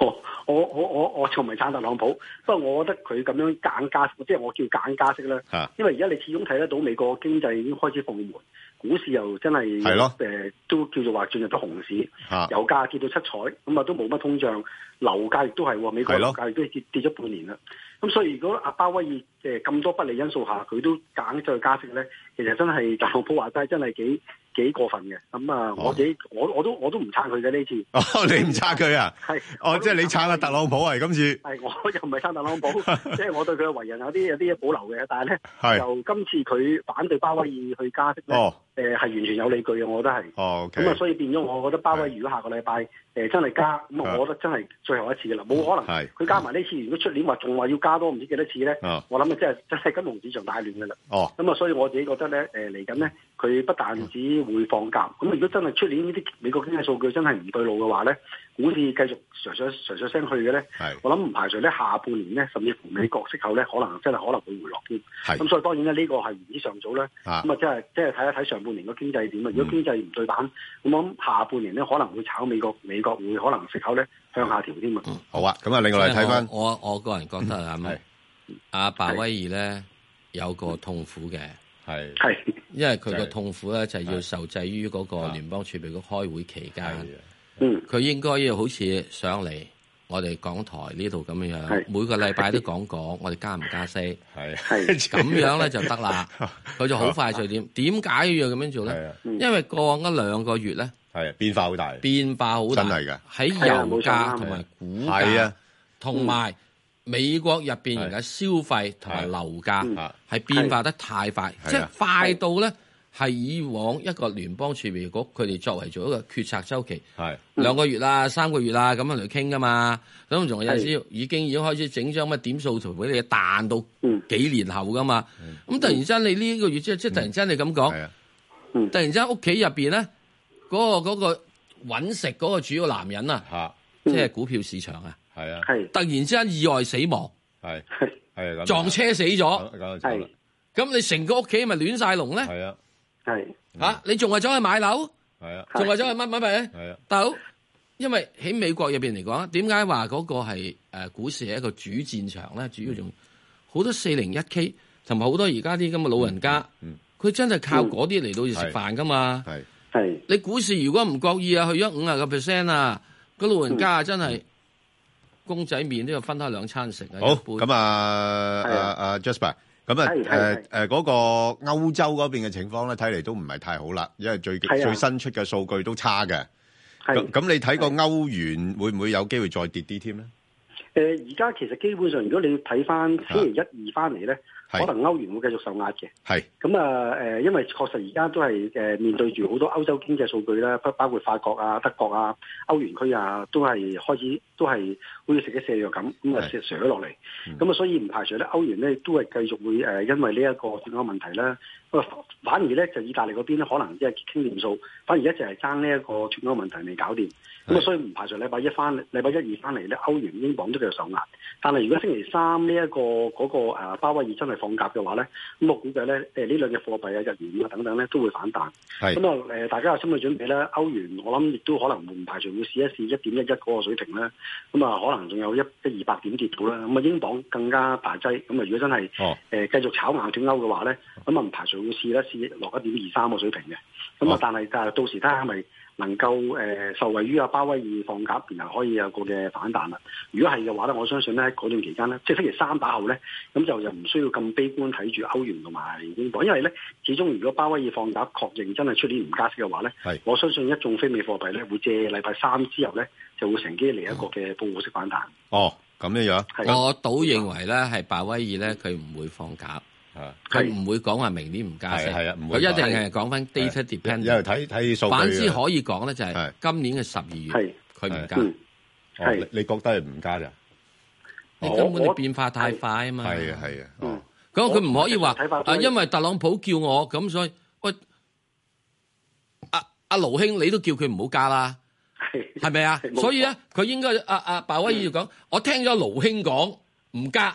Speaker 15: 我我我我我就唔係撐特朗普，不過我覺得佢咁樣揀加息，即係我叫揀加息啦。
Speaker 2: 嚇
Speaker 15: 因為而家你始終睇得到美國經濟已經開始放緩，股市又真係
Speaker 2: 係咯
Speaker 15: 誒都叫做話進入咗熊市，
Speaker 2: 嚇
Speaker 15: 油價跌到七彩，咁啊都冇乜通脹，樓價亦都係喎，美國
Speaker 2: 係咯
Speaker 15: 樓價亦都跌跌咗半年啦。咁所以如果阿鮑威爾誒咁多不利因素下，佢都揀咗去加息咧，其實真係特朗普話齋真係幾幾過分嘅。咁啊，我自己我我都我都唔撐佢嘅呢次。
Speaker 2: 哦，你唔撐佢啊？
Speaker 15: 係
Speaker 2: 哦，即係你撐阿特朗普啊？今次
Speaker 15: 係我 又唔係撐特 朗普，即係我對佢嘅為人有啲有啲保留嘅，但係
Speaker 2: 係
Speaker 15: 咧就今次佢反對鮑威爾去加息咧，誒係、
Speaker 2: 哦
Speaker 15: 完全有理據嘅，我覺得係。
Speaker 2: 哦，OK，
Speaker 15: 咁啊，所以變咗，我覺得鮑威爾如果下個禮拜誒真係加，咁
Speaker 2: 啊
Speaker 15: 啊，我覺得真係最後一次嘅啦，冇可能
Speaker 2: 係
Speaker 15: 佢加埋呢次，如果出年話仲話要加多唔知幾多次咧
Speaker 2: 啊，
Speaker 15: 我諗啊真係真係金融市場大亂嘅啦。
Speaker 2: 哦，
Speaker 15: 咁啊，所以我自己覺得咧，誒嚟緊咧，佢不但止會放鴿，咁如果真係出年呢啲美國經濟數據真係唔對路嘅話咧，股市繼續上上上上聲去嘅咧，我諗唔排除咧下半年咧，甚至乎美國息口咧，可能真係可能會回落添。咁所以當然咧，呢個係言之尚早啦。
Speaker 2: 啊
Speaker 15: 咁啊，即係即係睇一睇上半年個經濟點啊。如果經濟唔對版，咁我諗下半年咧可能會炒美國，美國會可能息口咧向下調添啊。
Speaker 2: 好啊，咁啊，另外嚟睇翻，
Speaker 1: 我我我個人覺 得啊，阿鮑威爾咧有個痛苦嘅，
Speaker 2: 係
Speaker 15: 係，
Speaker 1: 因為佢個痛苦咧就係要受制於嗰
Speaker 2: 啊
Speaker 1: 個聯邦儲備局開會期間，
Speaker 15: 嗯，
Speaker 1: 佢應該要好似上嚟我哋港台呢度咁樣樣
Speaker 16: 係，
Speaker 1: 每個禮拜都講講我哋加唔加息，
Speaker 2: 係
Speaker 1: 咁樣咧就得 啦， 佢就好快就點？點解要咁樣做咧？
Speaker 2: 嗯
Speaker 1: 因為過往嗰兩個月咧，
Speaker 2: 啊係啊變化好大，
Speaker 1: 變化好大，
Speaker 2: 真係㗎
Speaker 1: 喺
Speaker 2: 係啊
Speaker 1: 油
Speaker 2: 冇錯啱
Speaker 1: 價
Speaker 2: 啊
Speaker 1: 同埋股
Speaker 2: 係
Speaker 1: 價
Speaker 2: 啊，
Speaker 1: 同埋美國入邊而家消費同埋樓
Speaker 2: 嗯
Speaker 1: 價係變化得太快，
Speaker 2: 係
Speaker 1: 即係
Speaker 2: 啊
Speaker 1: 快到咧係以往一個聯邦儲備局佢哋作為做一個決策周期，
Speaker 2: 係
Speaker 1: 兩個月啦、三個月啦咁樣嚟傾噶嘛。咁仲有陣
Speaker 2: 係
Speaker 1: 時已經已經開始整張乜點數圖俾你彈到
Speaker 2: 嗯
Speaker 1: 幾年後噶嘛。咁突然之間你呢個月即係即係突然之間你咁
Speaker 2: 啊
Speaker 15: 講，
Speaker 1: 突然之間屋企入邊咧嗰個嗰個揾食嗰個主要男人
Speaker 2: 啊，
Speaker 1: 即係股票市場啊，
Speaker 2: 係啊，
Speaker 1: 突然之間意外死亡，
Speaker 2: 係係咁啊
Speaker 1: 撞車死咗，
Speaker 2: 咁就走啦
Speaker 1: 咁你成個屋企咪亂晒龍咧？
Speaker 2: 係啊，
Speaker 15: 係
Speaker 1: 嚇你仲係走去買樓？
Speaker 2: 係啊，
Speaker 1: 仲為咗係乜乜乜咧？
Speaker 2: 係啊，
Speaker 1: 大佬，因為喺美國入邊嚟講，點解話嗰個係誒股市係一個主戰場咧？主要仲好多四零一 K 同埋好多而家啲咁嘅老人家，佢真係靠嗰啲嚟到食飯噶嘛。
Speaker 2: 係
Speaker 15: 係，
Speaker 1: 你股市如果唔覺意啊，去咗五啊個 percent 啊，個老人家啊真係公仔麵都要分開兩餐食啊。
Speaker 2: 好，咁啊，啊啊 Jasper，咁啊，
Speaker 1: 係
Speaker 2: 誒
Speaker 1: 係
Speaker 2: 誒
Speaker 1: 係
Speaker 2: 嗰個歐洲嗰邊嘅情況咧，睇嚟都唔係太好啦，因為最
Speaker 1: 係啊
Speaker 2: 最新出嘅數據都差嘅。
Speaker 15: 係
Speaker 2: 咁咁，你睇個歐元會唔會有機會再跌啲添咧？
Speaker 15: 誒、而家其實基本上，如果你睇翻星期一、二翻嚟咧，可能歐元會繼續受壓嘅。
Speaker 2: 係
Speaker 15: 咁啊誒，因為確實而家都係誒面對住好多歐洲經濟數據啦，包包括法國啊、德國啊、歐元區啊，都係開始都係好似食咗瀉藥咁，咁啊
Speaker 2: 係
Speaker 15: 瀉咗落嚟。咁啊，所以唔排除咧歐元咧都係繼續會誒、呃因為呢一個脫歐問題啦。不過反而咧就意大利嗰邊咧可能即係傾掂數，反而一直係爭呢一個脫歐問題未搞掂。咁啊，所以唔排除禮拜一翻禮拜一二翻嚟咧，歐元英鎊都繼續受壓。但係如果星期三呢、一個嗰、個誒鮑威爾真係放鴿嘅話咧，咁我估計咧誒呢兩隻貨幣啊日元啊等等咧都會反彈。
Speaker 2: 係
Speaker 15: 咁啊誒，大家有心理準備啦。歐元我諗亦都可能唔排除會試一試一點一一嗰個水平啦。咁啊，可能仲有一一二百點跌到啦。咁啊，英鎊更加大劑。咁啊，如果真係
Speaker 2: 哦
Speaker 15: 誒呃繼續炒硬脱歐嘅話咧，咁啊唔排除會試一試落一點二三個水平嘅。咁啊，但係但係到時睇下係咪能夠誒、呃受惠於阿巴威爾放鴿，然後可以有個嘅反彈啦。如果係嘅話咧，我相信咧嗰段期間咧，即係星期三打後咧，咁就又唔需要咁悲觀睇住歐元同埋英鎊，因為咧始終如果巴威爾放鴿確認真係出年唔加息嘅話咧，我相信一眾非美貨幣咧會借禮拜三之後咧就會乘機嚟一個嘅報復式反彈。
Speaker 2: 哦，咁樣
Speaker 15: 係
Speaker 1: 樣，我倒認為咧係鮑威爾咧，佢唔會放鴿，佢唔會講話明年唔加息，
Speaker 2: 啊係係啊唔
Speaker 1: 佢
Speaker 2: 會
Speaker 1: 一定
Speaker 2: 係
Speaker 1: 係講翻 data dependent，
Speaker 2: 因為睇睇數據啊
Speaker 1: 反之可以講咧就係今年嘅十二月佢唔加，
Speaker 2: 係哦你你覺得係唔加咋？
Speaker 1: 你
Speaker 2: 我
Speaker 1: 根本你變化太快啊嘛，
Speaker 2: 係啊係啊，哦
Speaker 1: 咁佢唔可以話
Speaker 2: 法都
Speaker 1: 啊，
Speaker 2: 係
Speaker 1: 因為特朗普叫我咁，所以喂阿阿盧兄，你都叫佢唔好加啦，係咪啊
Speaker 10: 係？冇錯
Speaker 1: 所以咧，佢應該阿阿鮑威爾講，我聽咗盧兄講唔加，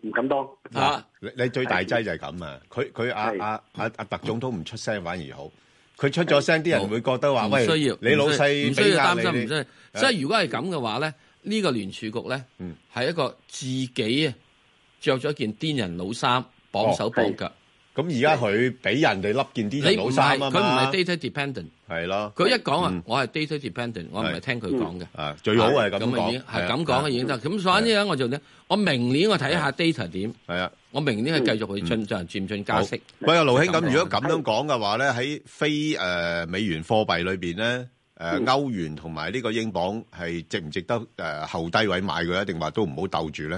Speaker 15: 唔敢當
Speaker 1: 啊！
Speaker 2: 你你最大劑就係咁啊！佢佢阿阿阿阿特總統唔出聲反而好，佢出咗聲，啲人會覺得話
Speaker 1: 唔
Speaker 2: 啊喂，
Speaker 1: 需要
Speaker 2: 你老
Speaker 1: 唔需
Speaker 2: 細
Speaker 1: 唔需
Speaker 2: 俾
Speaker 1: 要
Speaker 2: 壓
Speaker 1: 擔
Speaker 2: 力
Speaker 1: 心，
Speaker 2: 你啊
Speaker 1: 唔需要。即係如果係咁嘅話咧，呢個聯儲局咧
Speaker 2: 嗯
Speaker 1: 係一個自己啊着咗件癲人老衫，綁手綁腳。
Speaker 2: 哦咁而家佢俾人哋笠件啲人
Speaker 1: 你
Speaker 2: 老
Speaker 1: 唔
Speaker 2: 衫
Speaker 1: 係
Speaker 2: 啊嘛，
Speaker 1: 佢唔係 data dependent，
Speaker 2: 係咯，嗯
Speaker 1: 佢一講啊，我係 data dependent，我唔係聽佢講嘅。
Speaker 2: 啊，最好係咁
Speaker 1: 啊已經
Speaker 2: 講，
Speaker 1: 係咁講嘅已經得。咁所以呢，我就咧，我明年我睇下 data 點。
Speaker 2: 啊係啊，嗯
Speaker 1: 我明年係繼續去進進漸進加息。
Speaker 2: 喂，阿盧兄，咁如果咁樣講嘅話咧，喺非誒美元貨幣裏邊咧，誒
Speaker 1: 嗯
Speaker 2: 歐元同埋呢個英鎊係值唔值得誒後低位買佢，一啊定話都唔好鬥住咧？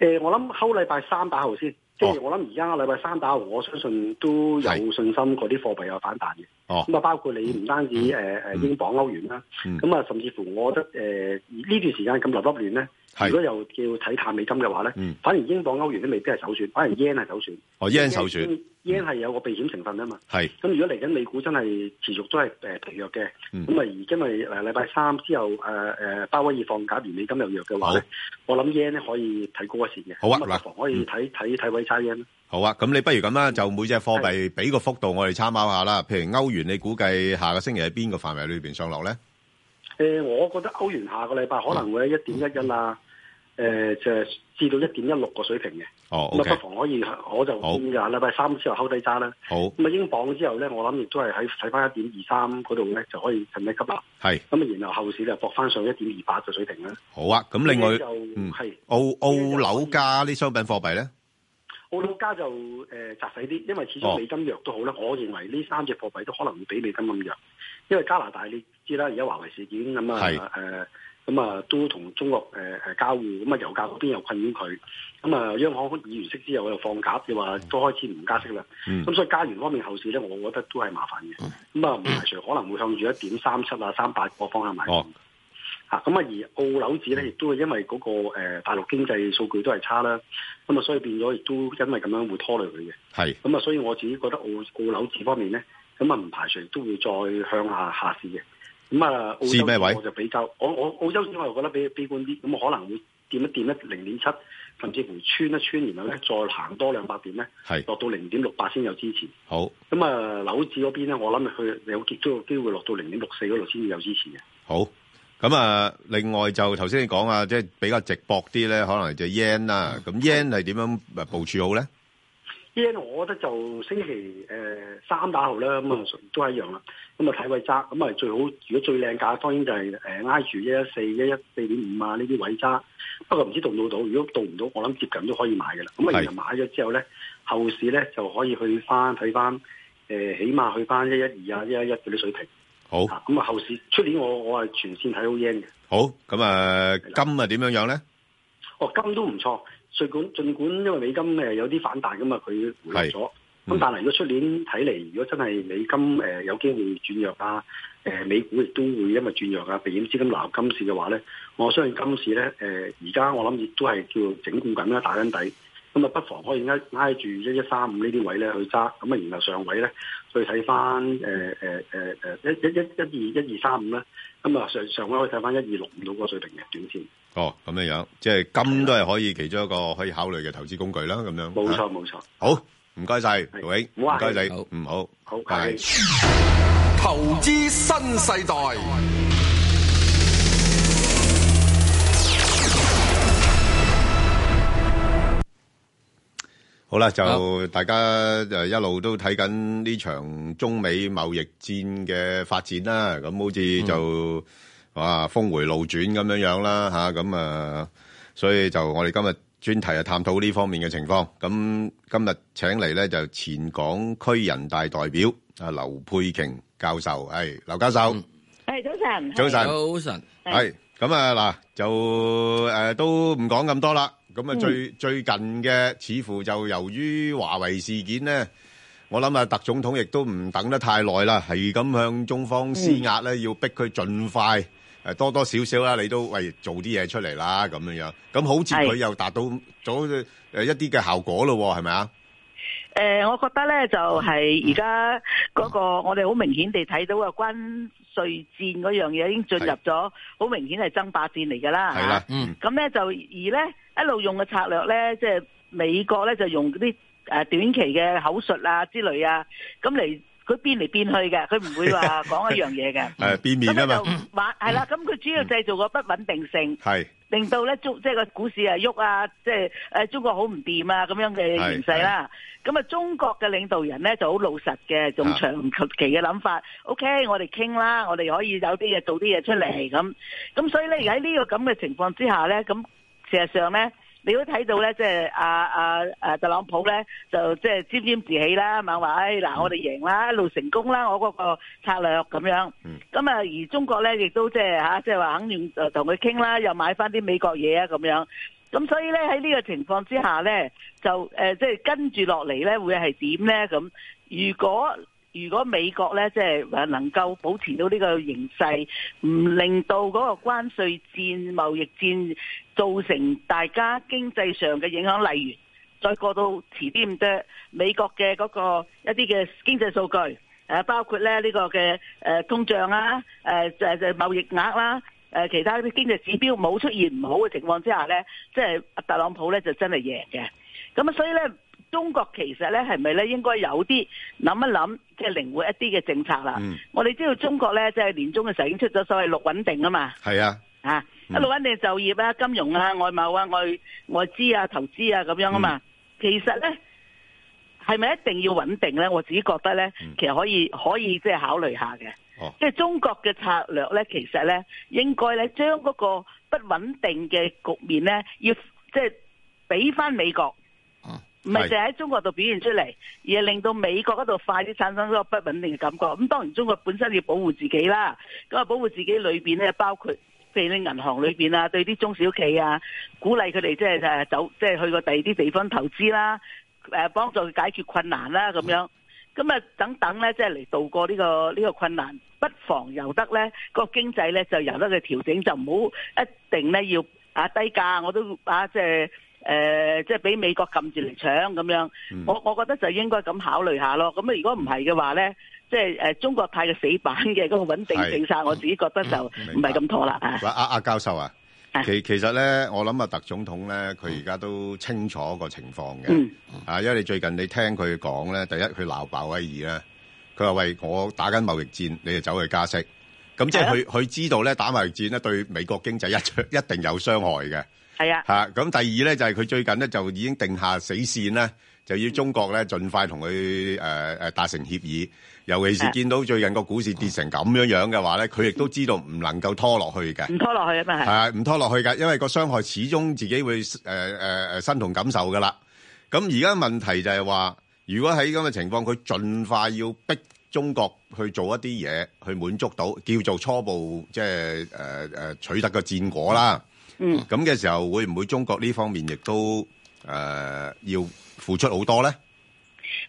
Speaker 15: 誒、呃我諗後禮拜三打後先，即
Speaker 2: 哦
Speaker 15: 係我諗而家禮拜三打後，我相信都有信心嗰啲貨幣有反彈嘅。
Speaker 2: 哦
Speaker 15: 咁啊，包括你唔單止誒誒、英鎊、歐元啦，
Speaker 2: 嗯
Speaker 15: 咁啊、甚至乎我覺得誒呢、段時間咁立立亂咧，
Speaker 2: 係
Speaker 15: 如果又叫睇淡美金嘅話咧，
Speaker 2: 嗯
Speaker 15: 反而英鎊、歐元都未必係首選，反而 yen 係首選。
Speaker 2: 哦，yen 首選
Speaker 15: ，yen 係有個避險成分啊嘛。
Speaker 2: 係
Speaker 15: 咁如果嚟緊美股真係持續都係誒疲弱嘅，咁啊、
Speaker 2: 嗯
Speaker 15: 而因為誒禮拜三之後誒誒鮑威爾放假，而美金又弱嘅話咧，我諗 yen 咧可以睇高一線嘅。
Speaker 2: 好啊
Speaker 15: 咁
Speaker 2: 嗱
Speaker 15: 不妨可以睇睇睇位差 yen 啦。
Speaker 2: 好啊，咁你不如咁
Speaker 1: 嗯
Speaker 2: 啦，就每隻貨幣俾個幅度我哋參考下啦。譬如歐元，你估計下個星期喺邊個範圍裏邊上落咧？
Speaker 15: 誒、我覺得歐元下個禮拜可能會喺一點一一啦，誒、就係至到一點一六個水平嘅。
Speaker 2: 哦
Speaker 15: 咁
Speaker 2: 嗯，OK，
Speaker 15: 啊，不妨可以，我就建議啊，禮拜三之後溝低揸啦。
Speaker 2: 好，
Speaker 15: 咁啊，英鎊之後咧，我諗亦都係喺睇翻一點二三嗰度咧，就可以趁低吸納。
Speaker 2: 係
Speaker 15: 咁啊，然後後市就搏翻上一點二八嘅水平啦。
Speaker 2: 好啊。咁另外
Speaker 15: 就，
Speaker 2: 嗯
Speaker 15: 係，
Speaker 2: 澳澳紐加啲商品貨幣咧，
Speaker 15: 澳紐加就誒、呃、窄細啲，因為始
Speaker 2: 哦
Speaker 15: 終美金弱都好啦。我認為呢三隻貨幣都可能會比美金咁弱，因為加拿大你知啦，而家華為事件咁
Speaker 2: 係
Speaker 15: 啊誒咁啊都同中國誒誒、呃交互，咁啊油價嗰邊又困擾佢，咁啊央行議完息之後又放鴿，又話都開始唔加息啦。
Speaker 2: 嗯
Speaker 15: 咁所以加元方面後市咧，我覺得都係麻煩嘅。咁啊唔排除可能會向住一點三七啊、三八個方向買。
Speaker 2: 哦
Speaker 15: 啊，咁啊而澳紐指咧，亦都係因為嗰、個、呃、大陸經濟數據都係差啦，咁啊所以變咗亦都因為咁樣會拖累佢嘅。
Speaker 2: 係
Speaker 15: 咁啊，所以我自己覺得澳澳紐指方面咧，咁啊唔排除都會再向下下試嘅。咁啊，澳
Speaker 2: 試
Speaker 15: 洲
Speaker 2: 咩位
Speaker 15: 指我就比較，我我澳洲指我又覺得比悲觀啲，咁我可能會掂一掂一零點七，甚至乎穿一穿，然後咧再行多兩百點咧
Speaker 2: 係，
Speaker 15: 落到零點六八先有支持。
Speaker 2: 好，
Speaker 15: 咁啊，紐指嗰邊咧，我諗佢有極都有機會落到零點六四嗰度先有支持嘅。
Speaker 2: 好。咁啊，另外就頭先你講啊，即係比較直薄啲咧，可能就 yen 啦。咁 yen 係點樣誒部署好咧？
Speaker 15: yen 我覺得就星期誒、呃三打後啦，咁啊都係一樣啦。咁啊睇位揸，咁啊最好如果最靚價當然就係、誒、挨住一一四、一一四點五啊呢啲位揸。不過唔知到唔到到，如果到唔到，我諗接近都可以買嘅啦。咁啊
Speaker 2: 係
Speaker 15: 然後買咗之後咧，後市咧就可以去翻睇翻誒，起碼去翻一一二啊、一一一嗰啲水平。
Speaker 2: 好，
Speaker 15: 咁啊後市出年我我係全線睇好 yen 嘅。
Speaker 2: 好。咁啊，金啊點樣樣咧？
Speaker 15: 哦，金都唔錯，儘管儘管因為美金誒有啲反彈噶嘛，佢回落咗。咁但係如果出年睇嚟，如果真係美金誒、呃有機會轉弱啊，誒、美股亦都會因為轉弱啊，避險資金流金市嘅話咧，我相信金市咧誒而家我諗亦都係叫做整固緊啦，打緊底。咁啊，不妨可以挨挨住一一三五呢啲位咧去揸，咁啊，然後上位咧去睇翻誒誒誒誒呃一一一一二一二三五啦，咁啊上上位可以睇翻一二六五到個水平嘅短線。
Speaker 2: 哦，咁樣樣，即係金都係可以其中一個可以考慮嘅投資工具啦，咁樣。
Speaker 15: 冇
Speaker 2: 嚇
Speaker 15: 錯冇錯。
Speaker 2: 好，唔該晒，盧永，
Speaker 15: 冇
Speaker 2: 唔
Speaker 15: 啊
Speaker 2: 該你
Speaker 15: 好，
Speaker 2: 嗯好，
Speaker 15: 好
Speaker 2: 拜。
Speaker 13: 投資新世代，
Speaker 2: 好啦，就大家就一路都睇緊呢場中美貿易戰嘅發展啦，咁好似就哇峰回路轉咁樣樣啦吓，咁啊，所以就我哋今日專題啊探討呢方面嘅情況。咁今日請嚟咧就前港區人大代表啊劉佩瓊教授，係劉教授。
Speaker 16: 系早晨，
Speaker 2: 早晨。
Speaker 16: 係。
Speaker 2: 係，咁啊，嗱，就，誒，都唔講咁多啦。咁啊，
Speaker 16: 嗯。
Speaker 2: 最-最近嘅，似乎就由於華為事件呢，我諗啊，特總統亦都唔等得太耐啦，係咁向中方施壓呢，要逼佢盡快，誒，多多少少啦，你都，喂，做啲嘢出嚟啦，咁樣樣。咁好似
Speaker 16: 係。
Speaker 2: 佢又達到-咗，誒，一啲嘅效果咯喎，係咪啊？
Speaker 16: 诶、我覺得咧就係而家嗰個，我哋好明顯地睇到啊，關税戰嗰樣嘢已經進入咗，好明顯係爭霸戰嚟㗎啦。
Speaker 2: 係啦，
Speaker 16: 嚇咁咧就而咧一路用嘅策略咧，即係美國咧就用啲誒短期嘅口述啊之類啊，咁嚟佢變嚟變去嘅，佢唔會話講一樣 嘢嘅。
Speaker 2: 誒，變面啊嘛。
Speaker 16: 咁咧就玩係啦，咁佢主要製造個不穩定性。
Speaker 2: 係。
Speaker 16: 令到咧中即係個股市啊喐啊，即係誒中國好唔掂啊咁樣嘅形勢啦。咁啊，中國嘅領導人咧就好老實嘅，仲
Speaker 17: 啊
Speaker 16: 長期嘅諗法。OK，我哋傾啦，我哋可以有啲嘢做啲嘢出嚟咁。咁所以咧，而喺呢個咁嘅情況之下咧，咁事實上咧。你都睇到咧，即係阿阿阿特朗普咧，就即係沾沾自喜啦，猛話：，哎嗱，我哋贏啦，一路成功啦，我嗰個策略咁樣。咁啊，而中國咧亦都即係嚇，即係話肯定誒同佢傾啦，又買翻啲美國嘢啊咁樣。咁所以咧喺呢個情況之下咧，就誒即係跟住落嚟咧會係點咧咁？如果如果美國咧即係誒能夠保持到呢個形勢，唔令到嗰個關税戰、貿易戰造成大家經濟上嘅影響，例如再過到遲啲咁多美國嘅嗰個一啲嘅經濟數據，誒包括咧呢個嘅誒通脹啊呃啦、誒誒誒貿易額啦、誒其他啲經濟指標冇出現唔好嘅情況之下咧，即係特朗普咧就真係贏嘅。咁啊，所以咧。中國其實咧係咪咧應該有啲諗一諗，即係靈活一啲嘅政策啦。我哋知道中國咧，即係年中嘅時候已經出咗所謂六穩定啊嘛。
Speaker 2: 係啊，
Speaker 16: 啊，一路穩定就業啦、金融啊、外貿啊、外外資啊、投資啊咁樣啊嘛。其實咧，係咪一定要穩定咧？我自己覺得咧，其實可以可以即係考慮下嘅。
Speaker 2: 哦
Speaker 16: 即係中國嘅策略咧，其實咧應該咧將嗰個不穩定嘅局面咧，要即係俾翻美國。唔係
Speaker 17: 係
Speaker 16: 就喺中國度表現出嚟，而係令到美國嗰度快啲產生嗰個不穩定嘅感覺。咁當然中國本身要保護自己啦，咁啊保護自己裏邊咧包括譬如你銀行裏邊啊，對啲中小企啊，鼓勵佢哋即係誒走，即係去個第二啲地方投資啦，誒幫呃助佢解決困難啦咁樣。咁啊等等咧，即係嚟度過呢、個呢、個困難，不妨由得咧個經濟咧就由呃得佢調整，就唔好一定咧要啊低價，我都啊即係。誒、即係俾美國撳住嚟搶咁樣，我我覺得就應該咁考慮下咯。咁啊，如果唔係嘅話咧，即係誒、中國太嘅死板嘅嗰個穩定政策，我自己覺得就唔係咁妥啦啊。
Speaker 2: 喂，阿-阿教授啊，其-其實呢，我諗啊，特總統呢，佢而家都清楚個情況嘅。
Speaker 16: 嗯
Speaker 2: 啊，因為你最近你聽佢講呢，第一，佢鬧鮑威爾啦，佢話，喂，我打緊貿易戰，你就走去加息。咁即係佢-佢知道呢，打貿易戰呢，對美國經濟一-一定有傷害嘅。
Speaker 16: 係啊，
Speaker 2: 嚇，咁第二呢，就係佢最近呢，就已經定下死線呢，就要中國呢，盡快同佢，呃，呃，達成協議。尤其是
Speaker 16: 係。
Speaker 2: 見到最近個股市跌成咁樣樣嘅話呢，佢亦都知道唔能夠拖落去嘅。
Speaker 16: 唔拖落去啊嘛，係。
Speaker 2: 呃係，唔拖落去㗎，因為個傷害始終自己會，呃，呃，身同感受㗎啦。咁而家問題就係話，如果喺咁嘅情況，佢盡快要逼中國去做一啲嘢，去滿足到，叫做初步，即係，呃，呃，取得個戰果啦。嗯，咁嘅時候會唔會中國呢方面亦都诶、呃要付出好多咧？
Speaker 16: 誒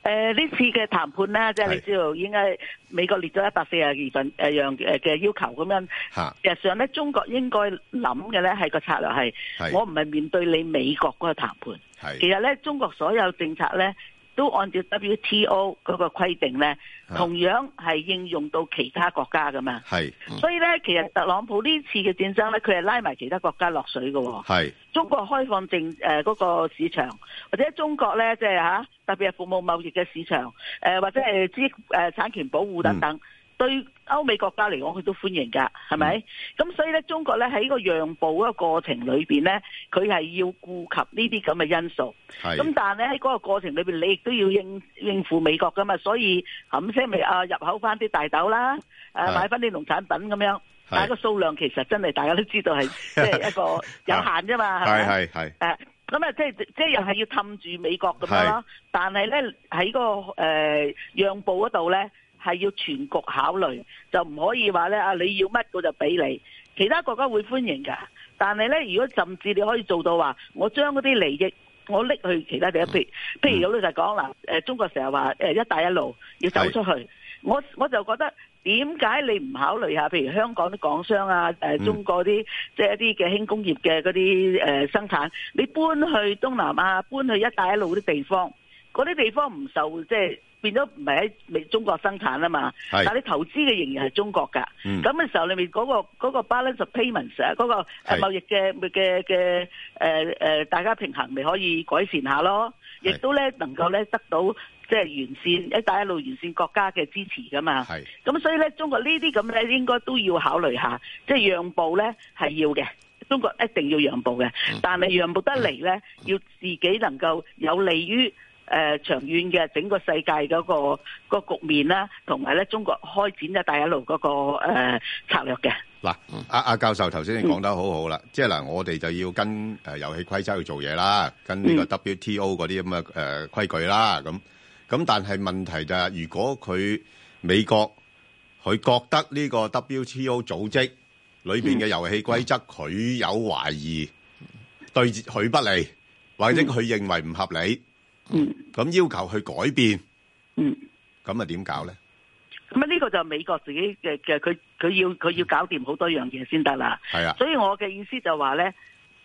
Speaker 16: 呃呢次嘅談判啦，即係你知道應該美國列咗一百四十二份誒呃樣誒嘅要求咁樣。
Speaker 2: 嚇
Speaker 16: 事實上咧，中國應該諗嘅咧係個策略係
Speaker 2: 係，
Speaker 16: 我唔係面對你美國嗰個談判。
Speaker 2: 係
Speaker 16: 其實咧，中國所有政策咧都按照 WTO 嗰個規定咧，
Speaker 2: 啊
Speaker 16: 同樣係應用到其他國家噶嘛。
Speaker 2: 係
Speaker 16: 所以咧，其實特朗普呢次嘅戰爭咧，佢係拉埋其他國家落水嘅喎、
Speaker 2: 係
Speaker 16: 中國開放政誒嗰個市場，或者中國咧即係嚇，特別係服務貿易嘅市場，誒、呃或者係知誒、產權保護等等，對歐美國家嚟講佢都歡迎㗎，係咪？咁、所以咧，中國咧喺個讓步嗰個過程裏邊咧，佢係要顧及呢啲咁嘅因素。
Speaker 2: 係
Speaker 16: 咁但係咧喺嗰個過程裏邊，你亦都要應應付美國㗎嘛，所以冚聲咪啊入口翻啲大豆啦，誒、
Speaker 2: 係
Speaker 16: 買翻啲農產品咁樣。但係個數量其實真係大家都知道係即係一個有限啫嘛，係咪
Speaker 2: 係係係
Speaker 16: 誒咁啊，即係即係又係要氹住美國咁樣
Speaker 2: 係
Speaker 16: 咯。但係咧喺個誒、呃、讓步嗰度咧，係要全局考慮，就唔可以話咧啊你要乜我就俾你。其他國家會歡迎㗎，但係咧如果甚至你可以做到話，我將嗰啲利益。我拎去其他地方，譬如譬如有老實講啦，誒中國成日話誒一帶一路要走出去，我我就覺得點解你唔考慮下，譬如香港啲港商啊，誒、中國啲即係一啲嘅輕工業嘅嗰啲誒生產，你搬去東南亞，搬去一帶一路啲地方，嗰啲地方唔受即係。變咗唔係喺美中國生產啊嘛，
Speaker 17: 係
Speaker 16: 但係你投資嘅仍然係中國㗎。
Speaker 17: 嗯
Speaker 16: 咁嘅時候，裏面嗰個嗰個 balance of payments 啊，嗰個
Speaker 17: 係
Speaker 16: 誒貿易嘅嘅嘅誒誒，大家平衡咪可以改善下咯，亦都咧能夠咧得到即係完善一帶一路完善國家嘅支持噶嘛。
Speaker 2: 係
Speaker 16: 咁所以咧，中國呢啲咁咧應該都要考慮下，即係讓步咧係要嘅。中國一定要讓步嘅，
Speaker 17: 嗯
Speaker 16: 但係讓步得嚟咧，要自己能夠有利於誒、呃、長遠嘅整個世界嗰、個、個局面啦，同埋咧中國開展一帶一路嗰、個、呃、策略嘅。
Speaker 2: 嗱，阿阿教授頭先你講得好好啦，即係嗱，我哋就要跟誒遊戲規則去做嘢啦，跟呢個 WTO 嗰啲咁嘅誒規矩啦，咁咁但係問題就係，如果佢美國佢覺得呢個 WTO 組織裏邊嘅遊戲規則佢有懷疑，對佢不利，或者佢認為唔合理，咁要求佢改變，咁啊點搞咧？
Speaker 16: 咁啊，呢個就美國自己嘅嘅，佢佢要佢要搞掂好多樣嘢先得啦。
Speaker 2: 係
Speaker 8: 嗯
Speaker 2: 啊
Speaker 16: 所以我嘅意思就話咧，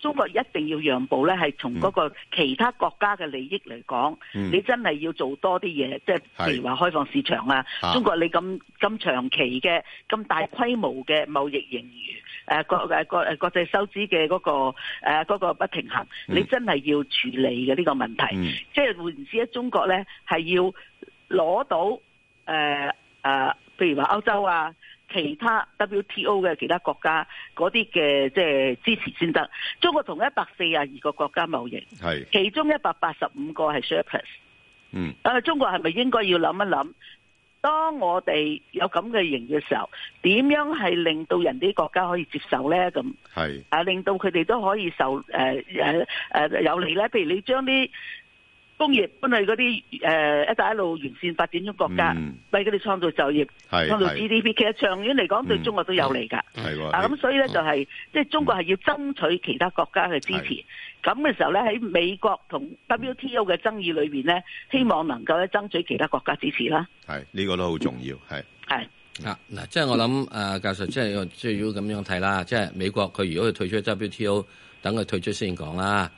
Speaker 16: 中國一定要讓步咧，係從嗰個其他國家嘅利益嚟講，
Speaker 18: 嗯
Speaker 16: 你真係要做多啲嘢，即係
Speaker 18: 係
Speaker 16: 譬如話開放市場啊
Speaker 18: 啊。
Speaker 16: 中國你咁咁長期嘅咁大規模嘅貿易盈餘，誒國誒國誒國際收支嘅嗰個誒嗰個不平衡，
Speaker 18: 嗯
Speaker 16: 你真係要處理嘅呢個問題。即係換言之咧，中國咧係要攞到誒誒、呃呃譬如話歐洲啊，其他 WTO 嘅其他國家嗰啲嘅即係支持先得。中國同一百四十二個國家貿易，
Speaker 2: 係
Speaker 16: 其中一百八十五個係 surplus。
Speaker 2: 嗯，
Speaker 16: 啊，中國係咪應該要諗一諗？當我哋有咁嘅型嘅時候，點樣係令到人哋國家可以接受咧？咁
Speaker 2: 係
Speaker 16: 啊，令到佢哋都可以受誒誒誒有利咧。譬如你將啲呃工業搬去嗰啲呃誒一帶一路完善發展中國家，
Speaker 2: 嗯
Speaker 16: 為佢哋創造就業、
Speaker 2: 係
Speaker 16: 創造
Speaker 2: 係嗯
Speaker 16: GDP，其實長遠嚟講對中國都有利㗎。
Speaker 2: 係喎，
Speaker 16: 啊，咁嗯所以咧就係、即係中國係要爭取其他國家嘅支持。咁嘅時候咧，喺美國同 WTO 嘅爭議裏邊咧，希望能夠咧爭取其他國家支持啦。
Speaker 2: 係呢個都好重要，係。
Speaker 16: 係。
Speaker 1: 啊嗱，即係我諗誒、呃教授，即係即係如果咁樣睇啦，即係美國佢如果佢退出 WTO，等佢退出先講啦。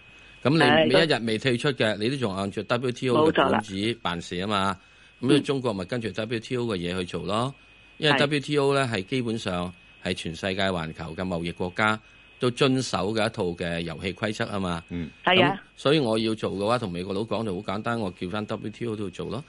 Speaker 1: 咁
Speaker 16: 係
Speaker 1: 你
Speaker 16: 咁
Speaker 1: 一日未退出嘅，你都仲按照 WTO 嘅
Speaker 16: 冇錯啦嗯
Speaker 1: 管治辦事啊嘛。咁你中國咪跟住 WTO 嘅嘢去做咯。因為
Speaker 19: 係
Speaker 1: WTO 咧係基本上係全世界環球嘅貿易國家都遵守嘅一套嘅遊戲規則啊嘛。
Speaker 2: 嗯，
Speaker 19: 係啊。
Speaker 1: 所以我要做嘅話，同美國佬講就好簡單，我叫翻 WTO 度做咯。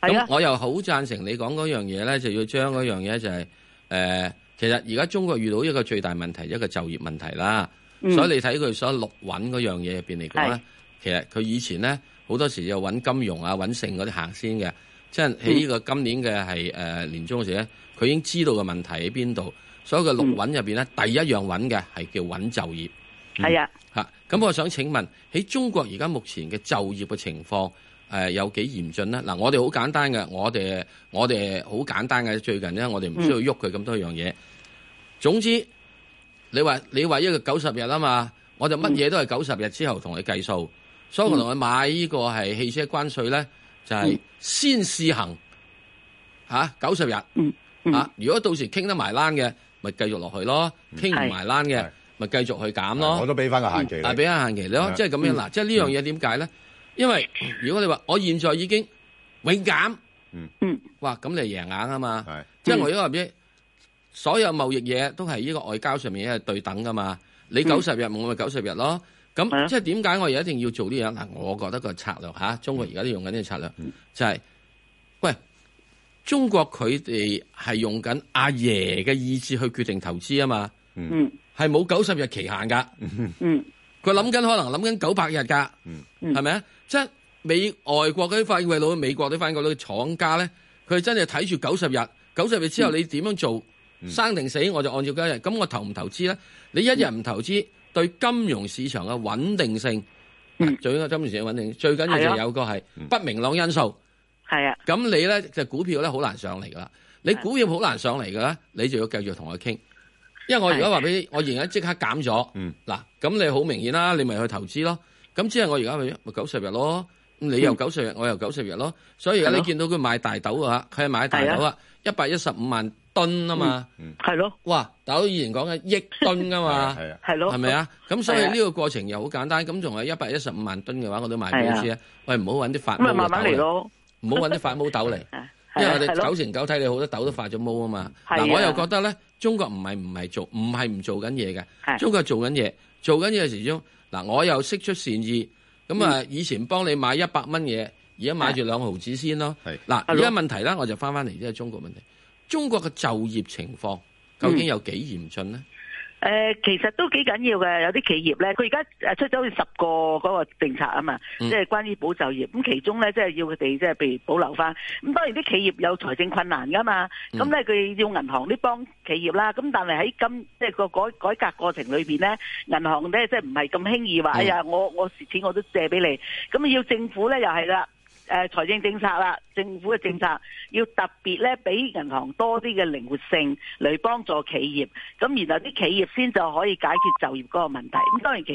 Speaker 19: 係
Speaker 1: 咁
Speaker 19: 啊
Speaker 1: 我又好贊成你講嗰樣嘢咧，就要將嗰樣嘢就係、呃其實而家中國遇到一個最大問題，一個就業問題啦。
Speaker 19: 嗯
Speaker 1: 所以你睇佢所陸揾嗰樣嘢入邊嚟講咧
Speaker 19: 係，
Speaker 1: 其實佢以前咧好多時就揾金融啊、揾剩嗰啲行先嘅，即係喺呢個今年嘅係誒年中嗰時咧，佢已經知道嘅問題喺邊度，所以佢陸揾入邊咧，第一樣揾嘅係叫揾就業。
Speaker 16: 係啊，
Speaker 1: 嚇！咁我想請問喺中國而家目前嘅就業嘅情況，誒、有幾嚴峻呢？嗱，我哋好簡單嘅，我哋我哋好簡單嘅，最近呢，我哋唔需要喐佢咁多樣嘢。總之，你話你話一個九十日啊嘛，我就乜嘢都係九十日之後同你計數，所以我同佢買呢個係汽車關税咧，就
Speaker 2: 嗯
Speaker 1: 係、先試行嚇九十日，
Speaker 2: 嗯
Speaker 1: 啊，如果到時傾得埋欄嘅，咪繼續落去咯；
Speaker 2: 嗯
Speaker 1: 傾唔埋欄嘅，咪繼續去減咯。
Speaker 2: 我都俾翻個限期你嗯
Speaker 1: 啊，俾翻限期你咯
Speaker 2: 係，
Speaker 1: 即係咁樣嗱，即係呢樣嘢點解咧？因為如果你話我現在已經永減，
Speaker 2: 嗯
Speaker 1: 嗯，哇，咁你係贏硬啊嘛，即係我如果話俾你所有貿易嘢都係呢個外交上面係對等噶嘛，你
Speaker 17: 嗯
Speaker 1: 九十日我咪九十日咯。咁即係啊點解我哋一定要做呢樣？嗱，我覺得個策略吓，中國而家都用緊呢個策略，就係、喂，中國佢哋係用緊阿爺嘅意志去決定投資啊嘛，
Speaker 2: 嗯，
Speaker 1: 係冇九十日期限㗎，
Speaker 16: 嗯，
Speaker 1: 佢諗緊可能諗緊九百日㗎，係咪啊？即係美外國嗰啲法國佬、美國啲法國佬嘅廠家咧，佢真係睇住九十日，九十日之後
Speaker 16: 嗯
Speaker 1: 你點樣做？生定死我就按照今日，咁我投唔投資咧？你一日唔投資，對金融市場嘅穩定性，最緊要金融市場穩定性，最緊要
Speaker 16: 嗯係啊
Speaker 1: 就有個係不明朗因素。
Speaker 16: 系啊，
Speaker 1: 咁你咧就股票咧好難上嚟噶啦，你股票好難上嚟噶啦，你就要繼續同佢傾。因為我而家話俾你，我而家即刻減咗，
Speaker 16: 嗯
Speaker 1: 嗱咁你好明顯啦，你咪去投資咯。咁只係我而家咪咪九十日咯，咁你又
Speaker 17: 嗯
Speaker 1: 九十日，我又九十日咯。所以而
Speaker 17: 係
Speaker 1: 家
Speaker 17: 咯
Speaker 1: 你見到佢買大豆啊，佢係買大豆
Speaker 17: 係
Speaker 1: 啊，一百一十五萬噸啊嘛，
Speaker 16: 係咯，
Speaker 1: 哇！大佬以前講嘅億噸噶嘛，
Speaker 2: 係啊，
Speaker 16: 係咯
Speaker 1: 係咪啊？咁所以
Speaker 16: 係啊
Speaker 1: 呢個過程又好簡單，咁仲有一百一十五萬噸嘅話，我都賣俾
Speaker 16: 係
Speaker 1: 你
Speaker 16: 啊
Speaker 1: 知啊。喂，唔好揾啲發
Speaker 16: 咁咪
Speaker 1: 毛
Speaker 16: 慢慢
Speaker 1: 嘅豆
Speaker 16: 嚟咯。
Speaker 1: 唔好揾啲發毛豆嚟，因為我哋九成九睇你好多豆都發咗毛啊嘛。
Speaker 17: 係啊
Speaker 1: 嗱，我又覺得咧，中國唔係唔係做，唔係唔做緊嘢嘅，
Speaker 17: 係
Speaker 1: 中國做緊嘢，做緊嘢嘅時鐘嗱，我又釋出善意，咁啊，以前幫你買一百蚊嘢，而家買住兩毫子先咯。嗱，而家問題啦，我就翻翻嚟即係中國問題，中國嘅就業情況究竟有幾嚴峻呢？
Speaker 16: 誒、呃其實都幾緊要嘅，有啲企業咧，佢而家誒呃出咗好似十個嗰個政策啊嘛，
Speaker 1: 嗯
Speaker 16: 即係關於保就業。咁其中咧，即係要佢哋即係譬如保留翻。咁當然啲企業有財政困難噶嘛，咁咧佢要銀行啲幫企業啦。咁但係喺今即係個改改革過程裏邊咧，銀行咧即係唔係咁輕易話，哎呀，我我蝕錢我都借俾你。咁要政府咧又係啦。誒、呃財政政策啦，政府嘅政策要特別咧，俾銀行多啲嘅靈活性嚟幫助企業，咁然後啲企業先就可以解決就業嗰個問題。咁當然其